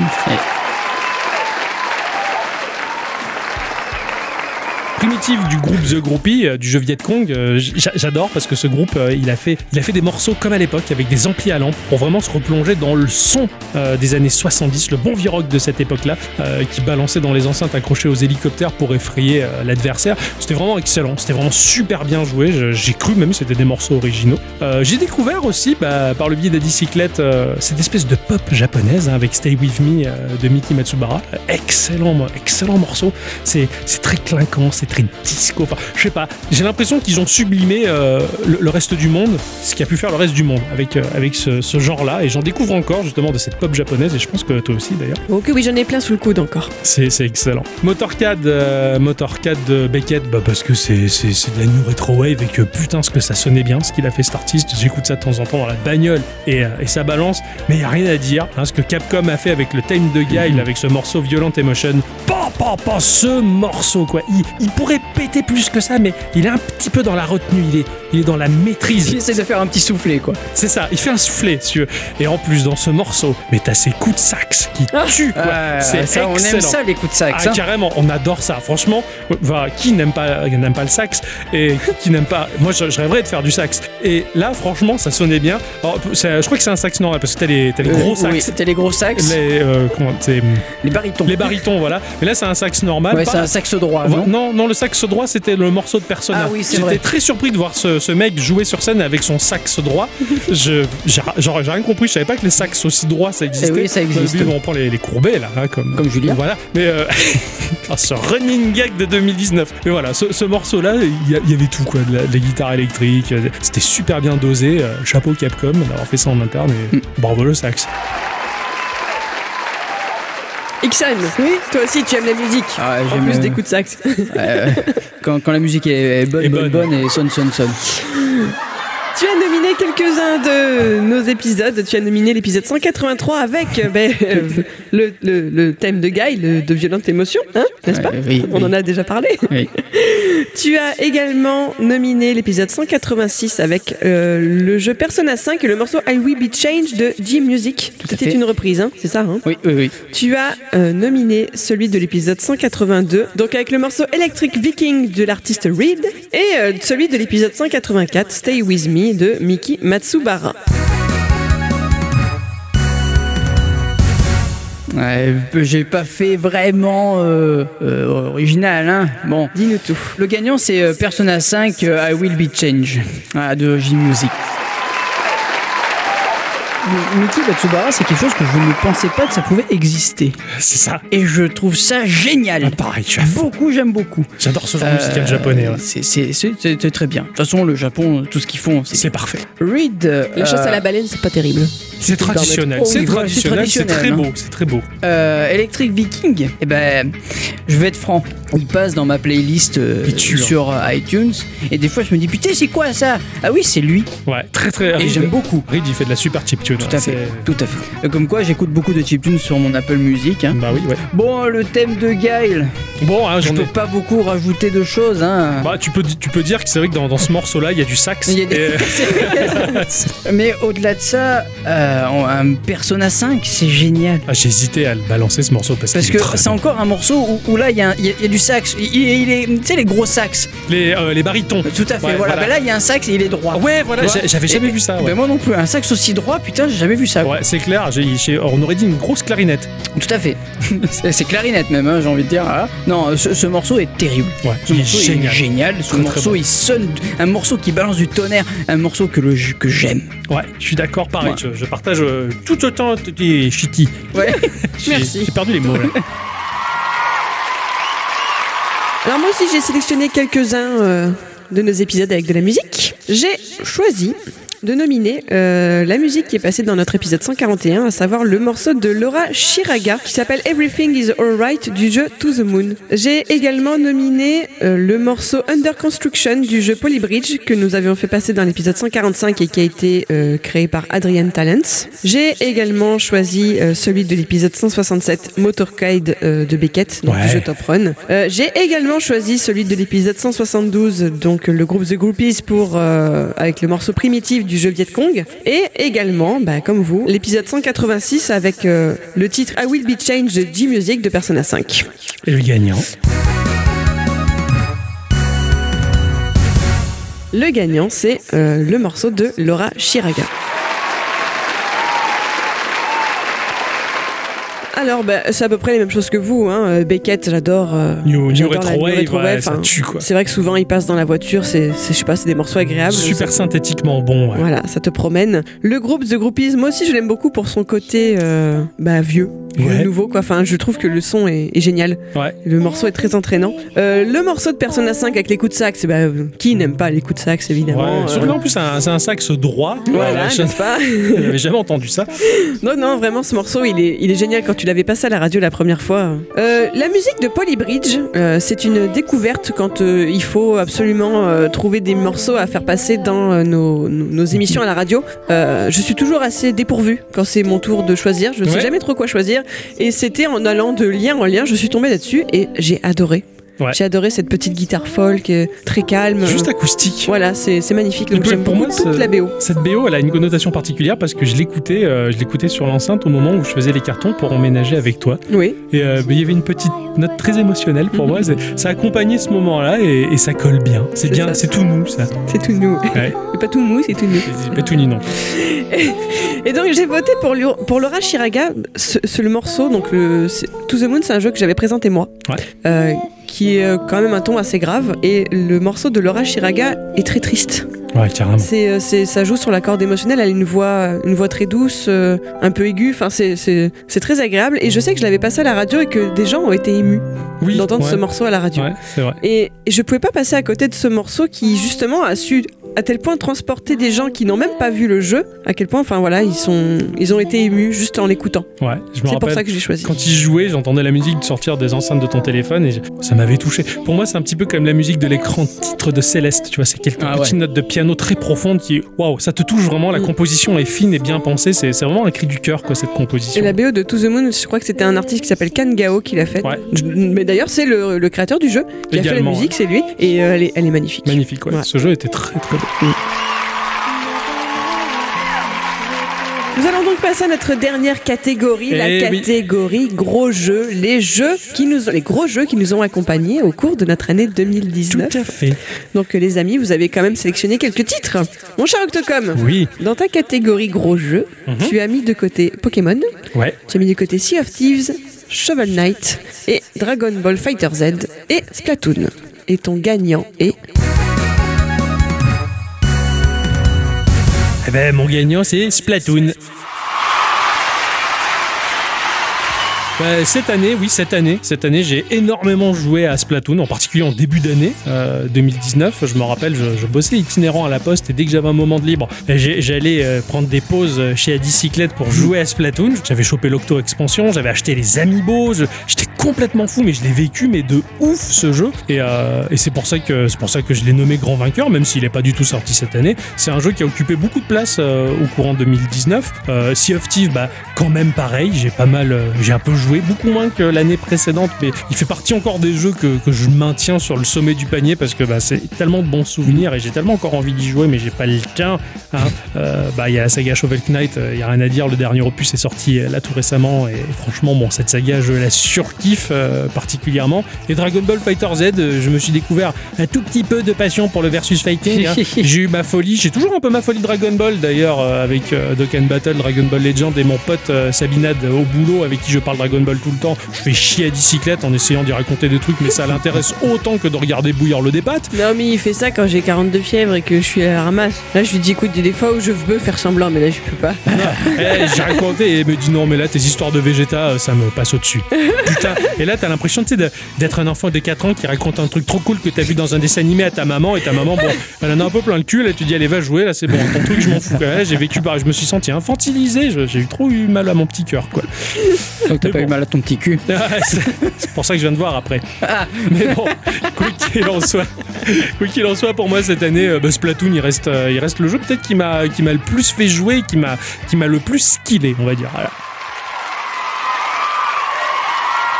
Speaker 1: Primitive du groupe The Groupie, euh, du jeu Viet Cong, euh, j- j'a- j'adore parce que ce groupe, euh, il, a fait, il a fait des morceaux comme à l'époque, avec des amplis à lampe, pour vraiment se replonger dans le son euh, des années 70, le bon vieux rock de cette époque-là, euh, qui balançait dans les enceintes accrochées aux hélicoptères pour effrayer euh, l'adversaire. C'était vraiment excellent, c'était vraiment super bien joué, je- j'ai cru même que c'était des morceaux originaux. Euh, j'ai découvert aussi, bah, par le biais des bicyclettes, euh, cette espèce de pop japonaise hein, avec Stay With Me euh, de Miki Matsubara. Euh, Excellent, mo- excellent morceau. C'est c'est très clinquant, c'est très disco. Enfin, je sais pas, j'ai l'impression qu'ils ont sublimé euh, le, le reste du monde, ce qui a pu faire le reste du monde avec, euh, avec ce, ce genre-là. Et j'en découvre encore justement de cette pop japonaise, et je pense que toi aussi d'ailleurs.
Speaker 3: Ok, oui, j'en ai plein sous le coude encore.
Speaker 1: C'est c'est excellent. Motorcade, euh, Motorcade de Beckett, bah parce que c'est c'est- c'est de la new retro wave et que putain ce que ça sonnait bien, ce qu'il a fait cet artiste. J'écoute ça de temps en temps dans la bagnole et, euh, et ça balance, mais y a rien à dire. hein. ce que Capcom a fait avec le thème de Guile, avec ce morceau Violent Emotion, pas pas pas ce morceau quoi. Il, il pourrait péter plus que ça, mais il est un petit peu dans la retenue, il est, il est dans la maîtrise.
Speaker 2: Qui essaie de faire un petit soufflet, quoi.
Speaker 1: C'est ça, il fait un soufflet, si tu veux. Et en plus dans ce morceau, mais t'as ces coups de sax qui tuent quoi.
Speaker 2: Ah,
Speaker 1: C'est
Speaker 2: ça, on aime
Speaker 1: excellent.
Speaker 2: ça, les coups de
Speaker 1: Ah,
Speaker 2: sax. hein.
Speaker 1: carrément, on adore ça. Franchement, va qui n'aime pas, n'aime pas le sax et qui n'aime pas. Moi, je, je rêverais de faire du sax. Et là, franchement, ça sonnait bien. Alors, ça- je crois que c'est un sax normal parce que t'as les, t'as les gros
Speaker 2: Euh, oui,
Speaker 1: sax.
Speaker 2: c'était les gros sax, les,
Speaker 1: Les, euh, comment- c'est-
Speaker 2: barytons.
Speaker 1: les barytons, voilà. Mais là, c'est un sax normal.
Speaker 2: ouais,
Speaker 1: pas-
Speaker 2: c'est un sax droit,
Speaker 1: Vo-
Speaker 2: Ah, non
Speaker 1: non, non, le sax droit, c'était le morceau de Persona.
Speaker 2: Ah oui, c'est
Speaker 1: J'étais
Speaker 2: vrai.
Speaker 1: très surpris de voir ce, ce mec jouer sur scène avec son sax droit. je, j'ai, genre, j'ai rien compris, je savais pas que les sax aussi droits, ça existait.
Speaker 2: Eh oui, ça existe.
Speaker 1: Au début, on prend les, les courbés, là, hein, comme,
Speaker 2: Comme Julien.
Speaker 1: Voilà, mais euh, ah, ce running gag de 2019. Mais voilà, ce, ce morceau-là, il y, a- il y avait tout, quoi. de la- de la guitare électrique, euh, c'était super bien dosé. euh, chapeau Capcom d'avoir fait ça en interne
Speaker 2: Mm.
Speaker 1: et bravo le sax.
Speaker 3: Ixon, oui toi aussi, tu aimes la musique.
Speaker 2: Ah,
Speaker 3: en
Speaker 2: j'aime,
Speaker 3: plus
Speaker 2: euh,
Speaker 3: des coups de sax.
Speaker 2: Euh, quand, quand la musique est est bonne,
Speaker 1: Et
Speaker 2: bonne,
Speaker 1: bonne.
Speaker 2: bonne, et sonne, sonne, sonne.
Speaker 3: Tu as nominé quelques-uns de nos épisodes. Tu as nominé l'épisode 183 avec euh, ben, euh, le, le- le thème de Guy, le- de violente émotion, hein, n'est-ce pas
Speaker 2: Euh, oui,
Speaker 3: On
Speaker 2: oui.
Speaker 3: en a déjà parlé.
Speaker 2: Oui.
Speaker 3: Tu as également nominé l'épisode 186 avec euh, le jeu Persona 5 et le morceau I Will Be Changed de G-Music.
Speaker 2: à
Speaker 3: C'était
Speaker 2: fait.
Speaker 3: une reprise, hein, c'est ça hein
Speaker 2: Oui, oui, oui.
Speaker 3: Tu as euh, nominé celui de l'épisode 182, donc avec le morceau Electric Viking de l'artiste Reed, et euh, celui de l'épisode 184, Stay With Me de Miki Matsubara.
Speaker 2: Ouais, j'ai pas fait vraiment euh, euh, original, hein. Bon,
Speaker 3: Dis-nous tout.
Speaker 2: le gagnant c'est euh, Persona 5 euh, I Will Be Change ah, de J-Music. Miki Batsubara, c'est quelque chose que je ne pensais pas que ça pouvait exister.
Speaker 1: C'est ça.
Speaker 2: Et je trouve ça génial.
Speaker 1: Ah, pareil, je suis à fond.
Speaker 2: Beaucoup, j'aime beaucoup.
Speaker 1: J'adore ce genre musical
Speaker 2: Euh,
Speaker 1: japonais. ouais.
Speaker 2: c'est- C'est c'est- c'est- c'est très bien. De toute façon, le Japon, tout ce qu'ils font, c'est.
Speaker 1: C'est parfait.
Speaker 2: Reed.
Speaker 6: La
Speaker 2: euh,
Speaker 6: chasse à la baleine, c'est pas terrible.
Speaker 1: C'est traditionnel.
Speaker 2: Oh,
Speaker 1: C'est
Speaker 2: oui, voilà, c'est
Speaker 1: traditionnel. C'est très
Speaker 2: traditionnel, hein.
Speaker 1: beau. C'est très beau.
Speaker 2: Euh, Electric Viking, eh ben, je vais être franc, il passe dans ma playlist euh,
Speaker 1: Il tue, hein.
Speaker 2: sur euh, iTunes et des fois je me dis putain c'est quoi ça Ah oui c'est lui
Speaker 1: Ouais, très très.
Speaker 2: et
Speaker 1: Reed-
Speaker 2: j'aime beaucoup.
Speaker 1: Reed, il fait de la super chiptune.
Speaker 2: Tout
Speaker 1: ouais,
Speaker 2: à fait,
Speaker 1: c'est-
Speaker 2: tout à fait. Euh, Comme quoi j'écoute beaucoup de chiptunes sur mon Apple Music. hein.
Speaker 1: Bah oui, ouais.
Speaker 2: Bon le thème de Guile,
Speaker 1: Bon, hein,
Speaker 2: je
Speaker 1: j'en
Speaker 2: peux
Speaker 1: ai.
Speaker 2: pas beaucoup rajouter de choses. Hein.
Speaker 1: Bah, tu peux, di- tu peux dire que c'est vrai que dans, dans ce morceau-là, il y a du sax.
Speaker 2: Il y a des-
Speaker 1: et- euh,
Speaker 2: Mais au-delà de ça, euh, on- un Persona 5 c'est génial.
Speaker 1: Ah, J'ai hésité à le balancer ce morceau parce,
Speaker 2: Parce
Speaker 1: qu'il
Speaker 2: que
Speaker 1: est très
Speaker 2: c'est
Speaker 1: bon.
Speaker 2: encore un morceau où, où là il y, a un- il y a- il y a du sax, il, il- il est, tu sais les gros sax.
Speaker 1: les, euh, les baritons.
Speaker 2: Tout à fait,
Speaker 1: Ouais,
Speaker 2: voilà.
Speaker 1: voilà.
Speaker 2: Ben là il y a un sax et il est droit.
Speaker 1: Ah ouais, voilà,
Speaker 2: Tu vois
Speaker 1: j'a- j'avais jamais
Speaker 2: Et-
Speaker 1: vu ça.
Speaker 2: Ben
Speaker 1: Ouais,
Speaker 2: moi non plus, un sax aussi droit, putain, j'ai jamais vu ça.
Speaker 1: Ouais, c'est clair. j'ai- j'ai- oh, on aurait dit une grosse clarinette.
Speaker 2: Tout à fait. c'est c'est clarinette même, hein, j'ai envie de dire. voilà. Non, ce, ce morceau est terrible.
Speaker 1: Ouais,
Speaker 2: Ce
Speaker 1: il est
Speaker 2: morceau
Speaker 1: génial.
Speaker 2: est génial. Ce
Speaker 1: Très, très
Speaker 2: morceau,
Speaker 1: bon.
Speaker 2: il sonne. Un morceau qui balance du tonnerre. Un morceau que le que j'aime.
Speaker 1: Ouais, je suis d'accord, pareil.
Speaker 2: Ouais.
Speaker 1: Je, je partage euh, tout autant des chiti.
Speaker 2: Ouais.
Speaker 1: Merci. J'ai perdu les mots là.
Speaker 3: Alors moi aussi j'ai sélectionné quelques-uns euh, de nos épisodes avec de la musique. J'ai choisi de nominer euh, la musique qui est passée dans notre épisode 141, à savoir le morceau de Laura Shiraga qui s'appelle Everything is Alright du jeu To the Moon. J'ai également nominé euh, le morceau Under Construction du jeu Polybridge que nous avions fait passer dans l'épisode 145 et qui a été euh, créé par Adrian Talents. J'ai également choisi euh, celui de l'épisode 167 Motorcade euh, de Beckett, donc
Speaker 1: Ouais.
Speaker 3: du jeu Top Run. Euh, J'ai également choisi celui de l'épisode 172, donc euh, le groupe The Groupies pour euh, avec le morceau primitif du jeu Viet Cong, et également, bah, comme vous, l'épisode 186 avec euh, le titre I Will Be Changed de G Music de Persona 5.
Speaker 1: Et le gagnant.
Speaker 3: Le gagnant, c'est euh, le morceau de Laura Shiraga. Alors, bah, c'est à peu près les mêmes choses que vous. Hein. Euh, Beckett, j'adore. euh,
Speaker 1: New, New
Speaker 3: j'adore la-
Speaker 1: Retro
Speaker 3: New
Speaker 1: Wave,
Speaker 3: Retro
Speaker 1: ouais,
Speaker 3: Wave,
Speaker 1: ça
Speaker 3: hein.
Speaker 1: tue quoi.
Speaker 3: C'est vrai que souvent il passe dans la voiture, c'est, c'est- je sais pas, c'est des morceaux agréables.
Speaker 1: Super
Speaker 3: Ça-
Speaker 1: synthétiquement bon. ouais.
Speaker 3: Voilà, ça te promène. Le groupe The Groupies, moi aussi je l'aime beaucoup pour son côté euh, bah, vieux, vieux,
Speaker 1: Ouais.
Speaker 3: nouveau quoi. Enfin, je trouve que le son est, est génial.
Speaker 1: Ouais.
Speaker 3: Le morceau est très entraînant. Euh, le morceau de Persona 5 avec les coups de sax, bah, euh, qui n'aime pas les coups de sax évidemment.
Speaker 1: Ouais,
Speaker 3: euh,
Speaker 1: surtout en plus c'est un, c'est un sax droit.
Speaker 3: voilà,
Speaker 1: Ouais, je
Speaker 3: n'est-ce pas
Speaker 1: n'avais jamais entendu ça.
Speaker 3: Non, non, vraiment, ce morceau, il est, il est génial quand tu l'avais passé à la radio la première fois. Euh, la musique de Polybridge, euh, c'est une découverte quand euh, il faut absolument euh, trouver des morceaux à faire passer dans euh, nos, nos- nos émissions à la radio. Euh, je suis toujours assez dépourvue quand c'est mon tour de choisir. Je ne sais
Speaker 1: Ouais.
Speaker 3: jamais trop quoi choisir. Et c'était en allant de lien en lien, je suis tombée là-dessus et j'ai adoré.
Speaker 1: Ouais.
Speaker 3: J'ai adoré cette petite guitare folk euh, très calme.
Speaker 1: Juste acoustique.
Speaker 3: Voilà, c'est c'est magnifique.
Speaker 1: Il
Speaker 3: Donc
Speaker 1: peut-
Speaker 3: j'aime
Speaker 1: pour
Speaker 3: beaucoup
Speaker 1: moi,
Speaker 3: toute
Speaker 1: ce-
Speaker 3: la BO.
Speaker 1: Cette BO, elle a une connotation particulière parce que je l'écoutais, euh, je l'écoutais sur l'enceinte au moment où je faisais les cartons pour emménager avec toi.
Speaker 3: Oui.
Speaker 1: Et euh, il y avait une petite note très émotionnelle pour moi. C'est- Ça accompagnait ce moment-là et, et ça colle bien. C'est
Speaker 3: C'est
Speaker 1: bien,
Speaker 3: ça.
Speaker 1: c'est tout nous ça.
Speaker 3: C'est tout nous.
Speaker 1: Ouais.
Speaker 3: Et pas tout mou, c'est tout nous.
Speaker 1: C'est Pas tout ni non.
Speaker 3: Et donc j'ai voté pour, Lu- pour Laura Shiraga, ce, ce- le morceau, donc le, c'est- To the Moon, c'est un jeu que j'avais présenté moi,
Speaker 1: Ouais.
Speaker 3: Euh, qui est euh, quand même un ton assez grave, et le morceau de Laura Shiraga est très triste.
Speaker 1: Ouais, carrément.
Speaker 3: C'est, euh, c'est- ça joue sur la corde émotionnelle, elle a une voix, une voix très douce, euh, un peu aiguë, enfin c'est, c'est, c'est très agréable, et je sais que je l'avais passé à la radio et que des gens ont été émus
Speaker 1: Oui.
Speaker 3: d'entendre
Speaker 1: ouais.
Speaker 3: ce morceau à la radio.
Speaker 1: Ouais, c'est vrai.
Speaker 3: Et je pouvais pas passer à côté de ce morceau qui justement a su à tel point transporter des gens qui n'ont même pas vu le jeu, à quel point enfin voilà, ils sont ils ont été émus juste en l'écoutant.
Speaker 1: Ouais, je me
Speaker 3: C'est pour
Speaker 1: rappelle.
Speaker 3: ça que j'ai choisi.
Speaker 1: Quand il jouait, j'entendais la musique sortir des enceintes de ton téléphone et je- ça m'avait touché. Pour moi, c'est un petit peu comme la musique de l'écran titre de Céleste. Tu vois, c'est quelques
Speaker 2: Ah ouais.
Speaker 1: petites notes de piano très profondes qui, waouh, ça te touche vraiment. La
Speaker 3: Mm.
Speaker 1: composition est fine et bien pensée. C'est c'est vraiment un cri du cœur, quoi, cette
Speaker 3: Et
Speaker 1: composition.
Speaker 3: la BO de To the Moon, je crois que c'était un artiste qui s'appelle Kan Gao qui l'a faite.
Speaker 1: Ouais.
Speaker 3: Je- Mais d'ailleurs, c'est le, le créateur du jeu qui a fait la
Speaker 1: Également,
Speaker 3: musique, c'est lui. Et euh, elle, est, elle est magnifique.
Speaker 1: Magnifique, ouais.
Speaker 3: Ouais.
Speaker 1: Ce jeu était très très beau.
Speaker 3: Nous allons donc donc passer à notre dernière catégorie,
Speaker 1: Eh
Speaker 3: la
Speaker 1: oui.
Speaker 3: catégorie gros jeux, les jeux qui nous ont- les gros jeux qui nous ont accompagnés au cours de notre année
Speaker 1: Tout
Speaker 3: 2019.
Speaker 1: à fait.
Speaker 3: Donc euh, les amis, vous avez quand même sélectionné quelques titres. Mon cher Octocom,
Speaker 1: Oui.
Speaker 3: dans ta catégorie gros jeux, tu as mis de côté Pokémon,
Speaker 1: Ouais.
Speaker 3: tu as mis de côté Sea of Thieves, Shovel Knight et Dragon Ball Fighter Z et Splatoon. Et ton gagnant est
Speaker 1: Eh ben, mon gagnant, c'est Splatoon. Euh, cette année, oui, cette année, cette année, j'ai énormément joué à Splatoon, en particulier en début d'année euh, 2019. Je me rappelle, je, je bossais itinérant à la poste et dès que j'avais un moment de libre, eh, j'ai- j'allais euh, prendre des pauses euh, chez Adicyclette pour jouer à Splatoon. J'avais chopé l'Octo Expansion, j'avais acheté les Amiibo, je- j'étais complètement fou, mais je l'ai vécu, mais de ouf ce jeu. Et, euh, et c'est pour ça que c'est pour ça que je l'ai nommé grand vainqueur, même s'il n'est pas du tout sorti cette année. C'est un jeu qui a occupé beaucoup de place euh, au courant 2019. Euh, sea of Thieves, bah, quand même pareil, j'ai pas mal, euh, j'ai un peu joué, beaucoup moins que l'année précédente, mais il fait partie encore des jeux que, que je maintiens sur le sommet du panier parce que bah, c'est tellement de bons souvenirs et j'ai tellement encore envie d'y jouer, mais j'ai pas le temps. hein. Euh, bah, il y a la saga Shovel Knight, euh, il y a rien à dire, le dernier opus est sorti euh, là tout récemment et franchement, bon, cette saga, je la surkiffe euh, particulièrement. Et Dragon Ball Fighter Z, euh, je me suis découvert un tout petit peu de passion pour le versus fighting. hein. j'ai eu ma folie, j'ai toujours un peu ma folie Dragon Ball d'ailleurs euh, avec euh, Dokkan Battle, Dragon Ball Legend et mon pote euh, Sabinade euh, au boulot avec qui je parle Dragon Ball tout le temps. Je fais chier à bicyclette en essayant d'y raconter des trucs, mais ça l'intéresse autant que de regarder bouillir le débat.
Speaker 3: Non mais il fait ça quand j'ai 42 fièvres et que je suis à la ramasse. Là je lui dis écoute, il y a des fois où je veux faire semblant mais là je peux pas.
Speaker 1: Eh, j'ai raconté et il me dit non mais là tes histoires de Vegeta euh, ça me passe au dessus putain et là t'as l'impression tu sais de- d'être un enfant de 4 ans qui raconte un truc trop cool que t'as vu dans un dessin animé à ta maman et ta maman bon elle en a un peu plein le cul là tu dis allez va jouer là c'est bon ton truc je m'en fous Ouais, j'ai vécu par je me suis senti infantilisé je- j'ai eu trop eu mal à mon petit cœur quoi
Speaker 2: Donc t'as
Speaker 1: Mais
Speaker 2: pas
Speaker 1: bon.
Speaker 2: eu mal à ton petit cul.
Speaker 1: ah, c'est c'est pour ça que je viens de voir après. Mais bon, quoi qu'il en soit, quoi qu'il en soit, pour moi cette année, euh, bah, Splatoon, il reste, euh, il reste le jeu peut-être qui m'a, qui m'a le plus fait jouer, qui m'a, qui m'a le plus skillé, on va dire. Voilà.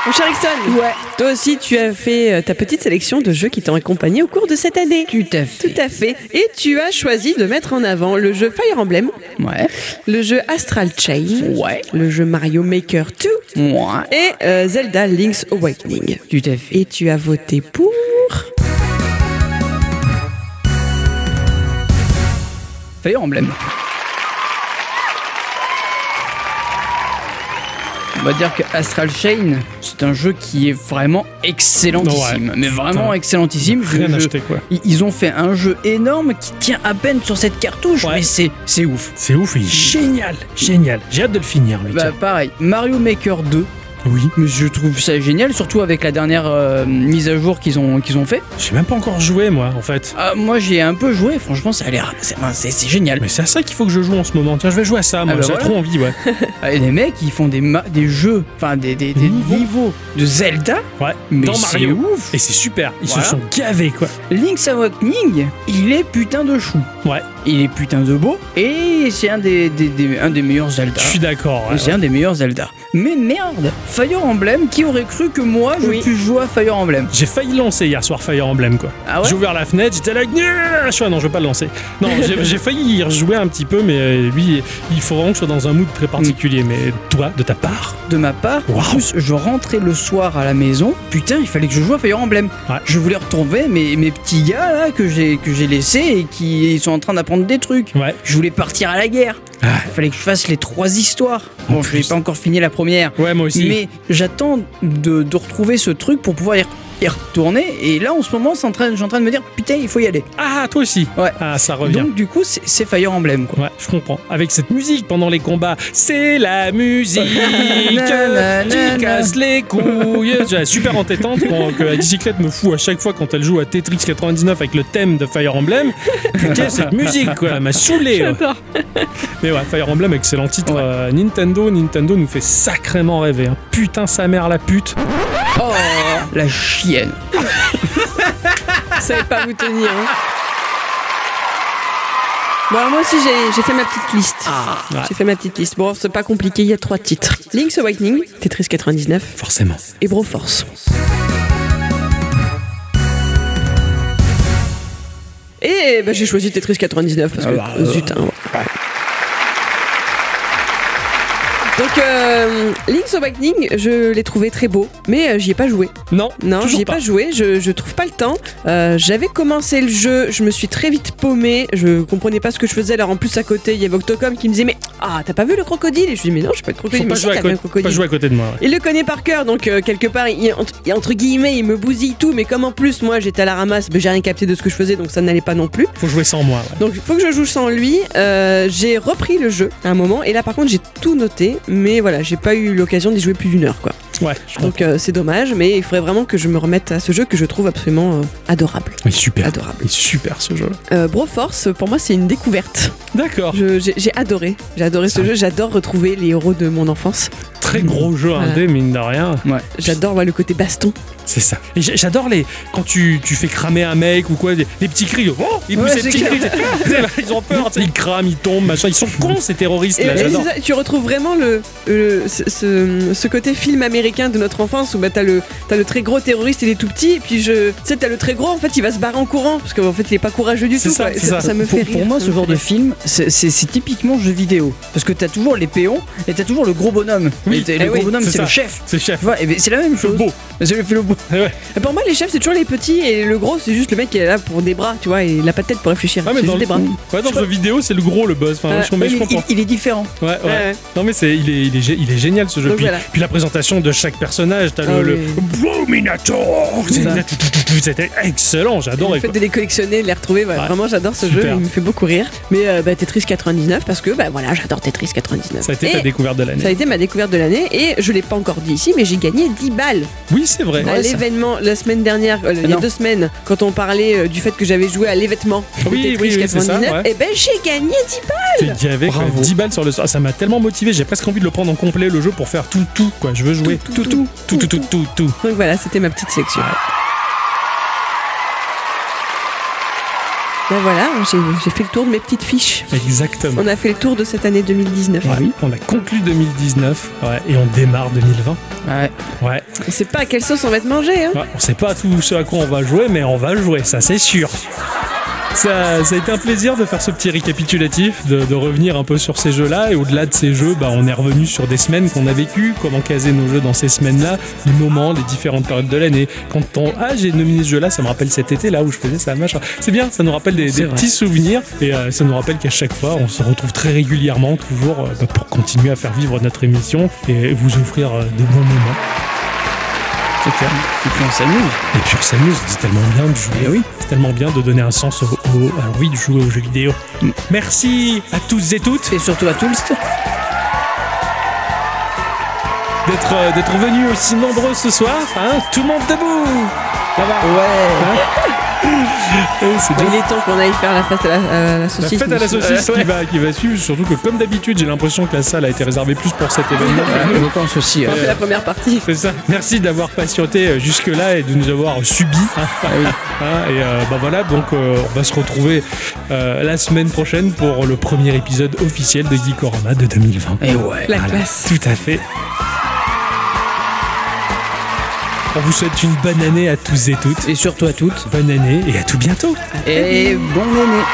Speaker 3: Mon cher Ixon, ouais. toi aussi tu as fait euh, ta petite sélection de jeux qui t'ont accompagné au cours de cette année. Tout à fait. Tout à fait. Et tu as choisi de mettre en avant le jeu Fire Emblem,
Speaker 2: Ouais.
Speaker 3: le jeu Astral Chain,
Speaker 2: Ouais.
Speaker 3: le jeu Mario Maker 2
Speaker 2: Ouais.
Speaker 3: et euh, Zelda Link's Awakening.
Speaker 2: Tout à fait.
Speaker 3: Et tu as voté pour...
Speaker 2: Fire Emblem. On va dire que Astral Chain, c'est un jeu qui est vraiment excellentissime.
Speaker 1: Ouais.
Speaker 2: Mais vraiment
Speaker 1: Putain.
Speaker 2: excellentissime. Je-
Speaker 1: Rien
Speaker 2: je-
Speaker 1: acheté quoi.
Speaker 2: ils- Ils ont fait un jeu énorme qui tient à peine sur cette cartouche,
Speaker 1: Ouais.
Speaker 2: mais c'est c'est ouf.
Speaker 1: C'est ouf, il est génial, génial. J'ai hâte de le finir, le
Speaker 2: Bah
Speaker 1: tiens.
Speaker 2: pareil, Mario Maker 2,
Speaker 1: Oui,
Speaker 2: mais je trouve ça génial, surtout avec la dernière euh, mise à jour qu'ils ont, qu'ils ont fait.
Speaker 1: j'ai même pas encore joué moi, en fait.
Speaker 2: Ah, moi j'ai un peu joué, franchement ça a l'air... c'est- C'est c'est génial.
Speaker 1: Mais c'est à ça qu'il faut que je joue en ce moment. Tiens, je vais jouer à ça, moi.
Speaker 2: Ah bah
Speaker 1: j'ai
Speaker 2: voilà.
Speaker 1: trop envie, ouais.
Speaker 2: Ah, Et les mecs, ils font des, ma- des jeux, enfin des, des, des
Speaker 1: Niveaux.
Speaker 2: niveaux de Zelda.
Speaker 1: Ouais.
Speaker 2: Mais
Speaker 1: Dans
Speaker 2: c'est
Speaker 1: Mario.
Speaker 2: ouf.
Speaker 1: Et c'est super. Ils
Speaker 2: Voilà.
Speaker 1: se sont gavés, quoi.
Speaker 2: Link's Awakening, il est putain de chou.
Speaker 1: Ouais.
Speaker 2: Il est putain de beau. Et c'est un des, des- des- un des meilleurs Zelda.
Speaker 1: Je suis d'accord. ouais,
Speaker 2: C'est un des meilleurs Zelda. Mais merde, Fire Emblem, qui aurait cru que moi je
Speaker 3: Oui.
Speaker 2: puisse jouer à Fire Emblem
Speaker 1: J'ai failli lancer hier soir Fire Emblem quoi.
Speaker 2: Ah ouais
Speaker 1: j'ai ouvert la fenêtre, j'étais là, Gnaah je suis là, non, je vais pas le lancer. Non, j'ai j'ai failli y rejouer un petit peu, mais euh, oui, il faut vraiment que je sois dans un mood très
Speaker 2: Mm.
Speaker 1: particulier. Mais toi, de ta part,
Speaker 2: De ma part, en
Speaker 1: Waouh.
Speaker 2: plus, je rentrais le soir à la maison. Putain, il fallait que je joue à Fire Emblem.
Speaker 1: Ouais.
Speaker 2: Je voulais retrouver mes, mes petits gars là que j'ai que j'ai laissés et qui ils sont en train d'apprendre des trucs.
Speaker 1: ouais.
Speaker 2: Je voulais partir à la guerre. Il
Speaker 1: Ah.
Speaker 2: fallait que je fasse les trois histoires. Bon, je n'ai
Speaker 1: plus.
Speaker 2: pas encore fini la première.
Speaker 1: Ouais, moi aussi.
Speaker 2: Mais j'attends de, de retrouver ce truc pour pouvoir y, re- y retourner. Et là, en ce moment, c'est en train- je suis en train de me dire, putain, il faut y aller.
Speaker 1: Ah, toi aussi.
Speaker 2: Ouais.
Speaker 1: Ah, ça revient.
Speaker 2: Donc, du coup, c'est c'est Fire Emblem. Quoi.
Speaker 1: Ouais, je comprends. Avec cette musique pendant les combats, c'est la musique
Speaker 2: Na, na, na,
Speaker 1: qui casse les couilles. C'est super entêtante quand- que la bicyclette me fout à chaque fois quand elle joue à Tetris 99 avec le thème de Fire Emblem. Putain, cette musique, quoi, elle m'a saoulé. ouais. Mais ouais, Fire Emblem, excellent titre.
Speaker 2: Ouais.
Speaker 1: Euh, Nintendo, Nintendo nous fait sacrément rêver. hein. Putain, sa mère la pute.
Speaker 2: Oh, la chienne. Ah.
Speaker 3: Je savais pas vous tenir. hein. Bon, alors moi aussi, j'ai- j'ai fait ma petite liste.
Speaker 2: Ah.
Speaker 1: Ouais.
Speaker 3: J'ai fait ma petite liste. Bon, c'est pas compliqué, il y a trois titres. Link's Awakening, Tetris 99
Speaker 1: Forcément.
Speaker 3: et Broforce. Et bah, j'ai choisi Tetris 99 parce que
Speaker 2: Ah bah, euh.
Speaker 3: zut. hein. Donc, euh, Link's Awakening, je l'ai trouvé très beau, mais euh, j'y ai pas joué.
Speaker 1: Non,
Speaker 3: Non, j'y
Speaker 1: toujours
Speaker 3: ai pas, joué, je, je trouve pas le temps. Euh, J'avais commencé le jeu, je me suis très vite paumée, je comprenais pas ce que je faisais. Alors en plus, à côté, il y avait Octocom qui me disait Mais ah, t'as pas vu le crocodile Et je lui dis Mais non, je suis pas le crocodile,
Speaker 1: Faut
Speaker 3: mais
Speaker 1: pas
Speaker 3: si,
Speaker 1: jouer,
Speaker 3: t'as
Speaker 1: à
Speaker 3: vu le
Speaker 1: côté- pas
Speaker 3: crocodile.
Speaker 1: jouer à côté de moi. ouais.
Speaker 3: Il le connaît par cœur, donc euh, quelque part, il, entre, il- entre guillemets, il me bousille tout, mais comme en plus, moi j'étais à la ramasse, mais j'ai rien capté de ce que je faisais, donc ça n'allait pas non plus.
Speaker 1: Faut jouer sans moi. ouais.
Speaker 3: Donc il faut que je joue sans lui. Euh, j'ai repris le jeu à un moment, et là par contre, j'ai tout noté, mais voilà, j'ai pas eu l'occasion d'y jouer plus d'une heure, quoi.
Speaker 1: Ouais, je comprends.
Speaker 3: Donc euh, c'est dommage, mais il faudrait vraiment que je me remette à ce jeu que je trouve absolument euh, adorable.
Speaker 1: Il est super.
Speaker 3: Adorable.
Speaker 1: Il est super ce jeu.
Speaker 3: Euh, Broforce, pour moi, c'est une découverte.
Speaker 1: D'accord.
Speaker 3: Je- J'ai j'ai adoré. J'ai adoré ce jeu. J'adore retrouver les héros de mon enfance.
Speaker 1: Très gros jeu
Speaker 3: Voilà.
Speaker 1: indé, mine de rien.
Speaker 3: J'adore ouais, le côté baston.
Speaker 1: C'est ça. Et j'a- j'adore les. Quand tu, tu fais cramer un mec ou quoi, des, des petits cris. Oh Ils poussent
Speaker 2: Ouais,
Speaker 1: des
Speaker 2: c'est
Speaker 1: petits cris. ils ont peur. tu sais, Ils crament, ils tombent, machin. Ils sont cons, ces terroristes
Speaker 3: Et,
Speaker 1: là.
Speaker 3: et
Speaker 1: Bah, J'adore.
Speaker 3: c'est ça, tu retrouves vraiment le, le- ce, ce- ce côté film américain de notre enfance où bah, t'as le, t'as le très gros terroriste, il est tout petit, et puis je, tu sais, t'as le très gros, en fait, il va se barrer en courant parce qu'en fait, il est pas courageux du
Speaker 1: C'est
Speaker 3: tout.
Speaker 1: ça,
Speaker 3: quoi.
Speaker 1: c'est ça.
Speaker 3: me
Speaker 2: pour,
Speaker 3: fait rire.
Speaker 2: pour moi,
Speaker 3: ça
Speaker 2: ce
Speaker 3: me
Speaker 2: genre
Speaker 3: fait
Speaker 2: de
Speaker 3: rire.
Speaker 2: film, c'est c'est- c'est typiquement jeu vidéo. Parce que t'as toujours les péons et t'as toujours le gros bonhomme.
Speaker 1: Oui.
Speaker 2: Et t'as-
Speaker 1: Eh
Speaker 2: le gros
Speaker 1: oui,
Speaker 2: bonhomme,
Speaker 1: c'est
Speaker 2: c'est
Speaker 1: ça.
Speaker 2: le chef.
Speaker 1: C'est chef.
Speaker 2: Tu vois, et ben, c'est la même
Speaker 1: Le
Speaker 2: chose.
Speaker 1: beau.
Speaker 2: C'est le- le beau.
Speaker 3: Et Pour moi, les chefs, c'est toujours les petits et le gros, c'est juste le mec qui est là pour des bras, tu vois, et il a pas de tête pour réfléchir.
Speaker 1: Ah, mais
Speaker 3: c'est
Speaker 1: dans
Speaker 3: juste
Speaker 1: le,
Speaker 3: des bras.
Speaker 1: ouais, dans le jeu vidéo, c'est le gros le boss. Enfin,
Speaker 3: Ouais.
Speaker 1: je, mais je
Speaker 2: Il- il,
Speaker 1: comprends.
Speaker 2: il est différent.
Speaker 1: Ouais, ouais.
Speaker 3: Ouais, ouais.
Speaker 1: Non, mais c'est, il, est, il, est, gé- il est génial ce jeu.
Speaker 3: Donc
Speaker 1: puis,
Speaker 3: voilà.
Speaker 1: puis la présentation de chaque personnage. T'as
Speaker 3: Ah
Speaker 1: le,
Speaker 3: oui.
Speaker 1: le Brominator. C'était excellent.
Speaker 3: Et
Speaker 1: J'adorais.
Speaker 3: le fait
Speaker 1: quoi.
Speaker 3: de les collectionner, de les retrouver, bah,
Speaker 1: Ouais.
Speaker 3: vraiment j'adore ce
Speaker 1: Super.
Speaker 3: jeu, il me fait beaucoup rire. Mais euh, bah, Tetris 99 parce que bah voilà, j'adore Tetris 99.
Speaker 1: Ça a été
Speaker 3: Et
Speaker 1: ta découverte de l'année.
Speaker 3: ça a été ma découverte de l'année et je l'ai pas encore dit ici, mais j'ai gagné 10 balles
Speaker 1: Oui, c'est vrai.
Speaker 3: à l'événement la semaine dernière,
Speaker 1: Ah
Speaker 3: euh, il y a
Speaker 2: Non.
Speaker 3: deux semaines, quand on parlait euh, du fait que j'avais joué à l'événement de
Speaker 1: Oui,
Speaker 3: Tetris
Speaker 1: oui, oui, c'est
Speaker 3: 99.
Speaker 1: ça, ouais.
Speaker 3: Et ben j'ai gagné 10 balles.
Speaker 1: Il y avait quoi,
Speaker 2: Bravo.
Speaker 1: 10 balles sur le sort. Ah, ça m'a tellement motivé, j'ai presque envie de le prendre en complet le jeu pour faire tout tout quoi. Je veux jouer tout tout tout tout tout tout. tout.
Speaker 3: Donc voilà, c'était ma petite sélection. Ben voilà, j'ai j'ai fait le tour de mes petites fiches.
Speaker 1: Exactement.
Speaker 3: On a fait le tour de cette année 2019.
Speaker 1: Ouais, on a conclu 2019 ouais, et on démarre 2020.
Speaker 2: Ouais.
Speaker 1: Ouais.
Speaker 3: On sait pas à quelle sauce on va te manger. Hein.
Speaker 1: Ouais, Ah, on sait pas tout ce à quoi on va jouer, mais on va jouer, ça c'est sûr. Ça, ça a été un plaisir de faire ce petit récapitulatif, de, de revenir un peu sur ces jeux-là. Et au-delà de ces jeux, bah, on est revenu sur des semaines qu'on a vécues, comment caser nos jeux dans ces semaines-là, les moments, les différentes périodes de l'année. Quand on. Ah, j'ai nominé ce jeu-là, ça me rappelle cet été là où je faisais ça, machin. C'est bien, ça nous rappelle des, des
Speaker 2: vrai.
Speaker 1: petits souvenirs. Et euh, ça nous rappelle qu'à chaque fois, on se retrouve très régulièrement, toujours euh, bah, pour continuer à faire vivre notre émission et vous offrir euh, des bons moments.
Speaker 2: C'est clair. Et puis on s'amuse.
Speaker 1: Et puis on s'amuse, c'est tellement bien de jouer.
Speaker 2: Eh oui.
Speaker 1: C'est tellement bien de donner un sens au, au- à l'envie de jouer aux jeux vidéo. Merci à tous Mm. et toutes
Speaker 2: Et surtout à Toulst.
Speaker 1: d'être euh, d'être venus aussi nombreux ce soir. Hein Tout le monde debout Là-bas.
Speaker 2: Ouais.
Speaker 1: Eh, c'est déjà
Speaker 3: Il est temps qu'on aille faire la fête à la, à la
Speaker 1: la
Speaker 3: saucisse.
Speaker 1: fête à la
Speaker 3: monsieur.
Speaker 1: saucisse
Speaker 3: Ouais.
Speaker 1: qui, va, qui va suivre, surtout que comme d'habitude, j'ai l'impression que la salle a été réservée plus pour cet événement.
Speaker 2: Je pense aussi. hein.
Speaker 3: Euh, On fait la première partie.
Speaker 1: C'est ça. Merci d'avoir patienté euh, jusque-là et de nous avoir subi. hein. Hein, et euh, bah voilà, donc euh, on va se retrouver euh, la semaine prochaine pour le premier épisode officiel de Geekorama de 2020.
Speaker 2: Et ouais.
Speaker 3: La classe.
Speaker 1: Tout à fait. On vous souhaite une bonne année à tous et toutes.
Speaker 2: Et surtout à toutes.
Speaker 1: Bonne année et à tout bientôt.
Speaker 2: Et bon année.